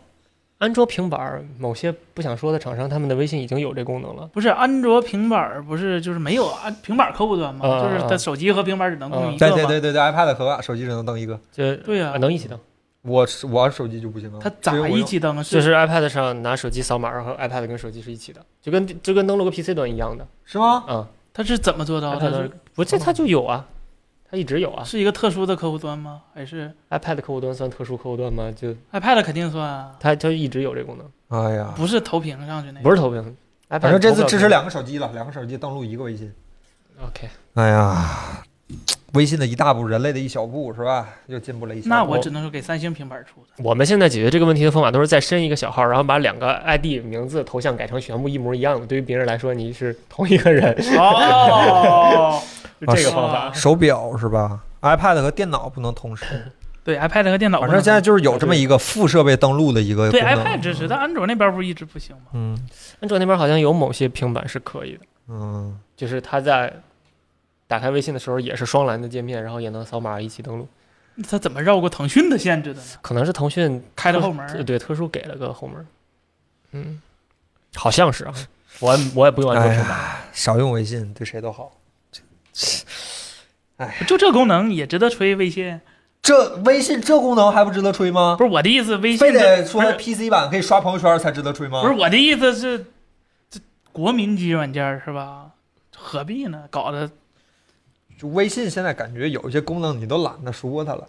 Speaker 3: 安卓平板儿某些不想说的厂商，他们的微信已经有这功能了。
Speaker 2: 不是，安卓平板儿不是就是没有安平板儿客户端吗？
Speaker 3: 啊
Speaker 2: 就是它手机和平板儿只能
Speaker 3: 啊
Speaker 2: 用一个
Speaker 1: 对
Speaker 2: 嘛。
Speaker 1: 对对对对，iPad 和手机只能登一个，
Speaker 3: 这
Speaker 2: 对呀
Speaker 3: 啊能一起登，
Speaker 1: 我是我手机就不行了。
Speaker 2: 它
Speaker 1: 只有
Speaker 2: 咋
Speaker 1: 我
Speaker 2: 一
Speaker 1: 用
Speaker 2: 起登啊？
Speaker 3: 就是 iPad 上拿手机扫码，然后 iPad 跟手机是一起的，就跟就跟登录个 PC 端一样的
Speaker 1: 是吗？
Speaker 3: 啊。
Speaker 2: 它是怎么做到
Speaker 3: iPad
Speaker 2: 的？它
Speaker 3: 端
Speaker 2: 是
Speaker 3: 不，这它就有啊，它一直有啊。
Speaker 2: 是一个特殊的客户端吗？还是
Speaker 3: iPad 客户端算特殊客户端吗？就
Speaker 2: iPad 肯定算啊？
Speaker 3: 它它一直有这功能，
Speaker 1: 哎呀，
Speaker 2: 不是投屏上去那个？
Speaker 3: 不是投屏。iPad
Speaker 1: 反正这次支持
Speaker 3: 两。
Speaker 1: 两个手机了，两个手机登录一个微信。
Speaker 3: OK，
Speaker 1: 哎呀，微信的一大步，人类的一小步，是吧？又进步了一小步。
Speaker 2: 那我只能说给三星平板儿出
Speaker 3: [LAUGHS]
Speaker 2: 的。
Speaker 3: 我们现在解决这个问题的方法都是再申一个小号，然后把两个 ID 名字头像改成全部一模一样的。对于别人来说，你是同一个人，
Speaker 1: [LAUGHS]
Speaker 2: 哦，
Speaker 3: 就这个方法。
Speaker 1: 手表是吧？iPad 和电脑不能同时，
Speaker 2: 对，iPad 和电脑不
Speaker 1: 反正
Speaker 2: 能登，
Speaker 1: 现在就是有这么一个副设备登录的一个
Speaker 2: 对
Speaker 1: 功能。
Speaker 2: iPad 支持，但安卓那边儿不是一直不行吗？
Speaker 1: 嗯
Speaker 3: 安卓那边好像有某些平板是可以的，
Speaker 1: 嗯，
Speaker 3: 就是它在打开微信的时候也是双栏的界面，然后也能扫码一起登录。
Speaker 2: 它怎么绕过腾讯的限制的呢？
Speaker 3: 可能是腾讯
Speaker 2: 开了后门儿，
Speaker 3: 对特殊给了个后门儿，嗯，好像是啊。我也我也不用安卓
Speaker 1: 哎
Speaker 3: 平板，
Speaker 1: 呀，少用微信对谁都好。
Speaker 2: 就这功能也值得吹微信？
Speaker 1: 这微信这功能还不值得吹吗？
Speaker 2: 不是我的意思，微信
Speaker 1: 非得
Speaker 2: 的
Speaker 1: 说
Speaker 2: 不是
Speaker 1: PC 版可以刷朋友圈才值得吹吗？
Speaker 2: 不是我的意思是，这国民级软件儿是吧？何必呢？搞
Speaker 1: 嗯
Speaker 2: 得
Speaker 1: 就微信现在感觉有一些功能你都懒得说它了。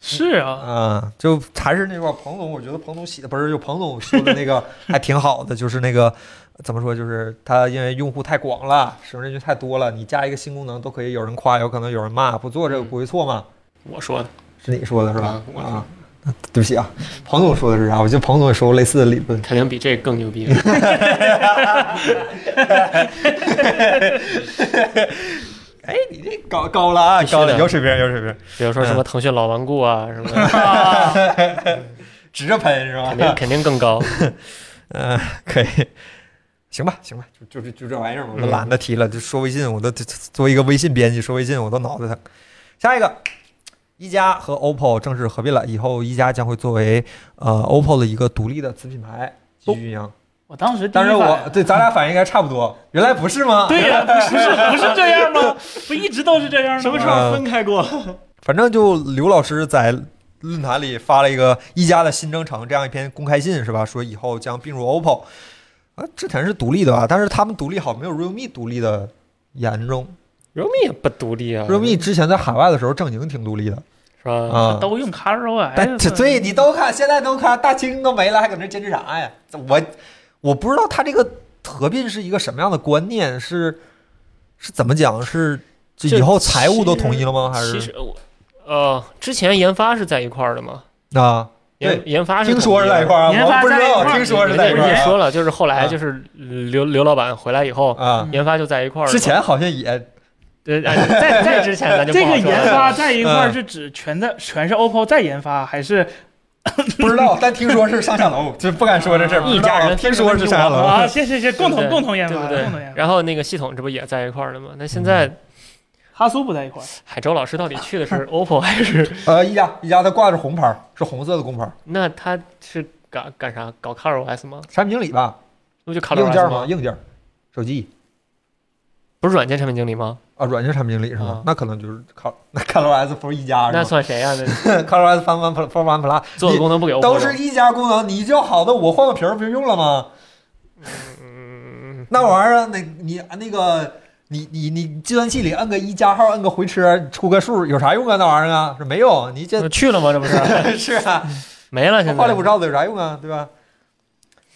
Speaker 2: 是啊，
Speaker 1: 啊，就还是那块儿彭总，我觉得彭总写的不是，就彭总说的那个 [LAUGHS] 还挺好的，就是那个怎么说，就是他因为用户太广了，使用人群太多了，你加一个新功能都可以有人夸，有可能有人骂，不做这个不会错嘛？
Speaker 3: 我说的
Speaker 1: 是你说的是吧
Speaker 3: 啊？我说
Speaker 1: 啊，对不起啊，彭总说的是啥？我记得彭总也说过类似的理 [LAUGHS] 论。
Speaker 3: 肯定比这更
Speaker 1: [LAUGHS]
Speaker 3: 牛逼。
Speaker 1: 哎，你这高高了啊，
Speaker 3: 必须
Speaker 1: 高了，
Speaker 3: 的
Speaker 1: 有水平，有水平，
Speaker 3: 比如说
Speaker 1: 嗯
Speaker 3: 什么腾讯老顽固啊，什么
Speaker 1: [LAUGHS]
Speaker 3: 的
Speaker 2: 啊
Speaker 1: 直着喷是吧
Speaker 3: 肯？定肯定更高。
Speaker 1: 嗯，可以，行吧，行吧，就就就就这玩意儿嘛，我都懒得提了。就说微信，我都作为一个微信编辑，说微信我都脑子疼。下一个，一加和 OPPO 正式合并了，以后一加将会作为呃 OPPO 的一个独立的子品牌继续运营。
Speaker 2: 我当时第一
Speaker 1: 当
Speaker 2: 反
Speaker 1: 然
Speaker 2: 应
Speaker 1: 我对咱俩反应应该差不多，原来不是 [LAUGHS] 吗？
Speaker 2: 对呀、不是不是这样吗？不一直都是这样吗？什么
Speaker 1: 时候分
Speaker 3: 开过？
Speaker 1: 反正就刘老师在论坛里发了一个一加的新征程这样一篇公开信，是吧？说以后将并入 OPPO。啊，之前是独立的啊，但是他们独立好像没有 realme 独立的严重。
Speaker 3: realme 也不独立啊
Speaker 1: realme 之前在海外的时候正经挺独立的
Speaker 3: 是吧？
Speaker 1: 啊。
Speaker 2: [LAUGHS] 都用 ColorOS，
Speaker 1: 但这对你都看，现在都看，大清都没了，还搁那坚持啥呀？这我我不知道他这个合并是一个什么样的观念，是是怎么讲？是这
Speaker 3: 这
Speaker 1: 以后财务都统一了吗？还
Speaker 3: 其
Speaker 1: 是
Speaker 3: 实我呃，之前研发是在一块儿的嘛，
Speaker 1: 啊？
Speaker 3: 研研发是
Speaker 1: 听说是在一块
Speaker 3: 儿。
Speaker 1: 儿啊，
Speaker 2: 研
Speaker 1: 我
Speaker 2: 发
Speaker 1: 不知
Speaker 2: 在一
Speaker 1: 道，
Speaker 2: 块儿
Speaker 1: 听说是
Speaker 3: 人
Speaker 1: 在
Speaker 3: 家
Speaker 1: 一
Speaker 3: 人
Speaker 1: 块
Speaker 3: 家
Speaker 1: 儿
Speaker 3: 说了，就是后
Speaker 1: 啊
Speaker 3: 来就是刘刘老板回来以后，
Speaker 1: 啊。
Speaker 3: 研发就在一块儿了。
Speaker 1: 之前好像也
Speaker 3: 呃，哎在在之前咱就不
Speaker 2: 这
Speaker 3: 好
Speaker 2: 个
Speaker 3: 说了
Speaker 2: 研发在一块儿
Speaker 1: 嗯
Speaker 2: 是指全在全是 OPPO 在研发，还是
Speaker 1: 不知道，但听说是上下楼，就不敢说这事儿。不
Speaker 3: 一
Speaker 1: 知道
Speaker 3: 家人
Speaker 1: 听说是上下楼，
Speaker 2: [LAUGHS] 啊？行行行，共同
Speaker 3: 对
Speaker 2: 共同研
Speaker 3: 对
Speaker 2: 发，
Speaker 3: 不对
Speaker 2: 共同研发。
Speaker 3: 然后那个系统这不也在一块儿了吗？那现
Speaker 1: 嗯
Speaker 3: 在
Speaker 2: 哈苏不在一块儿，
Speaker 3: 海州老师到底去的是 OPPO 还是 [LAUGHS]
Speaker 1: 呃，一家一家，它挂着红牌儿，是红色的工牌儿，
Speaker 3: 那他是干干啥？搞 ColorOS 吗？
Speaker 1: 产品经理吧，
Speaker 3: 那不就 ColorOS
Speaker 1: 硬件
Speaker 3: 吗
Speaker 1: 吗？？硬件儿，手机
Speaker 3: 不是软件产品经理吗？
Speaker 1: 啊，软件产品经理是吗
Speaker 3: 啊？
Speaker 1: 那可能就是靠那 ColorOS Pro 一啊加是
Speaker 3: 那
Speaker 1: 吗
Speaker 3: 算谁呀？那
Speaker 1: ？ColorOS Fun One Pro Pro One Plus
Speaker 3: 做的功能不给 OPPO
Speaker 1: 都
Speaker 3: 的
Speaker 1: 是一加功能，你就好的，我换个皮儿不就用了吗？
Speaker 3: 嗯，
Speaker 1: 那玩意儿，啊那你那个。你你你计算器里摁个一加号，摁个
Speaker 3: [LAUGHS]
Speaker 1: 回车，出个数有啥用啊？那玩意儿啊，是没用。你这 [LAUGHS]
Speaker 3: 去了吗？这不是？
Speaker 1: 是啊，
Speaker 3: 没了，现在
Speaker 1: 花里胡哨的有啥用啊？对吧？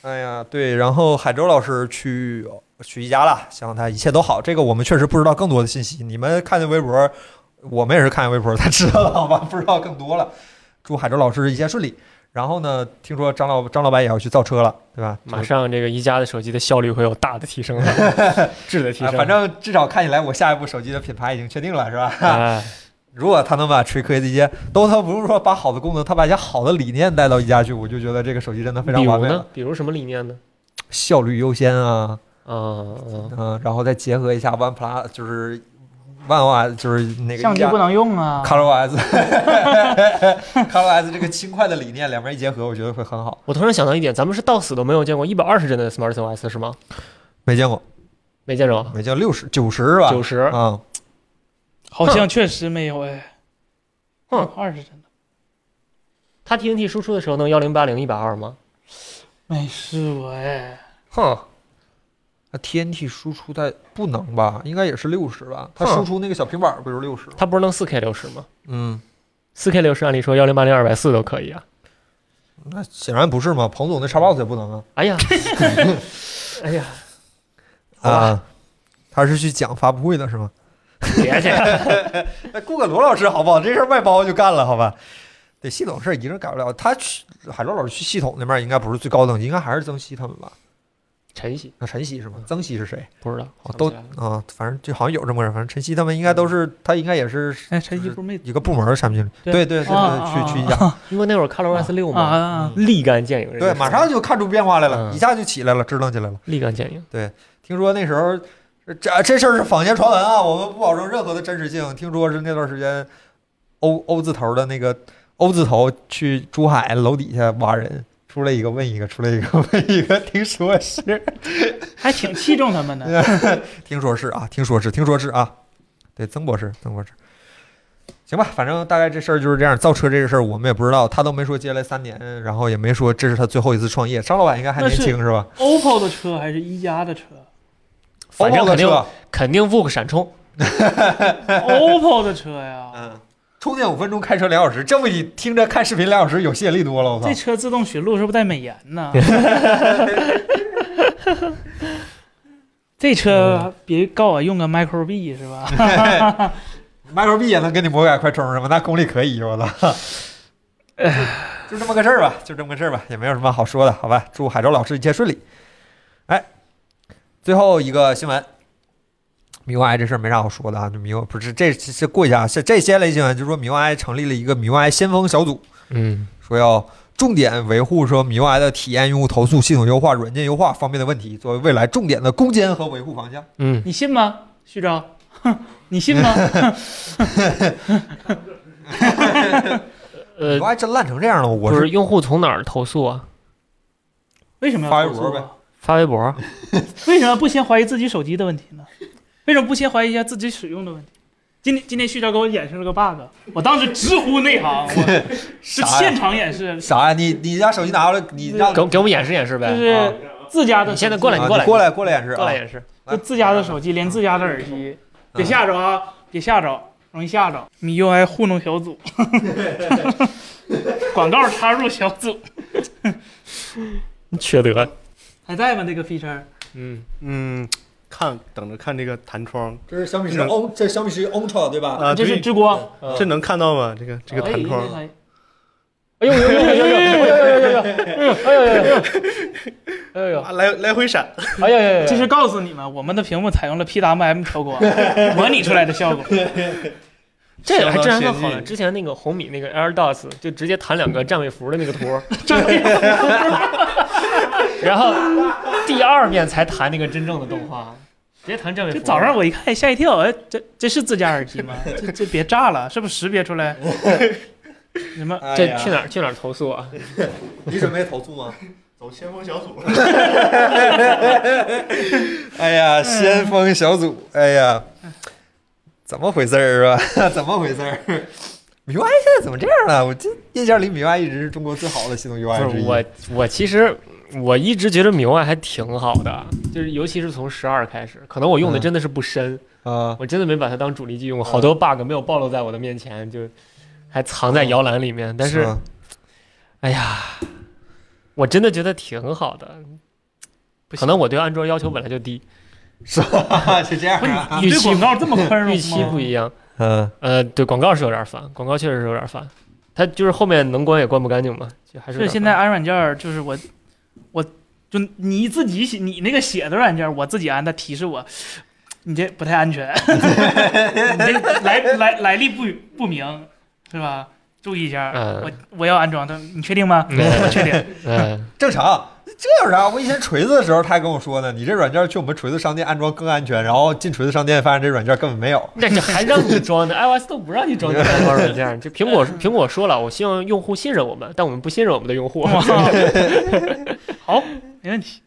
Speaker 1: 哎呀，对，然后海州老师去去宜家了，希望他一切都好。这个我们确实不知道更多的信息，你们看见微博，我们也是看见微博才知道的，好吧？不知道更多了。祝海州老师一切顺利。然后呢，听说张老张老板也要去造车了，对吧？
Speaker 3: 马上这个一加的手机的效率会有大的提升了，
Speaker 1: [LAUGHS]
Speaker 3: 质的提
Speaker 1: 啊
Speaker 3: 升。
Speaker 1: 反正至少看起来我下一部手机的品牌已经确定了，是吧？ [LAUGHS]
Speaker 3: 哎，
Speaker 1: 如果他能把锤科技这些，都他不是说把好的功能，他把一些好的理念带到一家去，我就觉得这个手机真的非
Speaker 3: 比
Speaker 1: 常完
Speaker 3: 如
Speaker 1: 美了
Speaker 3: 呢。？比如什么理念呢？
Speaker 1: 效率优先啊，
Speaker 3: 嗯嗯，
Speaker 1: 嗯，然后再结合一下 OnePlus，就是万万就是那个
Speaker 2: 相机不能用啊。
Speaker 1: [LAUGHS] ColorOS，ColorOS 这个轻快的理念，两边一结合，我觉得会很好。
Speaker 3: 我突然想到一点，咱们是到死都没有见过一百二十帧的 Smart OS 是吗？
Speaker 1: 没见过，
Speaker 3: 没见着，
Speaker 1: 没见过六十九十是吧？
Speaker 3: 九十
Speaker 1: 啊、
Speaker 2: 好像确实没有哎。
Speaker 3: 哼
Speaker 2: 二十帧的
Speaker 3: 它 TNT 输出的时候能幺零八零一百二吗？
Speaker 2: 没试过哎。
Speaker 3: 哼，
Speaker 1: 那 TNT 输出它不能吧？应该也是六十吧？它
Speaker 3: 哼
Speaker 1: 输出那个小平板儿不就是六十吗？
Speaker 3: 它不是能四 K 六十吗？
Speaker 1: 嗯，
Speaker 3: 四 K 六十按理说幺零八零二百四都可以啊。
Speaker 1: 那显然不是嘛。彭总那 Xbox 也不能啊。
Speaker 3: 哎呀，哎呀，好吧
Speaker 1: 啊， [LAUGHS] 他是去讲发布会的是 [LAUGHS] 吗？[LAUGHS]
Speaker 3: 别介，
Speaker 1: 那雇个哎罗老师好不好？这事儿外包就干了，好吧？对系统事儿一个人改不了，他去海螺老师去系统那边儿应该不是最高等级，应该还是曾曦他们吧？
Speaker 3: 晨曦
Speaker 1: 那晨曦是吗？曾曦是谁？
Speaker 3: 不知道
Speaker 1: 哦，都啊、反正就好像有这么个人，反正晨曦他们应该都是，他应该也是
Speaker 2: 哎，陈一不是没
Speaker 1: 一个部门儿产品经理。对
Speaker 3: 对
Speaker 1: 对对
Speaker 2: 啊啊
Speaker 1: 对，去去一
Speaker 2: 啊
Speaker 1: 家，
Speaker 3: 因为那会儿 ColorOS 六
Speaker 2: 啊
Speaker 3: 嘛，
Speaker 2: 啊
Speaker 3: 立竿见影，人
Speaker 1: 对，
Speaker 3: 家
Speaker 1: 马上就看出变化来了，
Speaker 3: 嗯
Speaker 1: 一下就起来了，支棱起来了。
Speaker 3: 立竿见影。
Speaker 1: 听说那时候这这事儿是坊间传闻啊，我们不保证任何的真实性。听说是那段时间欧欧字头的那个欧字头去珠海楼底下挖人，出来一个问一个，出来一个 [LAUGHS] 问一个。听说是，
Speaker 2: 啊，还挺器重他们 [LAUGHS] 的。
Speaker 1: 听说是啊，听说是，听说是啊。对，曾博士，曾博士。行吧，反正大概这事儿就是这样。造车这个事儿我们也不知道，他都没说接下来三年，然后也没说这是他最后一次创业。张老板应该还
Speaker 2: 那
Speaker 1: 年
Speaker 2: 是
Speaker 1: 轻是吧？
Speaker 2: OPPO 的车还是一加 [LAUGHS] 的车
Speaker 3: 反正
Speaker 1: OPPO 的
Speaker 3: 肯定
Speaker 1: 车
Speaker 3: 肯定 VOOC 闪充，
Speaker 2: ？OPPO 的车呀，
Speaker 1: 嗯，充电五分钟，开车两小时，这么一听着看视频两小时有吸引力多了，我操
Speaker 2: 这！车自动寻路是不是带美颜 [LAUGHS] 呢？这车别告我用个 micro B 是吧？ [LAUGHS]
Speaker 1: micro B 也能给你魔改快充是吗？那功力可以，我操！就这么个事儿吧，就这么个事儿吧，也没有什么好说的，好吧？祝海州老师一切顺利。哎，最后一个新闻，MIUI 这事儿没啥好说的啊，就 MIUI 不是这这这过一下啊，这这些类新闻就是说 MIUI 成立了一个 MIUI 先锋小组，
Speaker 3: 嗯，
Speaker 1: 说要重点维护说 MIUI 的体验、用户投诉、系统优化、软件优化方面的问题，作为未来重点的攻坚和维护方向。
Speaker 3: 嗯，
Speaker 2: 你信吗，旭钊？ [LAUGHS] 哼你信吗？ [LAUGHS]
Speaker 3: 呃，
Speaker 1: MIUI 真烂哎成这样了，我
Speaker 3: 不
Speaker 1: 是
Speaker 3: 是用户从哪儿投诉啊？
Speaker 2: 为什么
Speaker 1: 发
Speaker 2: 要
Speaker 1: 微
Speaker 2: 投
Speaker 1: 博
Speaker 2: 诉
Speaker 1: 呗
Speaker 2: 啊？
Speaker 3: 发微博，
Speaker 2: 为什么不先怀疑自己手机的问题呢？为什么不先怀疑一下自己使用的问题？今天今天旭钊给我演示了个 bug，我当时直呼内行，我
Speaker 4: [LAUGHS]
Speaker 2: 是
Speaker 1: 啥呀
Speaker 2: 现场演示，
Speaker 1: 啥呀？你你将手机拿过来，你让
Speaker 3: 给我给我们演示演示
Speaker 2: 就
Speaker 3: 呗。
Speaker 1: 啊
Speaker 2: 是自家的手机。
Speaker 3: 你现在过来
Speaker 1: 啊
Speaker 3: 过
Speaker 1: 你过来过来演示
Speaker 3: 过
Speaker 1: 啊
Speaker 3: 来！演示，
Speaker 2: 就自家的手机连自家的耳机，
Speaker 4: 嗯
Speaker 2: 别吓着啊，别吓着，容易吓着。MIUI 糊弄小
Speaker 4: [LAUGHS]
Speaker 2: 组，广告插入小组
Speaker 3: 缺德。
Speaker 2: 还在吗？这个 feature
Speaker 3: 嗯，
Speaker 4: 嗯，看等着看这个弹窗
Speaker 1: 这是小米
Speaker 4: 嗯
Speaker 1: O，这是小米十 Ultra 对吧？
Speaker 4: 啊，
Speaker 2: 这是
Speaker 4: 对
Speaker 2: 之光，
Speaker 4: 这能看到吗？这个这个
Speaker 2: 可
Speaker 4: 弹
Speaker 2: 以
Speaker 4: 窗，
Speaker 2: 可以
Speaker 3: 哎呦呦呦呦呦呦呦呦呦呦呦呦呦呦呦呦呦呦
Speaker 4: 啊来来回闪，
Speaker 3: 哎呀呀呀！
Speaker 2: 这是告诉你们，我们的屏幕采用了 PWM 调
Speaker 4: [LAUGHS]
Speaker 2: 光模拟出来的效果。
Speaker 3: 这个还真还更
Speaker 4: 相当
Speaker 3: 好
Speaker 4: 先
Speaker 3: 呢。
Speaker 4: 进
Speaker 3: 之前那个红米那个 AirDots 就直接弹两个占位符的那个图，
Speaker 2: 这
Speaker 3: 然后第二遍才弹那个真正的动画，直接弹占
Speaker 2: [LAUGHS]
Speaker 3: 位
Speaker 2: 这
Speaker 3: [LAUGHS] 符。
Speaker 2: 早上我一看吓一
Speaker 3: [LAUGHS]
Speaker 2: 跳，哎，这这是自家耳机吗？这这别炸了，是不是识别出
Speaker 3: [LAUGHS]
Speaker 2: 来？什么？
Speaker 1: 哎
Speaker 3: 这
Speaker 1: 呀
Speaker 3: 去哪儿去哪儿投诉啊？
Speaker 1: 你准备投诉吗？
Speaker 4: 走先锋小组，
Speaker 1: [LAUGHS] 哎呀，先锋小组，哎呀，怎么回事儿啊？ [LAUGHS] 怎么回事儿？米 UI 现在怎么这样了？我这硬件里米 UI 一直是中国最好的系统
Speaker 3: 不
Speaker 1: UI 之
Speaker 3: 是
Speaker 1: 一。
Speaker 3: 我，我其实我一直觉得米 UI 还挺好的，就是尤其是从十二开始，可能我用的
Speaker 1: 嗯
Speaker 3: 真的是不深，
Speaker 1: 啊，
Speaker 3: 我真的没把它当主力机用，
Speaker 2: 嗯啊
Speaker 3: 好多 bug 没有暴露在我的面前，就还藏在摇篮里面。但是
Speaker 1: 吗
Speaker 3: 哎呀，我真的觉得挺好的，
Speaker 2: 不行
Speaker 3: 可能我对安卓要求本来就低，
Speaker 1: 是吧？是这样
Speaker 2: 不是
Speaker 1: 啊， [LAUGHS]
Speaker 2: 你你对广告这么宽容吗？
Speaker 3: 预期不一样。
Speaker 1: 嗯，
Speaker 3: 呃，对，广告是有点烦，广告确实是有点烦，它就是后面能关也关不干净嘛，就还是有
Speaker 2: 是
Speaker 3: 点
Speaker 2: 现在安软件儿就是我，我就你自己写你那个写的软件儿，我自己安的提示我，你这不太安
Speaker 3: [LAUGHS]
Speaker 2: 全，你这来来来历不不明，是吧？注意一下，
Speaker 3: 嗯
Speaker 2: 啊我我要安装的，你确定吗？
Speaker 3: 嗯
Speaker 2: 我确
Speaker 3: [LAUGHS]
Speaker 2: 定。
Speaker 3: 烦，
Speaker 2: [LAUGHS]
Speaker 3: 嗯，
Speaker 1: 正常。这有啥？我以前锤子的时候，他还跟我说呢，你这软件去我们锤子商店安装更安全。然后进锤子商店，发现这软件根本没有。
Speaker 3: 那这还让你装呢？iOS 都不让你
Speaker 2: [LAUGHS]
Speaker 3: 装这安装软件，这苹果
Speaker 2: 嗯
Speaker 3: 苹果说了，我希望用户信任我们，但我们不信任我们的用户。
Speaker 2: 好，没问题。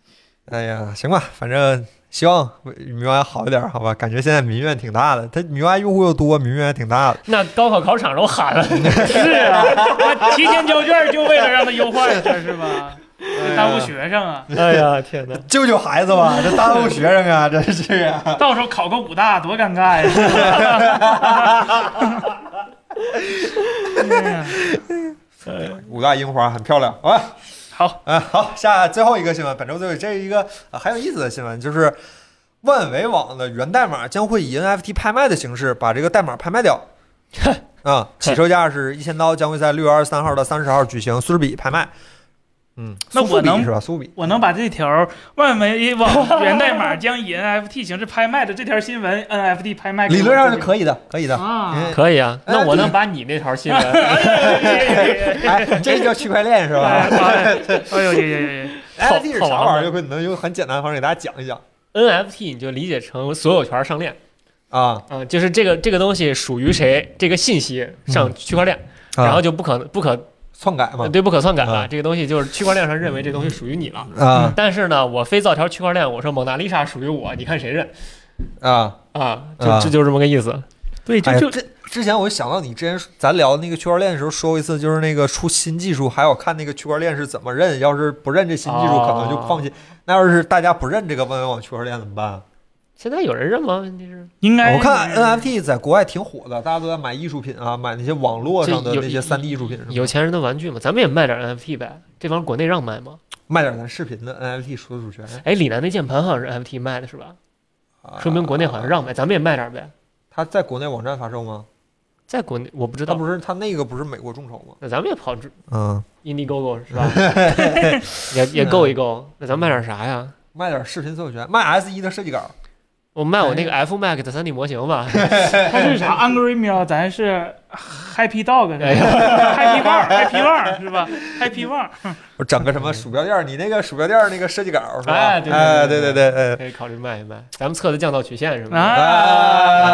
Speaker 1: 哎呀，行吧，反正希望 MIUI 好一点，好吧？感觉现在民怨挺大的，它 MIUI 用户又多，民怨也挺大的。
Speaker 3: [LAUGHS] 那高考考场上我喊
Speaker 2: [LAUGHS]
Speaker 3: 了，
Speaker 2: 是啊，我提前交卷儿就为了让他优化一下，是吧？耽误学生啊，
Speaker 3: 哎呀天哪！
Speaker 1: 救救孩子吧，这耽误学生啊，真是啊！
Speaker 2: 到时候考个武大多尴尬呀！哎呀
Speaker 1: 五大樱花很漂亮，好吧？
Speaker 2: 好，
Speaker 1: 啊，好，下最后一个新闻，本周最后一个这是一个、呃、很有意思的新闻，就是万维网的源代码将会以 NFT 拍卖的形式把这个代码拍卖掉。啊、起售价是一千刀，将会在六月二十三号到三十号举行苏富比拍卖。嗯，
Speaker 2: 那
Speaker 1: 苏富
Speaker 2: 我
Speaker 1: 比
Speaker 2: 能
Speaker 1: 是吧？苏富比
Speaker 2: 我能把这条万维网源代码将以 NFT 形式拍卖的这条新闻 NFT 拍卖给
Speaker 1: 理
Speaker 2: 我
Speaker 1: 论上是
Speaker 2: 自己
Speaker 1: 可以的，可以的。
Speaker 2: 啊。
Speaker 1: 嗯
Speaker 3: 可以啊，
Speaker 1: 哎
Speaker 3: 那我
Speaker 1: 对
Speaker 3: 能把你那条新闻
Speaker 1: 哎，这叫区块链是
Speaker 3: [LAUGHS]
Speaker 1: 吧
Speaker 2: 哎哎呦耶耶耶！
Speaker 3: 好
Speaker 1: ？NFT 是啥
Speaker 3: 好玩
Speaker 1: 玩意儿？
Speaker 3: 的
Speaker 1: 就会能用很简单的方式给大家讲一讲
Speaker 3: NFT 你就理解成所有权上链，
Speaker 1: 啊。
Speaker 3: 嗯，就是这个这个东西属于谁，这个信息上区块链，然后就不可不可
Speaker 1: 啊篡改嘛
Speaker 3: 对不可篡改了。
Speaker 1: 啊
Speaker 3: 这个东西就是区块链上认为这东西属于你了。
Speaker 1: 啊
Speaker 3: 但是呢，我非造条区块链，我说蒙娜丽莎属于我，你看谁认
Speaker 1: 啊！
Speaker 3: 啊？就
Speaker 1: 啊
Speaker 3: 这就是这么个意思。
Speaker 2: 对，
Speaker 1: 哎呀
Speaker 2: 这就
Speaker 1: 这之前我就想到你之前咱聊那个区块链的时候说过一次，就是那个出新技术，还有看那个区块链是怎么认，要是不认这新技术，
Speaker 3: 哦
Speaker 1: 可能就不放心。那要是大家不认这个万维网区块链怎么办？
Speaker 3: 现在有人认吗？问题是
Speaker 2: 应该
Speaker 1: 我看 NFT 在国外挺火的，大家都在买艺术品啊，买那些网络上的
Speaker 3: 这有
Speaker 1: 那些 3D 艺术品什么的，
Speaker 3: 有钱人的玩具嘛，咱们也卖点 NFT 呗。这帮国内让卖吗？
Speaker 1: 卖点咱视频的 NFT 所有主权，
Speaker 3: 哎，李楠那键盘好像是 NFT 卖的是吧？
Speaker 1: 啊
Speaker 3: 说明国内好像让卖，咱们也卖点呗。
Speaker 1: 他在国内网站发售吗？
Speaker 3: 在国内我不知
Speaker 1: 他
Speaker 3: 道，
Speaker 1: 不是他那个不是美国众筹吗？
Speaker 3: 那咱们也跑这
Speaker 1: 嗯，
Speaker 3: Indiegogo [LAUGHS] 是吧？也也够一够。那咱卖点啥呀？
Speaker 1: 卖点视频所有权，卖 S 1的设计稿，
Speaker 3: 我卖我那个 F Mac 的 3D 模型 [LAUGHS] 吧。
Speaker 2: 它是啥 Angry Meow，咱是 Happy Dog
Speaker 3: 哎
Speaker 2: 是吧 Happy 旺 Happy 旺是吧？Happy 旺
Speaker 1: 我整个什么鼠标垫儿，你那个鼠标垫儿那个设计稿是吧？
Speaker 3: 哎对
Speaker 1: 嗯
Speaker 3: 对
Speaker 1: 哎对
Speaker 3: 对
Speaker 1: 对
Speaker 3: 对
Speaker 1: 对，哎。
Speaker 3: 可以考虑卖一卖。咱们测的降噪曲线是吧？
Speaker 1: 啊，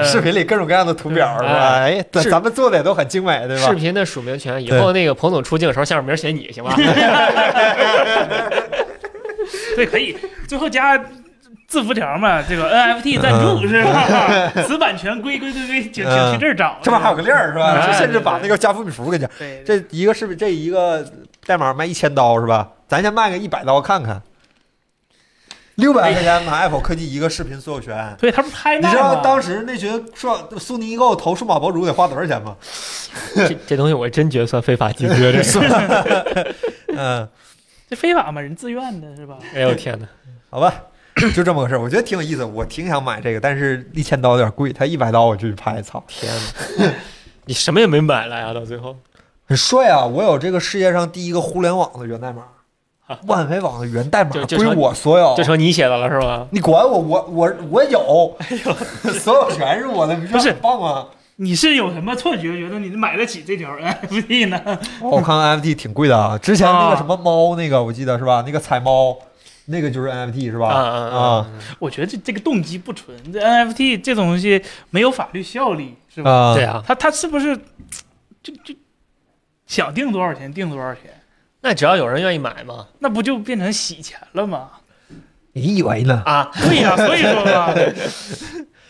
Speaker 2: 啊！
Speaker 1: 视频里各种各样的图表是吧？哎，咱
Speaker 3: 是
Speaker 1: 咱们做的也都很精美，对
Speaker 3: 视
Speaker 1: 吧？
Speaker 3: 频的署名权，以
Speaker 1: 对
Speaker 3: 后那个彭总出镜的时候，下面名写你行吧？
Speaker 2: 对，可以。最后加字符条嘛，这个 NFT 赞助
Speaker 1: 嗯
Speaker 2: 是吧？ [LAUGHS] 此版权归归归归，请请去这儿找。
Speaker 1: 这边还有个链儿是吧？
Speaker 2: 哎
Speaker 1: 就甚至把那个加伏笔符给讲，
Speaker 2: 对，
Speaker 1: 这一个视频这一个代码卖一千刀是吧？咱先卖个一百刀看看，六百块钱买 Apple 科技一个视频所有权。
Speaker 2: 对，他不拍
Speaker 1: 你
Speaker 2: 卖
Speaker 1: 知道
Speaker 2: 吗？
Speaker 1: 当时哎那群说苏宁易购投数码博主得花多少钱吗？
Speaker 3: [LAUGHS] 这这东西我真觉得算非法集资。这是，
Speaker 1: 嗯，
Speaker 2: 这非法嘛，人自愿的是吧？
Speaker 3: [LAUGHS] 哎呦天哪！
Speaker 1: 好吧， [COUGHS] 就这么个事儿，我觉得挺有意思，我挺想买这个，但是一千刀有点贵，他一百刀我就去拍，操！
Speaker 3: 天哪！你什么也没买来呀、到最后
Speaker 1: 很帅啊！我有这个世界上第一个互联网的源
Speaker 3: [LAUGHS]
Speaker 1: 代码，万维网的源代码
Speaker 3: 就就
Speaker 1: 归
Speaker 3: 成
Speaker 1: 我所有
Speaker 3: 就。成你写的了是吗？
Speaker 1: 你管我，我我我有，
Speaker 3: 哎
Speaker 1: [LAUGHS] 所有权是我的，你说
Speaker 2: 不是
Speaker 1: 很棒吗？
Speaker 2: 你是有什么错觉，觉得你买得起这条 NFT 呢？ [LAUGHS]
Speaker 1: 哦我看 NFT 挺贵的啊，之前那个
Speaker 2: 啊
Speaker 1: 什么猫那个我记得是吧？那个踩猫，那个就是 NFT 是
Speaker 3: 啊
Speaker 1: 吧？
Speaker 3: 啊
Speaker 1: 啊！
Speaker 2: 我觉得这这个动机不纯，这 NFT 这东西没有法律效力，是吧？
Speaker 1: 啊
Speaker 3: 对，啊，
Speaker 2: 他他是不是就就想定多少钱定多少钱？
Speaker 3: 那只要有人愿意买嘛
Speaker 2: 那不就变成洗钱了吗？ [LAUGHS]
Speaker 1: 你以为呢？
Speaker 3: 啊，
Speaker 2: 对呀、所以说嘛，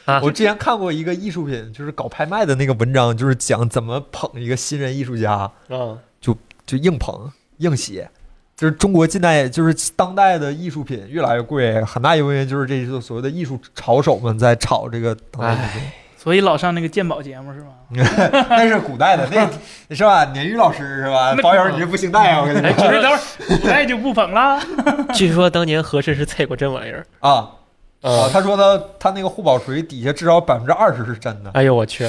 Speaker 3: 啊
Speaker 1: 我之前看过一个艺术品，就是搞拍卖的那个文章，就是讲怎么捧一个新人艺术家。
Speaker 3: [LAUGHS] 嗯，
Speaker 1: 就硬捧硬写，就是中国近代就是当代的艺术品越来越贵，很大一部分原因就是这些所谓的艺术炒手们在炒这个当代艺术品。
Speaker 2: 所 [LAUGHS] 所以老上那个鉴宝节目是吗？
Speaker 3: 哎
Speaker 1: 那是古代
Speaker 3: [LAUGHS]
Speaker 1: 的，那是吧？鲶鱼老师是吧？
Speaker 2: 那
Speaker 1: 保友你这不姓戴啊！我
Speaker 2: [LAUGHS]
Speaker 3: [LAUGHS]
Speaker 1: 跟你
Speaker 2: 哎，
Speaker 1: 说
Speaker 2: 不是，等会儿古代就不捧了。
Speaker 3: 据说当年和珅是踩过这玩意儿。
Speaker 1: 啊啊，
Speaker 3: 嗯，
Speaker 1: 他说他他那个护宝锤底下至少百分之二十是真的。
Speaker 3: 哎呦我去，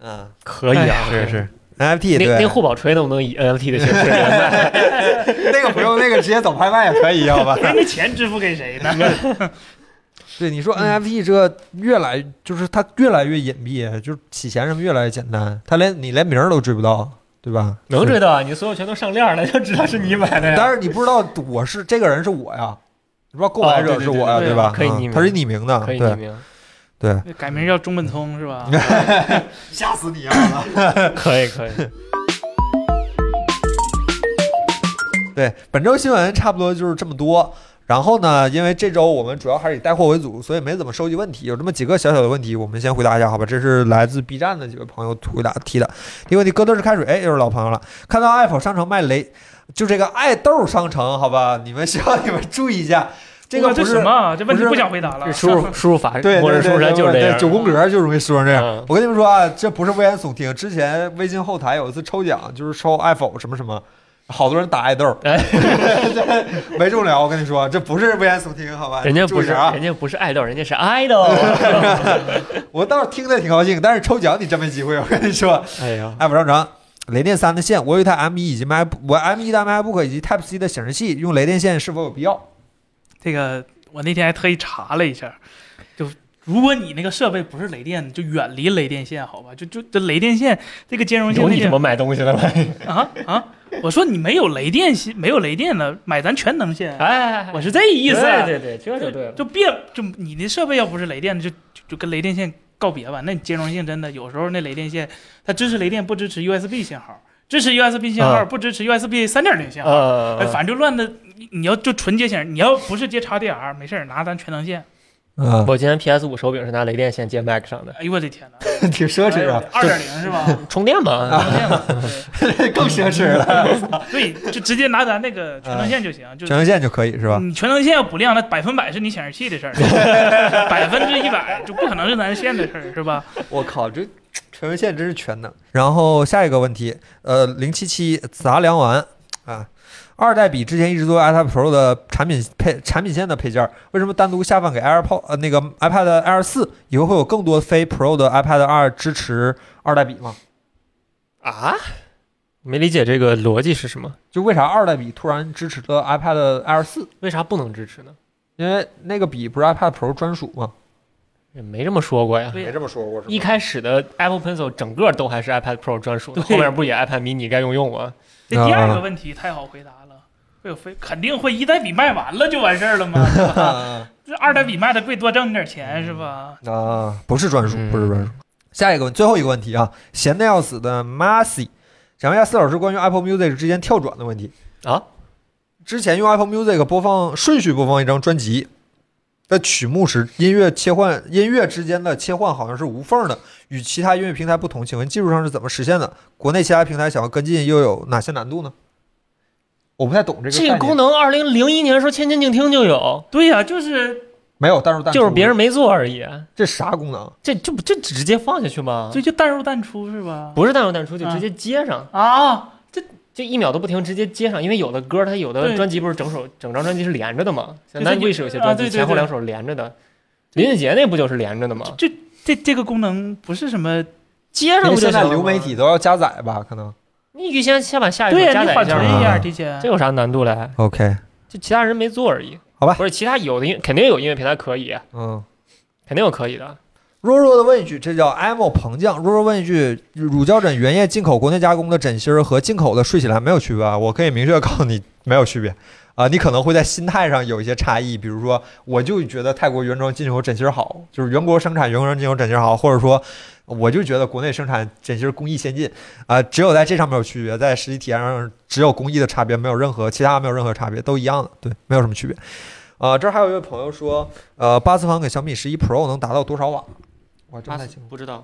Speaker 1: 嗯，
Speaker 3: 可以啊，
Speaker 1: 是是 NFT
Speaker 3: 那那
Speaker 1: 对，
Speaker 3: 互保锤能不能以 NFT 的形式连麦？
Speaker 1: 那个不用，那个直接走拍卖也可以，好吧？
Speaker 2: 那钱支付给谁呢？
Speaker 1: 对，你说 NFT 这个越来就是它越来越隐蔽，就是洗钱什么越来越简单，它连你连名儿都追不到，对吧？
Speaker 3: 能追啊到啊？你所有全都上链了， [LAUGHS] 就知道是你买的呀。
Speaker 1: 但是你不知道我是这个人是我呀，你不知道购买者是我呀，
Speaker 2: 哦对对对对
Speaker 1: 吧？
Speaker 3: 可以
Speaker 1: 嗯
Speaker 3: 匿名
Speaker 1: 他是匿名的，
Speaker 3: 可以匿
Speaker 1: 对
Speaker 3: 名，
Speaker 1: 对，
Speaker 2: [LAUGHS] 改名叫中本聪是 [LAUGHS] 吧？
Speaker 1: 吓死你啊！
Speaker 3: [LAUGHS] 可以可以。
Speaker 1: 对，本周新闻差不多就是这么多。然后呢，因为这周我们主要还是以带货为主，所以没怎么收集问题，有这么几个小小的问题，我们先回答一下，好吧？这是来自 B 站的几位朋友回答提的。第一个问题，哥德式开水，哎，又是老朋友了。看到爱否商城卖雷，就这个爱豆商城，好吧？你们需要你们注意一下，这个
Speaker 2: 哇
Speaker 1: 不
Speaker 2: 这
Speaker 1: 是
Speaker 2: 什么？这问题
Speaker 1: 不是
Speaker 2: 不想回答了。
Speaker 3: 输入输入法，
Speaker 1: 对，
Speaker 3: 默
Speaker 1: 对
Speaker 3: 认输
Speaker 1: 对
Speaker 3: 入出来就是这
Speaker 1: 对
Speaker 3: 样。
Speaker 1: 九宫格就容易说成这样。
Speaker 3: 嗯
Speaker 1: 我跟你们说啊，这不是危言耸听。之前微信后台有一次抽奖，就是抽爱否什么什么，好多人打爱豆，
Speaker 3: 哎
Speaker 1: 这 [LAUGHS] 没中了。我跟你说，这不是危言耸听，好吧？
Speaker 3: 人家
Speaker 1: 注
Speaker 3: 不
Speaker 1: 意
Speaker 3: 是，
Speaker 1: 啊
Speaker 3: 人，家不是爱豆，人家是 idol。
Speaker 1: 我倒是听着挺高兴，但是抽奖你真没机会。我跟你说，
Speaker 3: 哎呀，
Speaker 1: 爱否商城。雷电三的线，我有一台 M 一以及 Mac，我 M 一的 MacBook 以及 Type C 的显示器，用雷电线是否有必要？
Speaker 2: 这个我那天还特意查了一下，就如果你那个设备不是雷电，就远离雷电线，好吧？就就这雷电线这个兼容性
Speaker 3: 有
Speaker 2: 那
Speaker 3: 你
Speaker 2: 些
Speaker 3: 这么买东西的吗？
Speaker 2: 啊啊！我说你没有雷电线，没有雷电的，买咱全能线。
Speaker 3: 哎， [LAUGHS]
Speaker 2: 我是这意思，
Speaker 3: 对对对，这 [LAUGHS] 就对了。
Speaker 2: 就别就你的设备要不是雷电的，就就就跟雷电线告别吧。那你兼容性真的有时候那雷电线它支持雷电，不支持 USB 信号，支持 USB 信号
Speaker 3: 啊
Speaker 2: 不支持 USB 三点零信号。
Speaker 1: 啊
Speaker 3: 呃
Speaker 2: 哎，，反正就乱的，你你要就纯接线，你要不是接 XDR，没事儿拿咱全能线。
Speaker 1: 嗯，
Speaker 3: 我今天 PS 五手柄是拿雷电线接 Mac 上的，
Speaker 2: 哎呦我的天哪，
Speaker 1: [LAUGHS] 挺奢侈啊，
Speaker 2: 二点零是吧？
Speaker 3: 充电嘛。
Speaker 2: 全能线嘛
Speaker 3: 哎
Speaker 1: [LAUGHS] 更奢侈了。
Speaker 3: [LAUGHS]
Speaker 2: 对，对就直接拿咱那个全能线就行，就
Speaker 1: 啊全。能线就可以是吧？
Speaker 2: 你全能线要不亮，那百分百是你显示器的事儿，
Speaker 1: [LAUGHS]
Speaker 2: 百分之一百就不可能是咱线的事儿，是吧？
Speaker 1: 我靠，这陈文宪真是全能。然后下一个问题，呃，零七七杂粮丸啊，二代笔之前一直作为 iPad Pro 的产品配产品线的配件儿，为什么单独下放给 AirPod 呃那个 iPad Air 四？以后会有更多非 Pro 的 iPad 二支持二代笔吗？
Speaker 3: 啊？没理解这个逻辑是什么？
Speaker 1: 就为啥二代笔突然支持了 iPad Air 四？
Speaker 3: 为啥不能支持呢？
Speaker 1: 因为那个笔不是 iPad Pro 专属吗？
Speaker 3: 也没这么说过呀。
Speaker 2: 对呀
Speaker 1: 这么说过是
Speaker 3: 一开始的 Apple Pencil 整个都还是 iPad Pro 专属的，
Speaker 2: 对
Speaker 3: 后面不也 iPad mini 该用用吗？
Speaker 2: 这第二个问题太好回答了，会有非肯定会一代笔卖完了就完事儿了吗？是吧
Speaker 1: 啊
Speaker 2: 这二代笔卖的贵，多挣你点钱是吧？
Speaker 1: 啊，不是专属，
Speaker 3: 嗯
Speaker 1: 不是专属。下一个问，最后一个问题啊，闲的要死的 Massy，想问一下四老师关于 Apple Music 之间跳转的问题
Speaker 3: 啊。
Speaker 1: 之前用 Apple Music 播放顺序播放一张专辑，在曲目时音乐切换音乐之间的切换好像是无缝的，与其他音乐平台不同，请问技术上是怎么实现的？国内其他平台想要跟进又有哪些难度呢？我不太懂这个
Speaker 3: 这
Speaker 1: 概
Speaker 3: 个
Speaker 1: 念
Speaker 3: 功能二零零一年说千千静听就有，
Speaker 2: 对呀、就是
Speaker 1: 没有，但是但
Speaker 3: 就是别人没做而已。
Speaker 1: 这啥功能？啊
Speaker 3: 这这不这直接放下去吗
Speaker 2: 就？就淡入淡出是吧？
Speaker 3: 不是淡入淡
Speaker 2: 嗯
Speaker 3: 出，就直接接上，
Speaker 2: 啊，
Speaker 3: 就一秒都不停，直接接上。因为有的歌它有的
Speaker 2: 对
Speaker 3: 专辑不是整首整张专辑是连着的嘛，
Speaker 2: 对
Speaker 3: 像南
Speaker 2: 对
Speaker 3: 贵是有些
Speaker 2: 啊
Speaker 3: 专
Speaker 2: 对
Speaker 3: 辑
Speaker 2: 对
Speaker 3: 前后
Speaker 2: 对
Speaker 3: 两首连着的，林俊杰那不就是连着的吗？
Speaker 2: 这这这个功能不是什么
Speaker 3: 接
Speaker 1: 因
Speaker 3: 上不
Speaker 1: 为
Speaker 3: 就
Speaker 1: 现
Speaker 3: 行了
Speaker 1: 在
Speaker 3: 吗
Speaker 1: 流媒体，都要加载吧？可能。
Speaker 3: 你得先先把下一首
Speaker 2: 对呀、
Speaker 3: 加
Speaker 2: 你
Speaker 3: 载
Speaker 2: 缓
Speaker 3: 一下
Speaker 2: 存
Speaker 1: 嘛
Speaker 2: 一
Speaker 3: 嘛，
Speaker 2: 下，提前
Speaker 3: 这有啥难度嘞？
Speaker 1: OK，
Speaker 3: 就其他人没做而已，
Speaker 1: 好吧
Speaker 3: 不是其他有的音肯定有音乐平台可以，
Speaker 1: 嗯。
Speaker 3: 肯定有可以的。
Speaker 1: 弱弱的问一句，这叫 emo 膨胀。弱弱问一句，乳胶枕原液进口国内加工的枕芯儿和进口的睡起来没有区别啊？我可以明确地告诉你，没有区别啊、你可能会在心态上有一些差异，比如说，我就觉得泰国原装进口枕芯儿好，就是原国生产原国进口枕芯儿好，或者说，我就觉得国内生产枕芯儿工艺先进啊、只有在这上面有区别，在实际体验上只有工艺的差别，没有任何其他没有任何差别，都一样的，对，没有什么区别。啊、这儿还有一位朋友说，呃，八次方给小米十一 Pro 能达到多少瓦？哇，这不太清楚。
Speaker 3: 不知道，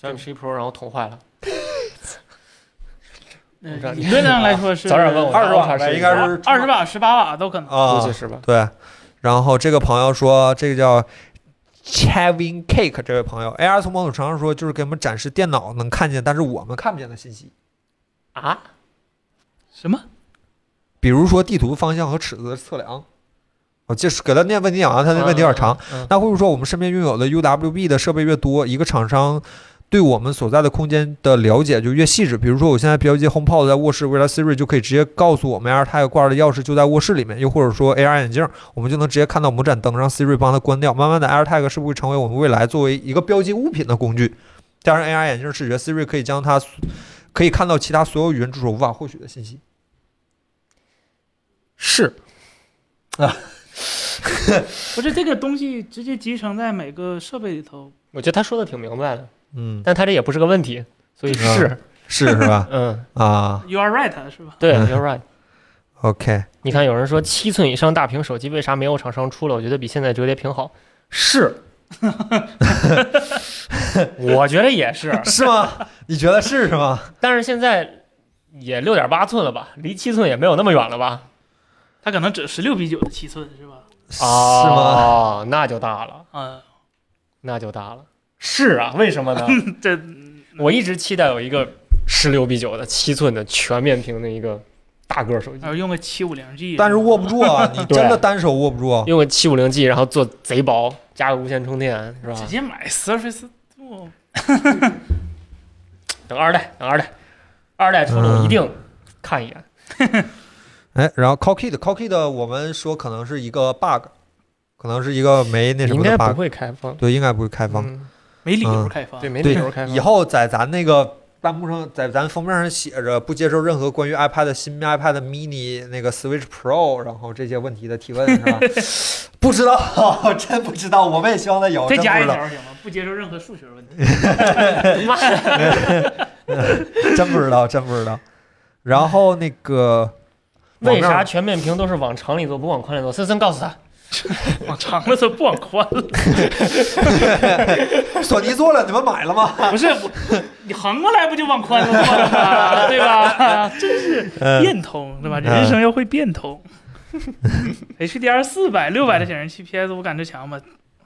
Speaker 3: 小米十一啊 Pro 然后捅坏了，
Speaker 2: 呃
Speaker 3: 膨胀
Speaker 2: 理论上来说是
Speaker 3: 早点问我
Speaker 1: 二十瓦
Speaker 3: 二十
Speaker 1: 呗，
Speaker 3: 瓦
Speaker 1: 应该是
Speaker 2: 二十瓦、十八瓦都可能。
Speaker 1: 啊
Speaker 3: 估计，是吧？
Speaker 1: 对。然后这个朋友说，这个叫 Chevin Cake 这位朋友，AR 从某种程度上说就是给我们展示电脑能看见，但是我们看不见的信息，
Speaker 3: 啊，
Speaker 2: 什么？
Speaker 1: 比如说地图方向和尺子的测量。我这是给他念问题讲完，他那问题有点长。
Speaker 3: 嗯。嗯
Speaker 1: 那会不会说我们身边拥有的 UWB 的设备越多，一个厂商对我们所在的空间的了解就越细致？比如说我现在标记 HomePod 在卧室，未来 Siri 就可以直接告诉我们 AirTag 挂着的钥匙就在卧室里面，又或者说 AR 眼镜，我们就能直接看到某盏灯，让 Siri 帮它关掉。慢慢的，AirTag 是不是会成为我们未来作为一个标记物品的工具？加上 AR 眼镜视觉，Siri 可以将它可以看到其他所有语音助手无法获取的信息。
Speaker 3: 是
Speaker 2: 不是这个东西直接集成在每个设备里头，
Speaker 3: 我觉得他说的挺明白的，
Speaker 1: 嗯，
Speaker 3: 但他这也不是个问题，所以
Speaker 1: 嗯
Speaker 3: 是，？
Speaker 1: 是是吧
Speaker 3: 嗯，
Speaker 1: 啊
Speaker 2: You are right，是吧？
Speaker 3: 对
Speaker 1: 嗯
Speaker 3: ，you're right。
Speaker 1: ，OK，
Speaker 3: 你看，有人说七寸以上大屏手机为啥没有厂商出了？我觉得比现在折叠屏好。 [LAUGHS] 是，我觉得也是，
Speaker 1: 是吗？你觉得是是吗？
Speaker 3: 但是现在也六点八寸了吧，离七寸也没有那么远了吧？
Speaker 2: 它可能只十六比九的七寸，是吧？
Speaker 1: 是吗？
Speaker 3: 哦，那就大了，
Speaker 2: 啊、
Speaker 3: 那就大了。是啊，为什么呢？
Speaker 2: 这
Speaker 3: [LAUGHS] 我一直期待有一个十六比九的七寸的全面屏的一个大个儿手机，
Speaker 2: 要是用个七五零 G，
Speaker 1: 但是握不住
Speaker 2: [LAUGHS]
Speaker 1: 啊，你
Speaker 3: 对
Speaker 1: 真的单手握不住啊。
Speaker 3: 用个七五零 G，然后做贼薄，加个无线充电，是吧？
Speaker 2: 直接买 Surface Duo
Speaker 3: 等二代，等二代，二代出了
Speaker 1: 嗯
Speaker 3: 我一定看一眼。
Speaker 1: 哎，然后 Cockit Cockit，我们说可能是一个 bug，可能是一个没那什
Speaker 3: 应
Speaker 1: 么
Speaker 3: 该
Speaker 1: 的
Speaker 3: 不
Speaker 1: bug，
Speaker 3: 会开放，
Speaker 1: 对，应该不会开放。
Speaker 3: 嗯
Speaker 2: 没理由
Speaker 1: 嗯
Speaker 2: 开放。
Speaker 3: 对，没理
Speaker 1: 对
Speaker 3: 由开，放。
Speaker 1: 以后在咱那个弹幕上，在咱封面上写着不接受任何关于 iPad 新 iPad mini 那个 Switch Pro，然后这些问题的提问是吧？ [LAUGHS] 不知道，真不知道，我们也希望它有，
Speaker 2: 再
Speaker 1: 真
Speaker 2: 加
Speaker 1: 不
Speaker 2: 一
Speaker 1: 知道，
Speaker 2: 条行吗？不接受任何数学问题。
Speaker 3: 妈呀，
Speaker 1: 真不知道，真不知道。然后那
Speaker 2: [LAUGHS]
Speaker 1: 个网
Speaker 3: 为
Speaker 1: 面
Speaker 3: 啥全面屏都是往长里做，不往宽里做？森森
Speaker 1: [LAUGHS]
Speaker 3: 告诉他，
Speaker 2: 往长了走，不往宽了。
Speaker 1: 索尼做了，你们买了吗？
Speaker 2: 不是我，你横过来不就往宽了走吗？对吧？真是
Speaker 1: 嗯
Speaker 2: 变通，对吧？人生要会变通。HDR 四百、六百的显示器，PS 五感知强吗？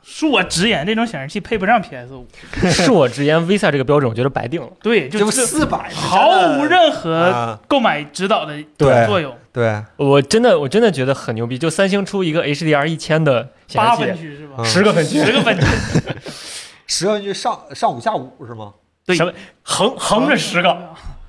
Speaker 2: 恕我直言，这种显示器配不上 PS 五。
Speaker 3: 恕我直言，VSA 这个标准我觉得白定了。
Speaker 2: 对，就
Speaker 1: 就是四百，
Speaker 2: 毫无任何
Speaker 1: 啊，
Speaker 2: 购买指导的
Speaker 1: 对
Speaker 2: 作用。
Speaker 1: 对，
Speaker 3: 我真的，我真的觉得很牛逼。就三星出
Speaker 1: [LAUGHS]
Speaker 3: 一个 HDR 一千的显
Speaker 2: 八
Speaker 3: 示
Speaker 2: 分
Speaker 3: 器，
Speaker 2: 区是吧
Speaker 1: 嗯？
Speaker 3: 十个分区，
Speaker 2: 十个分区，
Speaker 1: 十个分区上上午下午是吗？
Speaker 2: 对
Speaker 3: 什么横横着十个，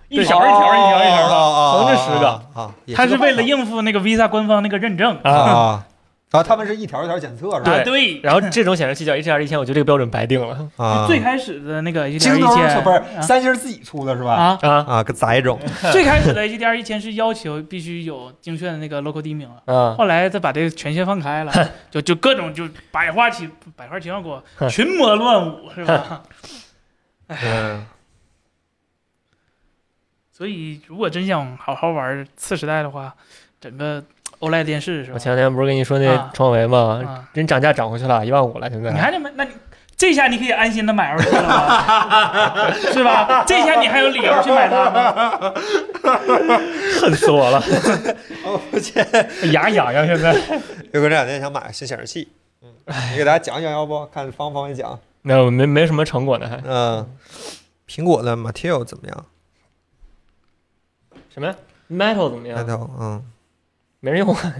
Speaker 3: 一
Speaker 1: 对
Speaker 3: 条一条一条一条的，
Speaker 1: 横
Speaker 3: 横着十个
Speaker 1: 啊，也
Speaker 2: 它
Speaker 1: 是
Speaker 2: 是
Speaker 1: 个
Speaker 2: 为了
Speaker 1: 办
Speaker 2: 应付那个 Visa 官方那个认证。
Speaker 1: 法啊
Speaker 3: 啊。
Speaker 1: 啊，然后他们是一条一条检测是吧？
Speaker 2: 啊
Speaker 3: 对
Speaker 2: 对，
Speaker 3: 然后这种显示器叫 HDR 一千，我觉得这个标准白定了
Speaker 1: 啊，
Speaker 2: 最开始的那个 HDR
Speaker 1: 京
Speaker 2: 一
Speaker 1: 东
Speaker 2: 千
Speaker 1: 是不是三星自己出的是吧？
Speaker 2: 啊，
Speaker 3: 啊
Speaker 1: 啊，个杂种， [LAUGHS]
Speaker 2: 最开始的 HDR 一千是要求必须有精确的那个 local dimming 了。
Speaker 3: 啊！
Speaker 2: 后来他把这个权限放开了，就就各种就百花齐百花齐放过，群魔乱舞是吧？哎
Speaker 1: 嗯，
Speaker 2: 所以如果真想好好玩次时代的话，整个 OLED 电视是
Speaker 3: 我
Speaker 2: 吧？
Speaker 3: 前两天不是跟你说那
Speaker 2: 啊
Speaker 3: 创维吗？
Speaker 2: 啊，
Speaker 3: 人涨价涨回去了，一万五了，现在。
Speaker 2: 你看见没？那你这下你可以安心的买 OLED 了吧？是吧？这下你还有理由去买它吗？
Speaker 3: 恨死我 [LAUGHS] 了，
Speaker 1: 哦，我去，
Speaker 3: 牙痒痒现在。
Speaker 1: 有个这两天想买个新显示器，嗯，你给大家讲一讲，要不看方不方便讲？
Speaker 3: 那我 [LAUGHS] 没没什么成果呢，还
Speaker 1: 嗯，苹果的 Material 怎么样
Speaker 3: 什么呀？Metal 怎么样？
Speaker 1: ？Material，嗯，
Speaker 3: 没人用啊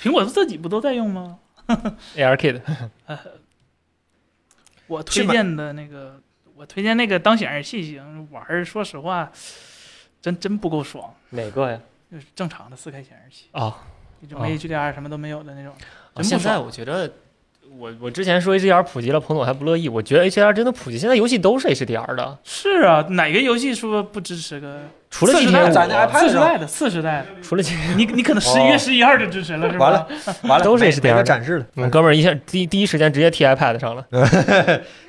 Speaker 2: 苹果自己不都在用吗？
Speaker 3: ARKit，
Speaker 2: 我
Speaker 1: 去
Speaker 2: 推
Speaker 1: 买
Speaker 2: 荐的那个，我推荐那个当显示器型玩儿，说实话，真真不够爽。
Speaker 3: 哪个呀？
Speaker 2: 就是正常的四 K 显示器，
Speaker 3: 啊，
Speaker 2: 那种
Speaker 3: 哦
Speaker 2: HDR 什么都没有的那种，真
Speaker 3: 现
Speaker 2: 不
Speaker 3: 在
Speaker 2: 爽。
Speaker 3: 我觉得，我我之前说 HDR 普及了，彭总还不乐意。我觉得 HDR 真的普及，现在游戏都是 HDR 的，
Speaker 2: 是啊，哪个游戏说不支持个
Speaker 3: 除了
Speaker 2: 四十
Speaker 3: GTA
Speaker 2: 代
Speaker 1: 咱那
Speaker 3: 五，
Speaker 1: iPad
Speaker 2: 四十
Speaker 1: 上
Speaker 2: 代的四十代的？
Speaker 3: 除了 GTA，
Speaker 2: 你你可能十一月十一号就支持了是吧？
Speaker 1: 完了，完了，
Speaker 3: 都是
Speaker 1: 没
Speaker 3: HDR
Speaker 1: 没得展示了，
Speaker 3: 我嗯们哥们儿一下第第一时间直接贴 iPad 上了，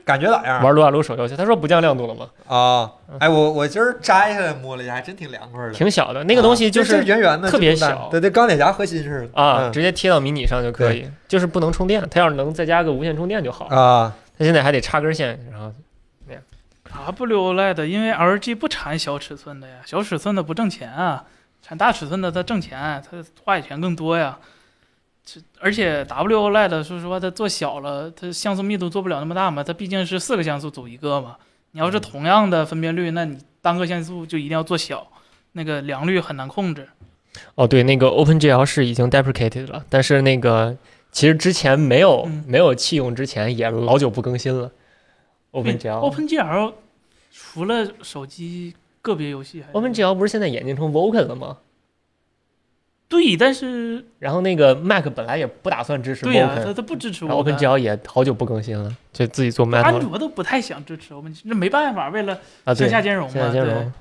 Speaker 1: 感觉咋样？
Speaker 3: 玩撸啊撸手游去。他说不降亮度了吗？
Speaker 1: 啊，哎，我我今儿摘下来摸了一下，还真挺凉快的。
Speaker 3: 挺小的，那个东西就
Speaker 1: 啊这
Speaker 3: 是
Speaker 1: 这圆圆的，
Speaker 3: 特别
Speaker 1: 这么大
Speaker 3: 小
Speaker 1: 对对，钢铁侠核心似的
Speaker 3: 啊，
Speaker 1: 嗯
Speaker 3: 直接贴到迷你上就可以，就是不能充电。它要是能再加个无线充电就好。
Speaker 1: 啊，
Speaker 3: 它现在还得插根线，然后
Speaker 2: W OLED，因为 LG 不产小尺寸的呀，小啊尺寸的不挣钱啊，产大尺寸的它挣钱，它话语权更多呀。这而且 W OLED 说实话，它做小了，它像素密度做不了那么大嘛，它毕竟是四个像素组一个嘛。你要是同样的分辨率，那你单个像素就一定要做小，那个良率很难控制。
Speaker 3: 哦，对，那个 OpenGL 是已经 deprecated 了，但是那个其实之前没有、
Speaker 2: 嗯
Speaker 3: 没有弃用之前也老久不更新了。OpenGL
Speaker 2: 哦 OpenGL 除了手机个别游戏还
Speaker 3: OpenGL 不是现在演进成 Vulkan 了吗？
Speaker 2: 对，但是
Speaker 3: 然后那个 Mac 本来也不打算支持
Speaker 2: 对呀、它
Speaker 3: Vulkan，、
Speaker 2: 它不支持
Speaker 3: 然后
Speaker 2: Open。
Speaker 3: OpenGL 也好久不更新了，就自己做 Mac
Speaker 2: 安
Speaker 3: 了
Speaker 2: 卓都不太想支持 Open，那没办法，为了
Speaker 3: 啊，对，
Speaker 2: 向下
Speaker 3: 现
Speaker 2: 兼容嘛，
Speaker 3: 在兼容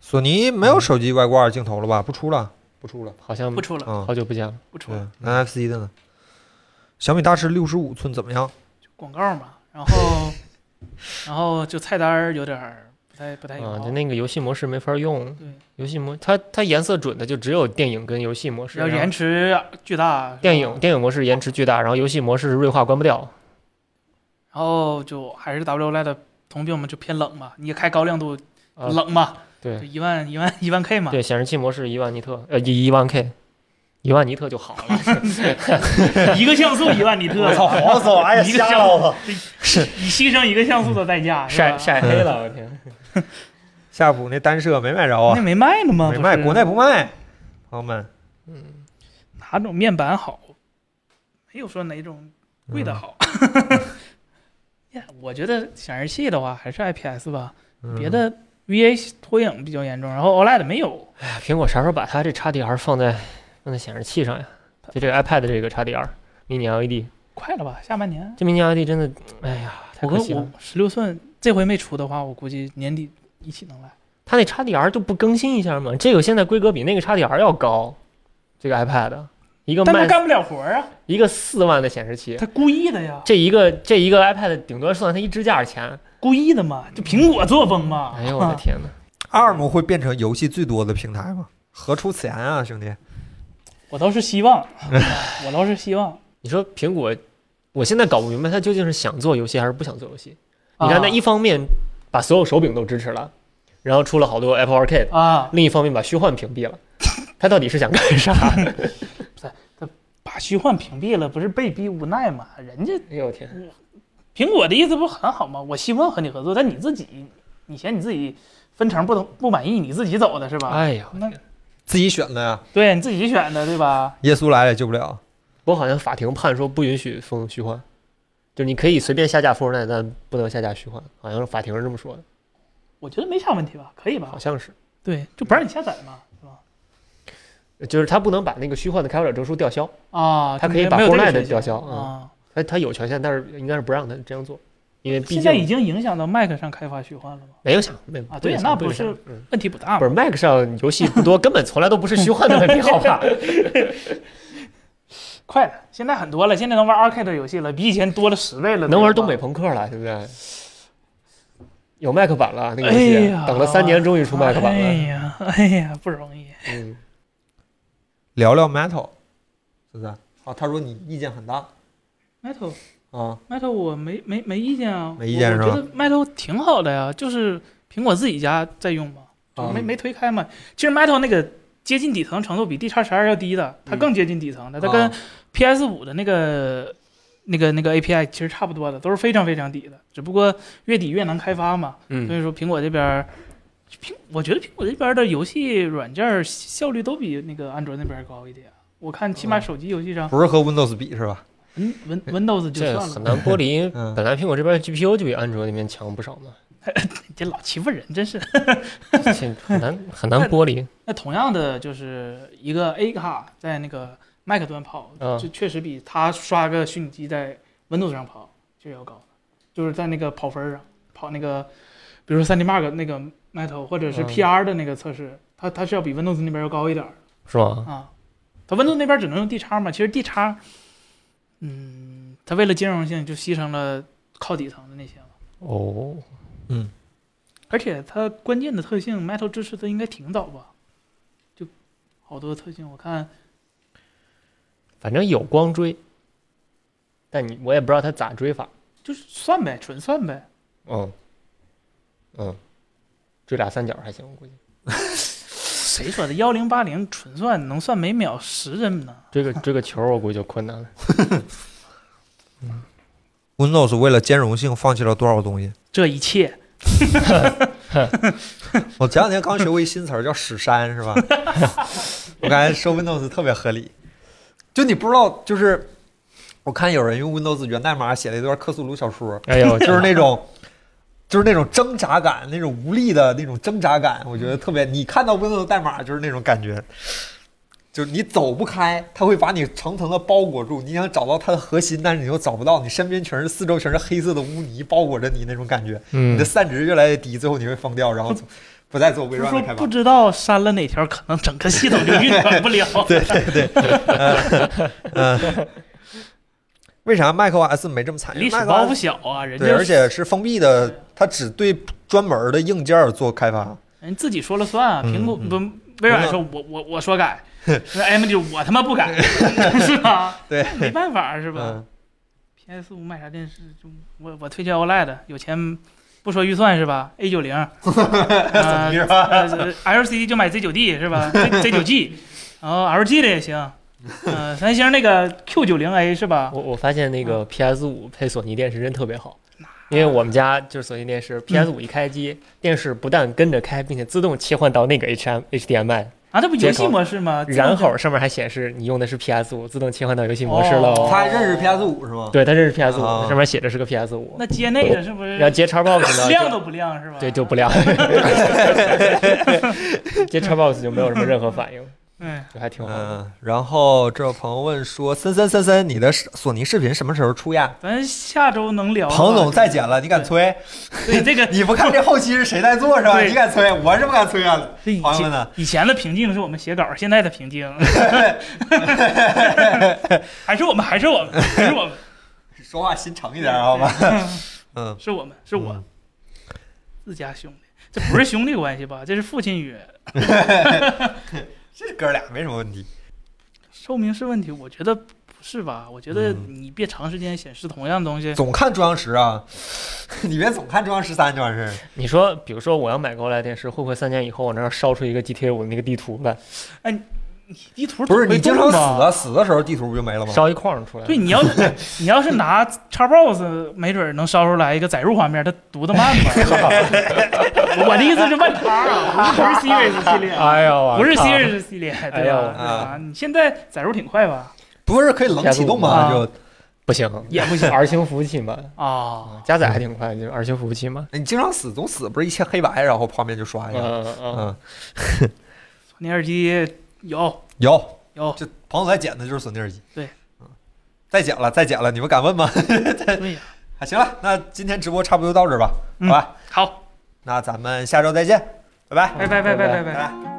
Speaker 1: 索尼没有手机外挂镜头了吧？不出了，不出了。
Speaker 3: 好像
Speaker 2: 对，不出了，
Speaker 1: 嗯，
Speaker 3: 好久不见了。
Speaker 2: 不出
Speaker 1: 对
Speaker 2: 了，
Speaker 1: ，NFC 的呢？小米大师六十五寸怎么样？
Speaker 2: 广告嘛。然后，然后就菜单儿有点儿不太不太友
Speaker 3: 啊，
Speaker 2: 好
Speaker 3: 就。那个游戏模式没法用，
Speaker 2: 对，
Speaker 3: 游戏模它它颜色准的就只有电影跟游戏模式，
Speaker 2: 要
Speaker 3: 然后
Speaker 2: 延迟巨大，是吧
Speaker 3: 电影电影模式延迟巨大，然后游戏模式锐化关不掉。
Speaker 2: 然后就还是 W OLED 的同屏们就偏冷嘛，你也开高亮度
Speaker 3: 啊
Speaker 2: 冷嘛，
Speaker 3: 对
Speaker 2: 就一万一万一万 K 嘛，
Speaker 3: 对，显示器模式一万尼特，呃，一一万 K，一万尼特就好了。
Speaker 2: 一个像素一
Speaker 1: [LAUGHS]
Speaker 2: 万尼特，
Speaker 4: 黄死我！哎
Speaker 2: 一个像素
Speaker 4: 我！
Speaker 2: 以牺牲一个像素的代价，是
Speaker 3: [LAUGHS] 晒
Speaker 2: 吧？
Speaker 3: 晒黑了，我天！
Speaker 1: 夏普那单摄没买着啊
Speaker 2: 那，没卖呢吗？
Speaker 1: 没卖，
Speaker 2: 不是
Speaker 1: 国内不卖。朋友们，
Speaker 2: 哪种面板好？没有说哪种贵的好。 [LAUGHS] 呀我觉得显示器的话还是 IPS 吧，
Speaker 1: 嗯
Speaker 2: 别的 VA 拖影比较严重，然后 OLED 没有，
Speaker 3: [LAUGHS] 哎呀，苹果啥时候把它这 XDR 放在放在显示器上呀？就这个 iPad 的这个 XDR mini LED，
Speaker 2: 快了吧？下半年。
Speaker 3: E
Speaker 2: 啊
Speaker 3: 这 mini LED 真的，哎呀，太
Speaker 2: 我
Speaker 3: 可
Speaker 2: 跟
Speaker 3: 惜了
Speaker 2: 我。十六寸这回没出的话，我估计年底一起能来。
Speaker 3: 它那 XDR 就不更新一下吗？这个现在规格比那个 XDR 要高，这个 iPad 一个
Speaker 2: 但他
Speaker 3: 卖
Speaker 2: 干不了活啊，
Speaker 3: 一个四万的显示器，
Speaker 2: 他故意的呀，
Speaker 3: 这一个这一个 iPad 顶多算它一支架的钱。
Speaker 2: 故意的嘛，就苹果作风嘛。啊
Speaker 3: 哎呦我的天哪！
Speaker 1: ARM 会变成游戏最多的平台吗？何出此言啊，兄弟！
Speaker 2: 我倒是希望，啊我倒是希望。
Speaker 3: 你说苹果，我现在搞不明白它究竟是想做游戏还是不想做游戏。你
Speaker 2: 啊
Speaker 3: 看，它一方面把所有手柄都支持了，然后出了好多 Apple Arcade，
Speaker 2: 啊，
Speaker 3: 另一方面把虚幻屏蔽了，它到底是想干啥？ [LAUGHS]
Speaker 2: 把虚幻屏蔽了，不是被逼无奈嘛？人家
Speaker 3: 哎呦我天！
Speaker 2: 苹果的意思不很好吗？我希望和你合作，但你自己，你嫌你自己分成不同不满意，你自己走的是吧？
Speaker 3: 哎呀，
Speaker 2: 那
Speaker 1: 自己选的呀，
Speaker 2: 对你自己选的对吧？
Speaker 1: 耶稣来了也救不了。
Speaker 3: 我好像法庭判说不允许封虚幻，就是你可以随便下架 Fortnite，但不能下架虚幻，好像是法庭是这么说的，
Speaker 2: 我觉得没啥问题吧，可以吧
Speaker 3: 好？像是。
Speaker 2: 对，就不让你下载嘛，是吧？
Speaker 3: 就是他不能把那个虚幻的开发者证书吊销，
Speaker 2: 啊，
Speaker 3: 它
Speaker 2: 就
Speaker 3: 可以
Speaker 2: 没
Speaker 3: 把
Speaker 2: 没有这个
Speaker 3: Fortnite
Speaker 2: 选项
Speaker 3: 吊销嗯
Speaker 2: 啊。
Speaker 3: 他他有权限，但是应该是不让他这样做，因为毕
Speaker 2: 现在已
Speaker 3: 竟
Speaker 2: 经影响到 Mac 上开发虚幻了吗？
Speaker 3: 没有想没
Speaker 2: 啊
Speaker 3: 不
Speaker 2: 对
Speaker 3: 影
Speaker 2: 呀
Speaker 3: 响
Speaker 2: 那
Speaker 3: 影
Speaker 2: 不
Speaker 3: 响
Speaker 2: 是
Speaker 3: 嗯
Speaker 2: 问题不大
Speaker 3: 不
Speaker 2: 嘛。
Speaker 3: 是 Mac 上游戏不多， [LAUGHS] 根本从来都不是虚幻的 [LAUGHS] 问题，好吧？
Speaker 2: 快了，现在很多了，现在能玩 Arcade 游戏了，比以前多了十倍了。
Speaker 3: 能玩
Speaker 2: 对吧
Speaker 3: 东北朋克了，现在有 Mac 版了，那个游
Speaker 2: 哎
Speaker 3: 戏
Speaker 2: 呀，
Speaker 3: 等了三年终于出 Mac 版
Speaker 2: 哎
Speaker 3: 了。
Speaker 2: 呀，哎呀，不容易。
Speaker 3: 嗯，
Speaker 1: 聊聊 Metal，是不是？啊，他说你意见很大
Speaker 2: Metal
Speaker 1: 啊，
Speaker 2: Metal 我没没没意见啊，
Speaker 1: 没意见
Speaker 2: 我
Speaker 1: 是吧
Speaker 2: 我觉得 Metal 挺好的呀，就是苹果自己家在用嘛，就
Speaker 1: 啊
Speaker 2: 没没推开嘛。其实 Metal 那个接近底层程度比 D 叉十二要低的，它更接近底层的，它跟
Speaker 1: 啊
Speaker 2: PS 五的那个那个那个 API 其实差不多的，都是非常非常底的，只不过越底越难开发嘛。
Speaker 3: 嗯
Speaker 2: 所以说苹果这边儿，苹我觉得苹果这边儿的游戏软件儿效率都比那个安卓那边儿高一点。我看起码
Speaker 1: 嗯
Speaker 2: 手机游戏上，
Speaker 1: 不是和 Windows 比是吧？
Speaker 2: 嗯，Win Windows 就算
Speaker 3: 这
Speaker 2: 了
Speaker 3: 很
Speaker 2: 吧，
Speaker 3: 难剥离
Speaker 1: 嗯。
Speaker 3: [LAUGHS] 本来苹果这边 GPU 就比安卓那边强不少嘛，
Speaker 2: 你这老欺负人，真是。
Speaker 3: 这很难很
Speaker 1: [LAUGHS]
Speaker 3: 难剥离。
Speaker 2: 那同样的，就是一个 A 卡在那个 Mac 端跑，
Speaker 3: 嗯
Speaker 2: 就确实比他刷个虚拟机在 Windows 上跑就要高，就是在那个跑分儿上跑那个，比如说 3D Mark 那个 Metal 或者是
Speaker 3: 嗯
Speaker 2: PR 的那个测试，它它是要比 Windows 那边要高一点儿
Speaker 3: 是吗？
Speaker 2: 啊。它 Windows 那边只能用 D 叉嘛，其实 D 叉，嗯，它为了兼容性就牺牲了靠底层的那些了，
Speaker 3: 哦，
Speaker 2: 而且它关键的特性 Metal 支持的应该挺早吧，就好多特性我看。
Speaker 3: 反正有光追，但你我也不知道他咋追法。
Speaker 2: 就是算呗，纯算呗。
Speaker 3: 嗯，嗯，追俩三角还行，我估计。
Speaker 2: 谁说的？幺零八零纯算能算每秒十帧呢？
Speaker 3: 这个这个球我估计就困难了。
Speaker 1: Windows 为了兼容性放弃了多少东西？
Speaker 2: 这一切
Speaker 1: [LAUGHS] 我前两天刚学会一新词儿叫“屎山”，是吧？我感觉说 Windows 特别合理。就你不知道，就是我看有人用 Windows 源代码写了一段克苏鲁小说，
Speaker 3: 哎呦，
Speaker 1: [LAUGHS] 就是那种，就是那种挣扎感，那种无力的那种挣扎感，我觉得特别。你看到 Windows 代码就是那种感觉，就是你走不开，它会把你层层的包裹住。你想找到它的核心，但是你又找不到，你身边全是四周全是黑色的污泥包裹着你那种感觉，你
Speaker 3: 嗯
Speaker 1: 的，散值越来越低，最后你会疯掉，然后 [LAUGHS] 从不再做
Speaker 2: 不
Speaker 1: 微
Speaker 2: 是
Speaker 1: 软
Speaker 2: 说
Speaker 1: 的开
Speaker 2: 不
Speaker 1: 发。
Speaker 2: 知道删了哪条，可能整个系统就
Speaker 1: [LAUGHS]
Speaker 2: 运转不了。
Speaker 1: 对对对，嗯嗯、为啥 macOS 没这么惨？因为
Speaker 2: 历史
Speaker 1: macOS
Speaker 2: 包袱小啊，人家
Speaker 1: 对，而且是封闭的，它只对专门的硬件做开发。
Speaker 2: 人自己说了算啊。
Speaker 1: 嗯
Speaker 2: 苹果
Speaker 1: 嗯
Speaker 2: 不，微软说我我我说改，那 AMD 就我他妈不改，
Speaker 1: [LAUGHS]
Speaker 2: [LAUGHS] 是吧？
Speaker 1: 对，
Speaker 2: 没办法是吧
Speaker 1: 嗯，
Speaker 2: ？PS 五买啥电视？就我我推荐 OLED，有钱不说预算是吧？A 九
Speaker 1: [LAUGHS]
Speaker 2: 零，啊
Speaker 1: 是吧？
Speaker 2: 呃，LCD 就买 Z 9 D 是吧？Z 9
Speaker 1: [LAUGHS]
Speaker 2: G，然后 LG 的也行，嗯，三星那个 Q 9 0 A 是吧？
Speaker 3: 我我发现那个
Speaker 2: 嗯
Speaker 3: PS 五配索尼电视真特别好，因为我们家就是索尼电
Speaker 2: 嗯
Speaker 3: 视，PS 五一开机，电视不但跟着开，并且自动切换到那个 H M HDMI，
Speaker 2: 啊，这不游戏模式吗？
Speaker 3: 然后上面还显示你用的是 PS 五，自动切换到游戏模式了
Speaker 2: 哦
Speaker 3: 哦。
Speaker 1: 他还认识 PS 五是吗？
Speaker 3: 对，它这是 PS 五，
Speaker 1: 啊
Speaker 3: 它上面写着是个 PS 五，
Speaker 2: 那接那个是不是
Speaker 3: 然后接 Xbox 呢，
Speaker 2: 亮
Speaker 3: 就
Speaker 2: 都不亮是吧？
Speaker 3: 对就
Speaker 2: [LAUGHS]
Speaker 3: 不亮，接 Xbox 就没有什么任何反应，
Speaker 2: 嗯，
Speaker 3: 就还挺好的。
Speaker 1: 嗯，然后这位朋友问说：“森森森森，你的视索尼视频什么时候出呀
Speaker 2: 咱下周能？”聊。
Speaker 1: 彭总再剪，了，你敢催？
Speaker 2: 哦对这个
Speaker 1: 你不看这后期是谁在做是吧？
Speaker 2: 对
Speaker 1: 你敢催？我是不敢催啊，
Speaker 2: 这以
Speaker 1: 朋友们
Speaker 2: 前
Speaker 1: 呢？
Speaker 2: 以前的瓶颈是我们写稿，现在的
Speaker 1: [LAUGHS]
Speaker 2: 瓶颈还是我们，还是我们，还是我们，
Speaker 1: 说话心诚一点好吧？ [LAUGHS] 嗯，
Speaker 2: 是我们，是我自家兄弟，这不是兄弟关系吧？这是父亲约。
Speaker 1: 这哥俩没什么问题。
Speaker 2: 寿命是问题，我觉得不是吧？我觉得
Speaker 1: 嗯
Speaker 2: 你别长时间显示同样东西，
Speaker 1: 总看中央十啊， [LAUGHS] 你别总看中央十三这玩意儿。
Speaker 3: 你说，比如说我要买个 OLED 电视，会不会三年以后我那儿烧出一个 GTA 五那个地图来，
Speaker 2: 地图
Speaker 1: 不是
Speaker 2: 总会
Speaker 1: 你经
Speaker 2: 动
Speaker 1: 常死
Speaker 2: 吧
Speaker 1: 啊，死的时候地图不就没了吗？
Speaker 3: 烧一框出来？
Speaker 2: 嗯对，你要是你要是拿 Xbox，没准能烧出来一个载入画面，它读的慢
Speaker 1: [LAUGHS]
Speaker 2: 吧？我的意思是万叉啊，不是 Series 系列，
Speaker 3: 哎呦，
Speaker 2: 不是
Speaker 3: 我靠
Speaker 2: Series 系列，
Speaker 3: 哎
Speaker 2: 对
Speaker 3: 呦
Speaker 2: 吧？对吧？你现在载入挺快吧？
Speaker 1: 不是可以冷启动吗？
Speaker 2: PS5
Speaker 1: 就
Speaker 3: 不行，
Speaker 2: 也不行
Speaker 3: R 型服务器嘛，
Speaker 2: 啊，
Speaker 3: 加载还挺快，就是 R 型服务器嘛。
Speaker 1: 哎你经常死总死，不是一切黑白，然后旁边就刷一下。
Speaker 3: 嗯嗯，
Speaker 1: 嗯，
Speaker 2: 索尼耳机有
Speaker 1: 有
Speaker 2: 有，
Speaker 1: 这彭总在剪的就是索尼耳机。
Speaker 2: 对
Speaker 1: 嗯，再剪了，再剪了，你们敢问吗？
Speaker 2: 对
Speaker 1: [LAUGHS]
Speaker 2: 呀，
Speaker 1: 啊，行了，那今天直播差不多到这儿吧，
Speaker 2: 嗯
Speaker 1: 好吧，
Speaker 2: 好，
Speaker 1: 那咱们下周再见，拜拜。
Speaker 2: 拜拜拜拜拜拜。
Speaker 3: 拜
Speaker 1: 拜。